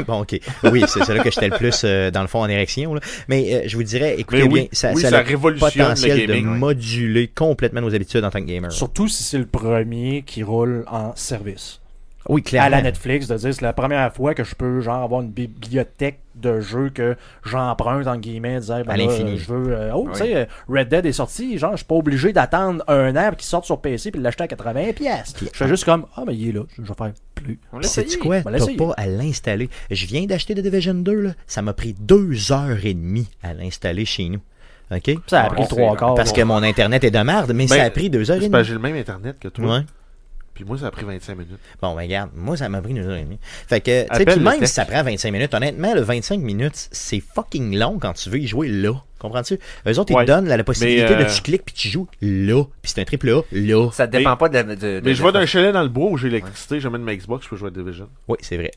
bon, ok. Oui, c'est celle-là que j'étais le plus, euh, dans le fond, en érection. là. Mais euh, je vous dirais, écoutez Mais oui, bien, ça, oui, ça ça a le révolutionne le potentiel gaming, de ouais. moduler complètement nos habitudes en tant que gamer. Surtout si c'est le premier qui roule en service. Oui, À clairement. la Netflix, de dire c'est la première fois que je peux genre avoir une bibliothèque de jeux que j'emprunte en guillemets, de dire ben À là, l'infini. euh, je veux euh, oh, Oui. tu sais euh, Red Dead est sorti, genre je suis pas obligé d'attendre un an pour qu'il sorte sur PC puis de l'acheter à 80 pièces. Je fais juste comme ah mais il est là, je je vais faire plus. On l'a C'est essayé. quoi? On Ben, T'as l'a essayé. pas à l'installer. Je viens d'acheter The Division 2, là. Ça m'a pris deux heures et demie à l'installer chez nous. OK? Ça a Ouais, pris le c'est- trois quarts. Parce que mon internet est de merde, mais Oh, Ben, ça a pris deux heures et C'est parce que demie. j'ai le même internet que toi. Ouais. Puis moi, ça a pris 25 minutes. Bon, ben regarde, moi ça m'a pris deux heures et demie. Fait que, tu sais, Appelle puis le même si tech. ça prend 25 minutes, honnêtement, le 25 minutes, c'est fucking long quand tu veux y jouer là. Comprends-tu? Eux autres, ils Ouais. te donnent la, la possibilité Mais, euh, de tu cliques puis tu joues là. Puis c'est un triple A là. Ça dépend pas de la. de- de- Mais je Ben, de- vais d'un chalet dans le bois où j'ai l'électricité, j'amène ma Xbox, je peux jouer à Division. Oui, c'est vrai.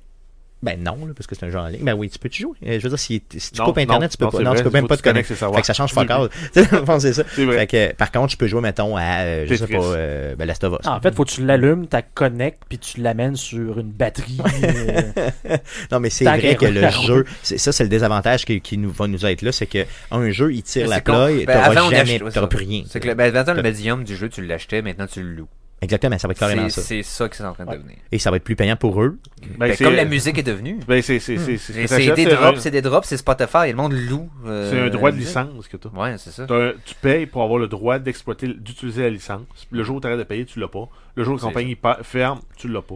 Ben non, là, parce que c'est un jeu en ligne. Ben oui, tu peux te jouer. Euh, Je veux dire, si, si tu Non, coupes Internet, non, tu peux non, pas. c'est Non, vrai, tu peux il même faut pas que te tu connectes connecter. ses savoirs. Fait que ça change fuck Oui, oui. all. Tu sais, dans le fond, c'est ça. C'est vrai. Fait que, euh, par contre, je peux jouer, mettons, à, euh, je sais Tetris. pas, euh, ben, Last of Us. Ah, en fait, faut que tu l'allumes, tu la connectes puis tu l'amènes sur une batterie. euh, non, mais c'est Tant vrai que qu'à le regarder. jeu, c'est- ça, c'est le désavantage qui, qui nous, va nous être là, c'est que un jeu, il tire Mais la c'est con. ploie, Ben, avant, t'auras on jamais, achetait- ouais, t'auras ça. plus rien. C'est que le, ben, attends, le médium du jeu, tu l'achetais, maintenant tu le loues. Exactement, ça va être carrément C'est ça. c'est ça que c'est en train de devenir. Et ça va être plus payant pour eux. Ben, Ben, c'est- comme la musique est devenue. Ben, c'est c'est- c'est- c'est ce C'est que t'achètes, des c'est drops, un- c'est des drops, c'est Spotify, et le monde loue. euh, C'est un droit de la musique. licence que t'as. Ouais, c'est ça. T'as un- Tu payes pour avoir le droit d'exploiter, d'utiliser la licence. Le jour où t'arrêtes de payer, tu l'as pas. Le jour où la C'est compagnie pa- ferme, tu l'as pas.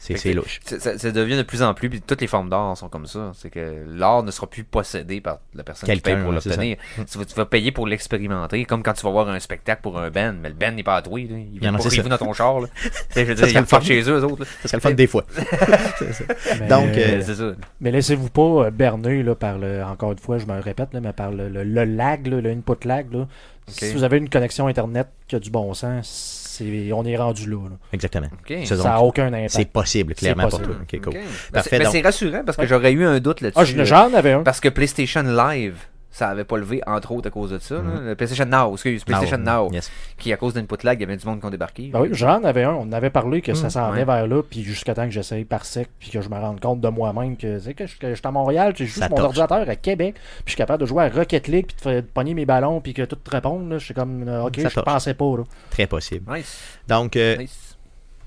C'est Fait que c'est louche. Ça, ça- ça devient de plus en plus, puis toutes les formes d'art sont comme ça. C'est que l'art ne sera plus possédé par la personne qui Quelqu'un, paye pour ouais, c'est Mm. l'obtenir. Tu vas, tu vas payer pour l'expérimenter, comme quand tu vas voir un spectacle pour un band, mais le band n'est pas à toi. là. Il vient non, pas c'est arriver ça. dans ton char. là. Tu sais, je Ça veux dire, serait ils le le font fun. chez eux, eux autres. là. Ça serait le fun des fois. mais- Donc, Euh, euh, C'est ça. Mais laissez-vous pas euh, berner là, par le, encore une fois, je me répète, là, mais par le, le- le lag, là, le input lag. là. Si vous avez une connexion Internet qui a du bon sens, c'est- on est rendu là. là. Exactement. Ok. C'est donc- Ça n'a aucun C'est impact. possible, clairement, pour possible. toi. Ok, cool. Ok. Ben, Parfait, c'est- ben, donc- c'est rassurant parce que j'aurais eu un doute là-dessus. Ah, je- là. j'en avais un. Parce que PlayStation Live, ça avait pas levé, entre autres, à cause de ça. là. Le PlayStation Now, excuse, PlayStation Mm-hmm. Now, Now, yes. qui, à cause d'une put lag, il y avait du monde qui ont débarqué. Ben oui, j'en avais un. On en avait parlé que ça s'en Mmh, ouais. venait vers là, puis jusqu'à temps que j'essaye par sec, puis que je me rende compte de moi-même que, c'est que je que je suis à Montréal, que je joue Ça sur mon torche. ordinateur à Québec, puis je suis capable de jouer à Rocket League, puis de, faire- de pogner mes ballons, puis que tout te réponde. là. Je suis comme, euh, ok, Ça je torche. pensais pas. là. Très possible. Nice. Donc, euh, Nice.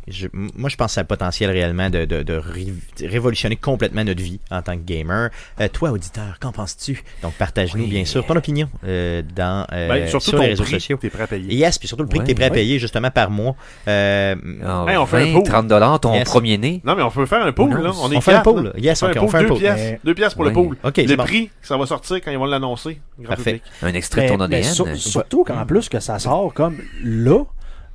Je- m- moi, je pense à le potentiel réellement de, de- de ré- de révolutionner complètement notre vie en tant que gamer. Euh, toi, auditeur, qu'en penses-tu Donc, partage-nous, bien sûr, ton opinion euh, dans, euh, Ben, surtout sur ton les réseaux prix, sociaux. t'es prêt à payer. Yes, puis surtout le prix Ouais, que tu es prêt à ouais. payer, justement, par mois. Euh, Ah, Hey, on fait un 20, pool. 30 dollars ton Yes. premier né. Non, mais on peut faire un pool, non, là. On, est on fait un quatre, pool, là. là. Yes, on ok, fait un on pool, fait un deux pool. pièces. Mais- Deux pièces pour Oui. le pool. Ok, le c'est bon. prix, ça va sortir quand ils vont l'annoncer. grand Parfait. public. Un extrait Ben, de Mais- ton mais ADN. Ben, sur- euh, surtout qu'en plus que ça sort comme là,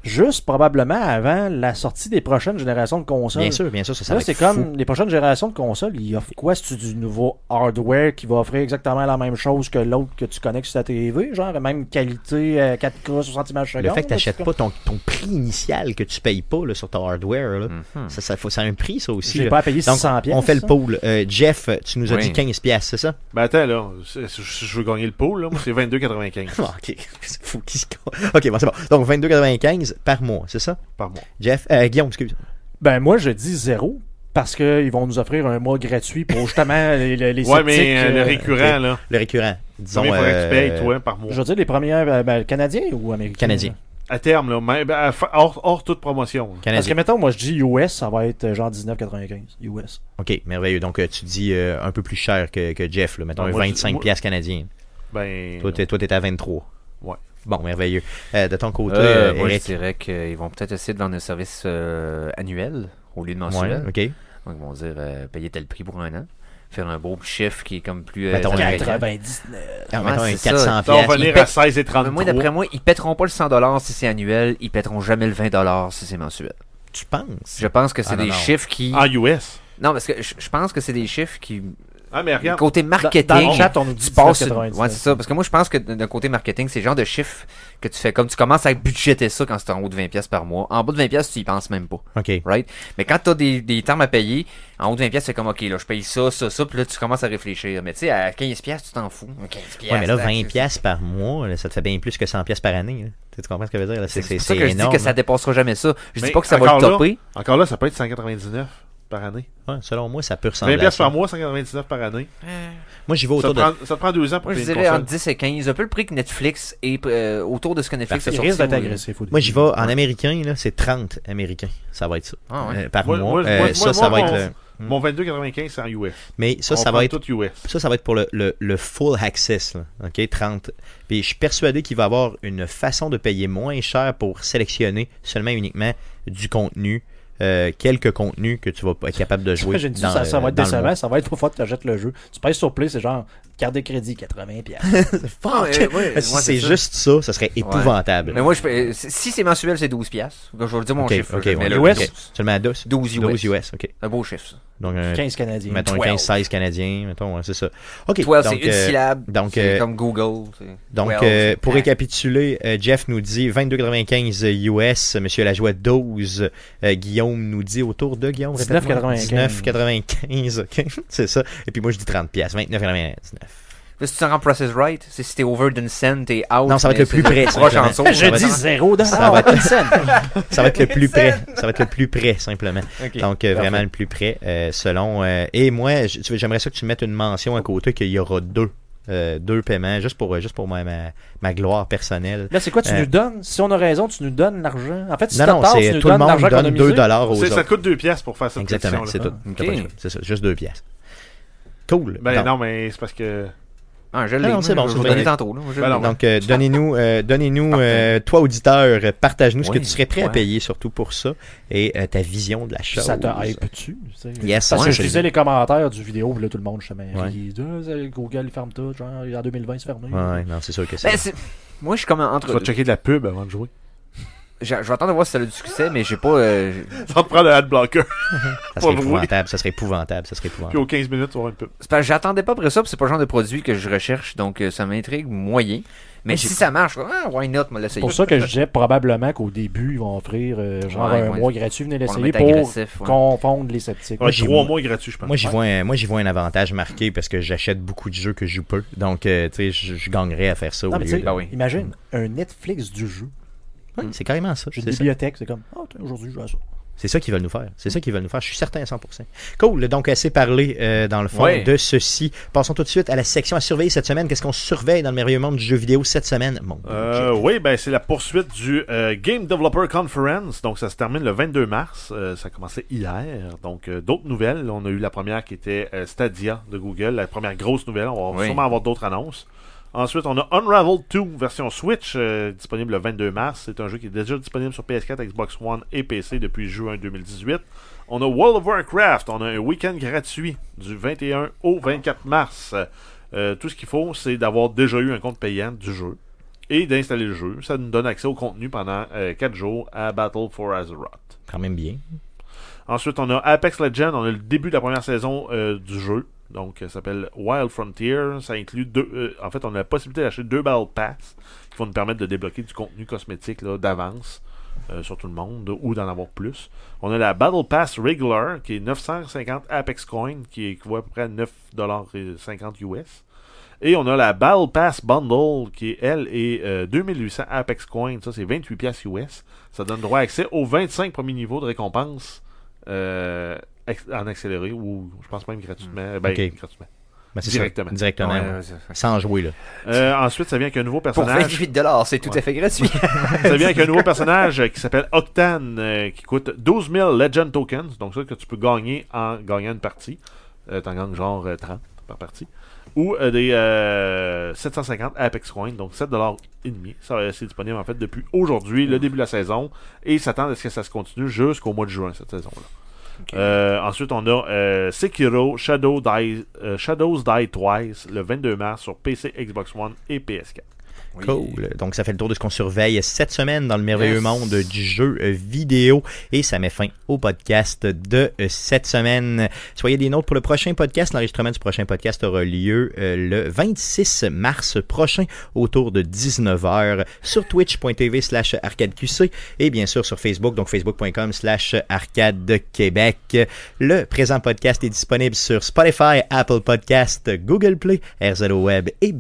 juste probablement avant la sortie des prochaines générations de consoles. bien sûr, bien sûr, ça, ça Là, va c'est être fou. comme les prochaines générations de consoles, ils offrent quoi si tu du nouveau hardware qui va offrir exactement la même chose que l'autre que tu connectes sur ta TV, genre la même qualité euh, 4K 60 images par Le seconde, fait que tu là, n'achètes c'est pas ton, ton prix initial que tu payes pas là, sur ton hardware, là, Mhm. ça, ça, faut- ça a un prix, ça aussi. J'ai là. pas à payer Donc, 600 pièces, On fait le ça. pool. Euh, Jeff, tu nous as Oui. dit 15 pièces, c'est ça Ben attends, là. c'est- Je je veux gagner le pool, là. Moi, c'est 22,95 Ah, ok, c'est fou qui se con- Ok, bon, c'est bon. Donc 22,95 par mois, c'est ça par mois. Jeff, euh, Guillaume, excuse. comme- Ben moi, je dis zéro. Parce qu'ils vont nous offrir un mois gratuit pour justement les, les, les Ouais, sceptiques, mais euh, le euh, récurrent, là. Le récurrent. Disons. Combien faudrait que tu euh, payes, toi, par mois? Je veux dire, les premiers euh, ben, canadiens ou américains Canadiens. À terme, là. mais- ben, à fa- hors, hors toute promotion. là. Parce que Canadien. mettons, moi je dis US, ça va être euh, genre 19,95 US. Ok, merveilleux. Donc euh, tu dis euh, un peu plus cher que, que Jeff, là. Mettons Non, un moi, je- 25 moi- piastres canadiens. Ben. Toi, t'es, toi, t'es à 23. Ouais. Bon, merveilleux. Euh, de ton côté, Euh, euh, moi, je Eric. dirais qu'ils vont peut-être essayer de vendre un service euh, annuel au lieu de mensuel. Ouais, ok. Ah, Donc, ils vont dire euh, payer tel prix pour un an. Faire un beau chiffre qui est comme plus. euh, Mettons, ça- ben, 99. Ah, mettons c'est un 400 ça. Ça va piastres. venir il à paie- 16 et 30 Mais moi, d'après moi, ils pèteront pas le 100$ si c'est annuel, ils pèteront jamais le 20$ si c'est mensuel. Tu penses Je pense que c'est Ah, non, des non. chiffres qui. En US. Non, parce que je je pense que c'est des chiffres qui. En Ah, mais Le regarde. côté marketing. Dans le chat, on nous dit tu passes. 19,99. Ouais, c'est ça. Parce que moi, je pense que d'un côté marketing, c'est le genre de chiffre que tu fais comme tu commences à budgéter ça quand c'est en haut de 20$ piastres par mois. En bas de 20$, piastres, tu y penses même pas. OK. Right? Mais quand tu as des, des termes à payer, en haut de 20$, piastres, c'est comme OK, là, je paye ça, ça, ça. Puis là, tu commences à réfléchir. Mais tu sais, à 15$, piastres, tu t'en fous. 15$. Ouais, mais là, piastres, 20 c'est- piastres par mois, là, ça te fait bien plus que 100 piastres par année. là. Tu sais, tu comprends ce que je veux dire? là? C'est C'est c'est- pour ça c'est que je dis énorme. que ça dépassera jamais ça. Je dis Mais pas que ça va le encore là- topper. Encore là, ça peut être 199 par année. Ouais, selon moi, ça peut ressembler 20 à pièces ça. par mois, 199 par année. Moi, j'y vais Ça autour te, de... prend, ça te prend deux ans pour Moi, je payer une dirais console. entre 10 et 15. Un peu le prix que Netflix est euh, autour de ce que Netflix a Il sorti. risque d'être oui. agressif. au début. Moi, j'y vais en américain, là, c'est 30 américains. Ça va être ça. Ah ouais. Euh, par Moi- mois. moi, Euh, moi- ça, moi, ça moi, va être. mon- le- Mon 22,95, c'est en US. Mais ça, On ça prend va être. tout US. Ça, ça va être pour le, le- le full access, là, OK, 30. Puis je suis persuadé qu'il va y avoir une façon de payer moins cher pour sélectionner seulement et uniquement du contenu, euh, quelques contenus que tu vas être capable de jouer. J'ai dit dans, ça, ça va euh, être dans le mois. décevant, ça va être trop fort que tu achètes le jeu. Tu payes sur Play, c'est genre carte de crédit, 80$. piastres. Ah, Fuck! euh, ouais, si ouais, c'est ça. juste ça, ça serait épouvantable. Mais moi, je, euh, si si c'est mensuel, c'est 12 piastres. Je vais le dire mon Ok, chiffre. ok, mais ouais. là, US? c'est Ok. Seulement à 12? 12 US. 12 US, OK. Un beau chiffre, ça. Donc, un- 15 Canadiens. mettons un 12. 15-16 Canadiens, mettons, ouais, c'est ça. OK, 12, c'est donc, une euh, syllabe. donc, c'est euh, comme Google. c'est Donc, 12, euh, pour c'est- récapituler, euh, Jeff nous dit 22,95 US. Monsieur Lajoie, 12. Euh, Guillaume nous dit autour de Guillaume, répète-moi. 19,95. 19,95. OK, c'est ça. Et puis moi, je dis 30 pièces 29,99. Là, si tu t'en rends process right, c'est si t'es over d'une scène, t'es out. Non, ça va être mais le plus près, c'est Proche simplement. en dessous. Je Je ça va dis dis être- 0 Ça va dollars. être une scène. Ça va être le plus près. Ça va être le plus près, simplement. Ok. Donc, euh, Parfait. vraiment le plus près, euh, selon... euh, et moi, j- tu veux- j'aimerais ça que tu mettes une mention à côté qu'il y aura deux. euh, deux paiements, juste pour, euh, juste pour ma, ma, ma gloire personnelle. Là, c'est quoi tu Euh, nous donnes Si on a raison, tu nous donnes l'argent. En fait, si non, t'as non, tort, tu c'est nous tout le donnes monde l'argent qu'on a donne misé. 2 dollars aux C'est- autres. Ça te coûte 2 piastres pour faire cette Exactement, c'est tout. compétition-là. T'as pas de choix. C'est ça, juste deux pièces. Cool. Ben Donc- non, mais c'est parce que. Ah, je l'ai. Ah non, moi, c'est bon, je c'est vais bon. donner tantôt. là, moi, je Ben l'ai. non, Donc, euh, donnez-nous, euh, donnez-nous euh, toi, auditeur, euh, partage-nous ce que Oui, tu serais prêt à ouais. payer, surtout pour ça, et euh, ta vision de la chose. Ça te hype-tu tu sais? Yes, Parce ouais, que je je lisais les commentaires du vidéo, puis là, tout le monde, justement, Ouais. il dit Ah, c'est- Google, il ferme tout. Genre, en 2020, c'est fermé. Ouais, ouais, non, c'est sûr que c'est. Ben, c'est- Moi, je suis comme Tu entre. vas checker de la pub avant de jouer. Je je vais attendre de voir si ça a du succès, mais j'ai pas. euh, Ça te prend le adblocker. ça serait pas vrai. épouvantable, ça serait épouvantable, ça serait Puis épouvantable. aux 15 minutes, tu vas avoir une pub. C'est parce que j'attendais pas après ça, puis c'est pas le genre de produit que je recherche, donc euh, ça m'intrigue moyen. Mais si ça marche, ah, why not, moi C'est l'essayer. pour ça que je disais probablement qu'au début, ils vont offrir euh, genre Ouais, un ouais. mois gratuit. Venez Pour le l'essayer mettre pour agressif, ouais. confondre les sceptiques. Ouais, j'y Trois vais. mois gratuits, je pense. Moi, j'y vois, un- moi, j'y vois un avantage marqué parce que j'achète beaucoup de jeux que je joue peu. Donc, euh, tu sais, je je gagnerais à faire ça Non, au mais tu lieu sais, de... bah oui. imagine, un Netflix du jeu. Ouais, c'est carrément ça. J'ai une c'est ça. bibliothèque, c'est comme Ah, tiens, aujourd'hui, je joue à ça. C'est ça qu'ils veulent nous faire. C'est ça qu'ils veulent nous faire. Je suis certain à 100%. Cool. Donc, assez parlé euh, dans le fond Ouais. de ceci. Passons tout de suite à la section à surveiller cette semaine. Qu'est-ce qu'on surveille dans le merveilleux monde du jeu vidéo cette semaine? Mon Dieu. Euh, oui, ben c'est la poursuite du euh, Game Developer Conference. Donc ça se termine le 22 mars. Euh, ça commençait hier. Donc euh, d'autres nouvelles. On a eu la première qui était euh, Stadia de Google, la première grosse nouvelle. On va Oui. sûrement avoir d'autres annonces. Ensuite, on a Unravel 2 version Switch euh, disponible le 22 mars. C'est un jeu qui est déjà disponible sur PS4, Xbox One et PC depuis juin 2018. On a World of Warcraft. On a un week-end gratuit du 21 au 24 mars. Euh, tout ce qu'il faut, c'est d'avoir déjà eu un compte payant du jeu et d'installer le jeu. Ça nous donne accès au contenu pendant 4 jours à Battle for Azeroth. Quand même bien. Ensuite, on a Apex Legends. On a le début de la première saison euh, du jeu. Donc, euh, ça s'appelle Wild Frontier. Ça inclut deux. euh, en fait, on a la possibilité d'acheter deux Battle Pass qui vont nous permettre de débloquer du contenu cosmétique là, d'avance euh, sur tout le monde ou d'en avoir plus. On a la Battle Pass Regular qui est 950 Apex Coin qui équivaut à peu près à 9,50$ US. Et on a la Battle Pass Bundle qui, est, elle, est euh, 2800 Apex Coin. Ça, c'est 28$ piastres US. Ça donne droit à accès aux 25 premiers niveaux de récompense euh, acc- en accéléré ou, je pense même, gratuitement. Ben, Ok. gratuitement. Ben, c'est Directement. ça. Directement. Ouais, ouais. ouais, c'est ça. Sans jouer, là. Euh, ensuite, ça vient avec un nouveau Pour personnage. 28$, c'est tout à fait gratuit. Ça vient avec un nouveau personnage euh, qui s'appelle Octane, euh, qui coûte 12 000 Legend Tokens, donc ça que tu peux gagner en gagnant une partie. Euh, T'en gagnes genre euh, 30 par partie. Ou euh, des euh, 750 Apex Coins, donc 7$ et demi. Ça, euh, C'est disponible en fait depuis aujourd'hui, le début de la saison, et s'attendre à ce que ça se continue jusqu'au mois de juin cette saison-là. Euh, ensuite, on a euh, Sekiro Shadow Die- euh, Shadows Die Twice le 22 mars sur PC, Xbox One et PS4. Oui. Cool. Donc, ça fait le tour de ce qu'on surveille cette semaine dans le merveilleux Yes. monde du jeu vidéo. Et ça met fin au podcast de euh, cette semaine. Soyez des nôtres pour le prochain podcast. L'enregistrement du prochain podcast aura lieu euh, le 26 mars prochain autour de 19h sur twitch.tv slash arcadeqc et bien sûr sur Facebook, donc facebook.com slash arcade Québec. Le présent podcast est disponible sur Spotify, Apple Podcast, Google Play, RZO Web et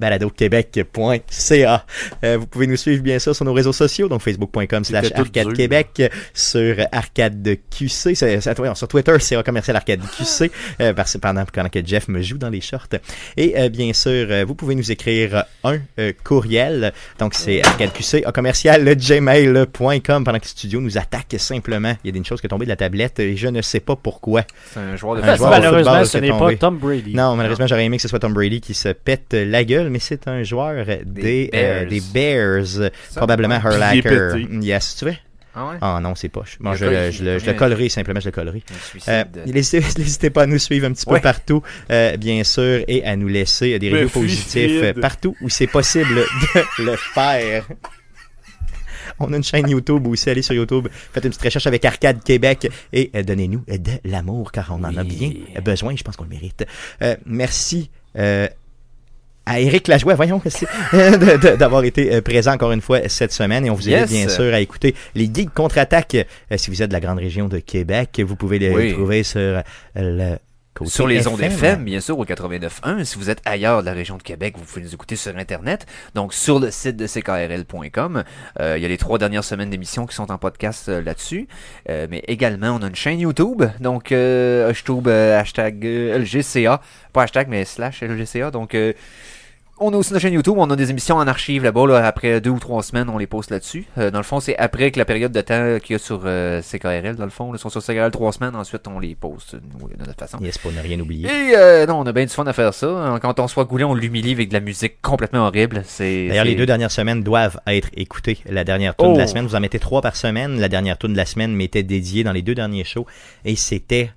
baladoquebec.ca. Euh, vous pouvez nous suivre bien sûr sur nos réseaux sociaux, donc facebook.com slash C'était tout arcade dur. Québec, sur arcade QC, c'est- c'est- voyons, sur Twitter, c'est commercial arcade QC, Ah! euh, parce- pendant, pendant que Jeff me joue dans les shorts. Et euh, bien sûr, euh, vous pouvez nous écrire un euh, courriel. Donc, c'est arcadeqc à commercial gmail.com pendant que le studio nous attaque simplement. Il y a des choses qui sont tombées de la tablette et je ne sais pas pourquoi. C'est un joueur de Un joueur baseball. de Malheureusement, football ce qui est n'est pas tombé. Tom Brady. Non, malheureusement, j'aurais aimé que ce soit Tom Brady qui se pète la gueule, mais c'est un joueur des, Des euh, Bears. des Bears. Ça, Probablement Puis il est Herlacker. pété. Yes, tu veux? Ah ouais? Ah non, c'est poche. Bon, Il a je, pas le, eu- je le- je il a- le collerai, simplement, je le collerai. Un Euh, suicide. N'hésitez n'hésitez pas à nous suivre un petit peu Ouais. Ben, partout, euh, bien sûr, et à nous laisser des Le reviews positifs euh, fluide. partout où c'est possible de le faire. On a une chaîne YouTube aussi, allez sur YouTube, faites une petite recherche avec Arcade Québec et euh, donnez-nous de l'amour car on en a Oui. bien euh, besoin, je pense qu'on le mérite. Euh, merci euh, à Eric Lajoie, voyons, qu'est-ce que c'est, euh, de- de- d'avoir été euh, présent encore une fois cette semaine. Et on vous invite Yes. bien sûr à écouter les guides contre-attaque. Euh, si vous êtes de la grande région de Québec, vous pouvez les Oui. trouver sur euh, le côté Sur les ondes FM. FM, bien sûr, au 89.1. Si vous êtes ailleurs de la région de Québec, vous pouvez nous écouter sur Internet. Donc, sur le site de ckrl.com, Euh, il y a les trois dernières semaines d'émissions qui sont en podcast euh, là-dessus. Euh, mais également, on a une chaîne YouTube. Donc, euh, YouTube, euh, hashtag euh, LGCA. Pas hashtag, mais slash LGCA. Donc, euh, on a aussi notre chaîne YouTube, on a des émissions en archive là-bas, là, après deux ou trois semaines, on les poste là-dessus. Euh, dans le fond, c'est après que la période de temps qu'il y a sur euh, CKRL, dans le fond, là, ils sont sur CKRL trois semaines, ensuite on les poste euh, nous, de notre façon. Yes, pour ne rien oublier. Et euh, non, on a bien du fun à faire ça. hein. Quand on soit goulé, on l'humilie avec de la musique complètement horrible. C'est D'ailleurs, c'est- les deux dernières semaines doivent être écoutées. La dernière tourne de la Oh. semaine, vous en mettez trois par semaine. La dernière tourne de la semaine m'était dédiée dans les deux derniers shows et c'était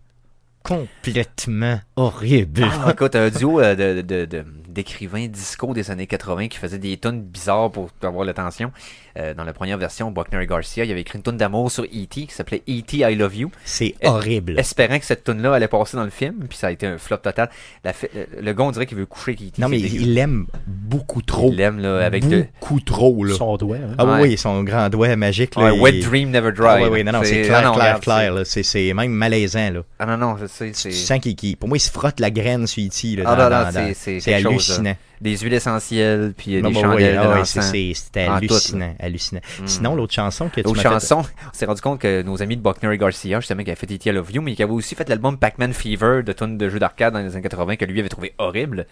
complètement horrible. Ah, écoute, un duo euh, de- de- de- d'écrivains disco des années 80 qui faisaient des tonnes bizarres pour avoir l'attention. Euh, dans la première version, Buckner et Garcia, il avait écrit une tonne d'amour sur E.T. qui s'appelait E.T. I Love You. C'est Eh, horrible. espérant que cette tune là allait passer dans le film, puis ça a été un flop total. La fi- euh, le gars, on dirait qu'il veut coucher avec E.T. Non, mais c'est dégueu. il l'aime beaucoup trop. Il l'aime, là, avec de- beaucoup trop, là. Son doigt. hein. Ah oui, Ouais. oui, son grand doigt magique. Là, Ouais, il- Wet Dream Never Dry. Ah oui, oui, non, non, c'est clair, ah non, clair, regarde, clair. là. C'est- C'est même malaisant, là. c'est- Ah non, non, je sais, Tu c'est sens qu'il, qu'il- pour moi, il se frotte la graine sur E.T. là, Ah, dans- non, non, dans- dans- c'est- c'est c'est quelque chose, hallucinant. des huiles essentielles, puis euh, Bah, des bah, chandelles oui, de ah, ouais, c'est, l'encens. c'est- c'était En tout, Hmm. hallucinant, hallucinant. Sinon, l'autre chanson que tu L'autre m'as fait- chanson, on s'est rendu compte que nos amis de Buckner et Garcia, justement, qui avaient fait E E.T. I Love You, mais qui avaient aussi fait l'album Pac-Man Fever de tonnes de jeux d'arcade dans les années 80 que lui avait trouvé horrible.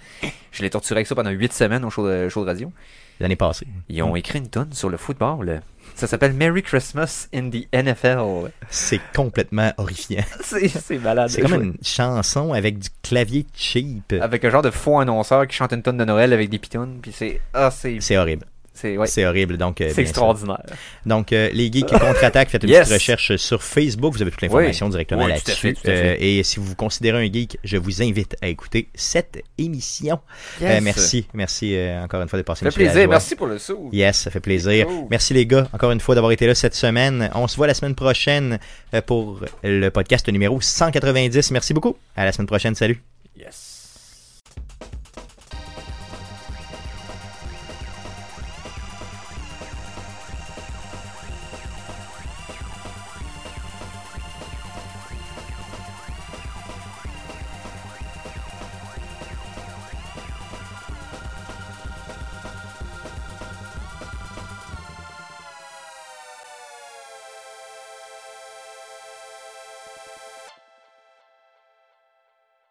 Je l'ai torturé avec ça pendant 8 semaines au show de, show de radio. l'année passée. Ils ont écrit une tonne sur le football. Ça s'appelle Merry Christmas in the NFL. C'est complètement horrifiant. C'est c'est malade. C'est comme une chanson avec du clavier cheap. Avec un genre de faux annonceur qui chante une tonne de Noël avec des pitounes. Puis c'est. Ah, c'est. C'est horrible. C'est ouais, C'est horrible. Donc, euh, c'est bien sûr. extraordinaire. Donc, euh, les geeks contre-attaque, faites une Yes. petite recherche sur Facebook. Vous avez toute l'information Oui. directement Oui, tout à fait, là-dessus. tout à fait. Euh, et si vous vous considérez un geek, je vous invite à écouter cette émission. Euh, Yes. merci. Merci euh, encore une fois de passer Ça monsieur fait plaisir. Lajoie. Merci pour le sou. Yes, ça fait plaisir. Cool. Merci les gars, encore une fois d'avoir été là cette semaine. On se voit la semaine prochaine euh, pour le podcast numéro 190. Merci beaucoup. À la semaine prochaine. Salut. Yes.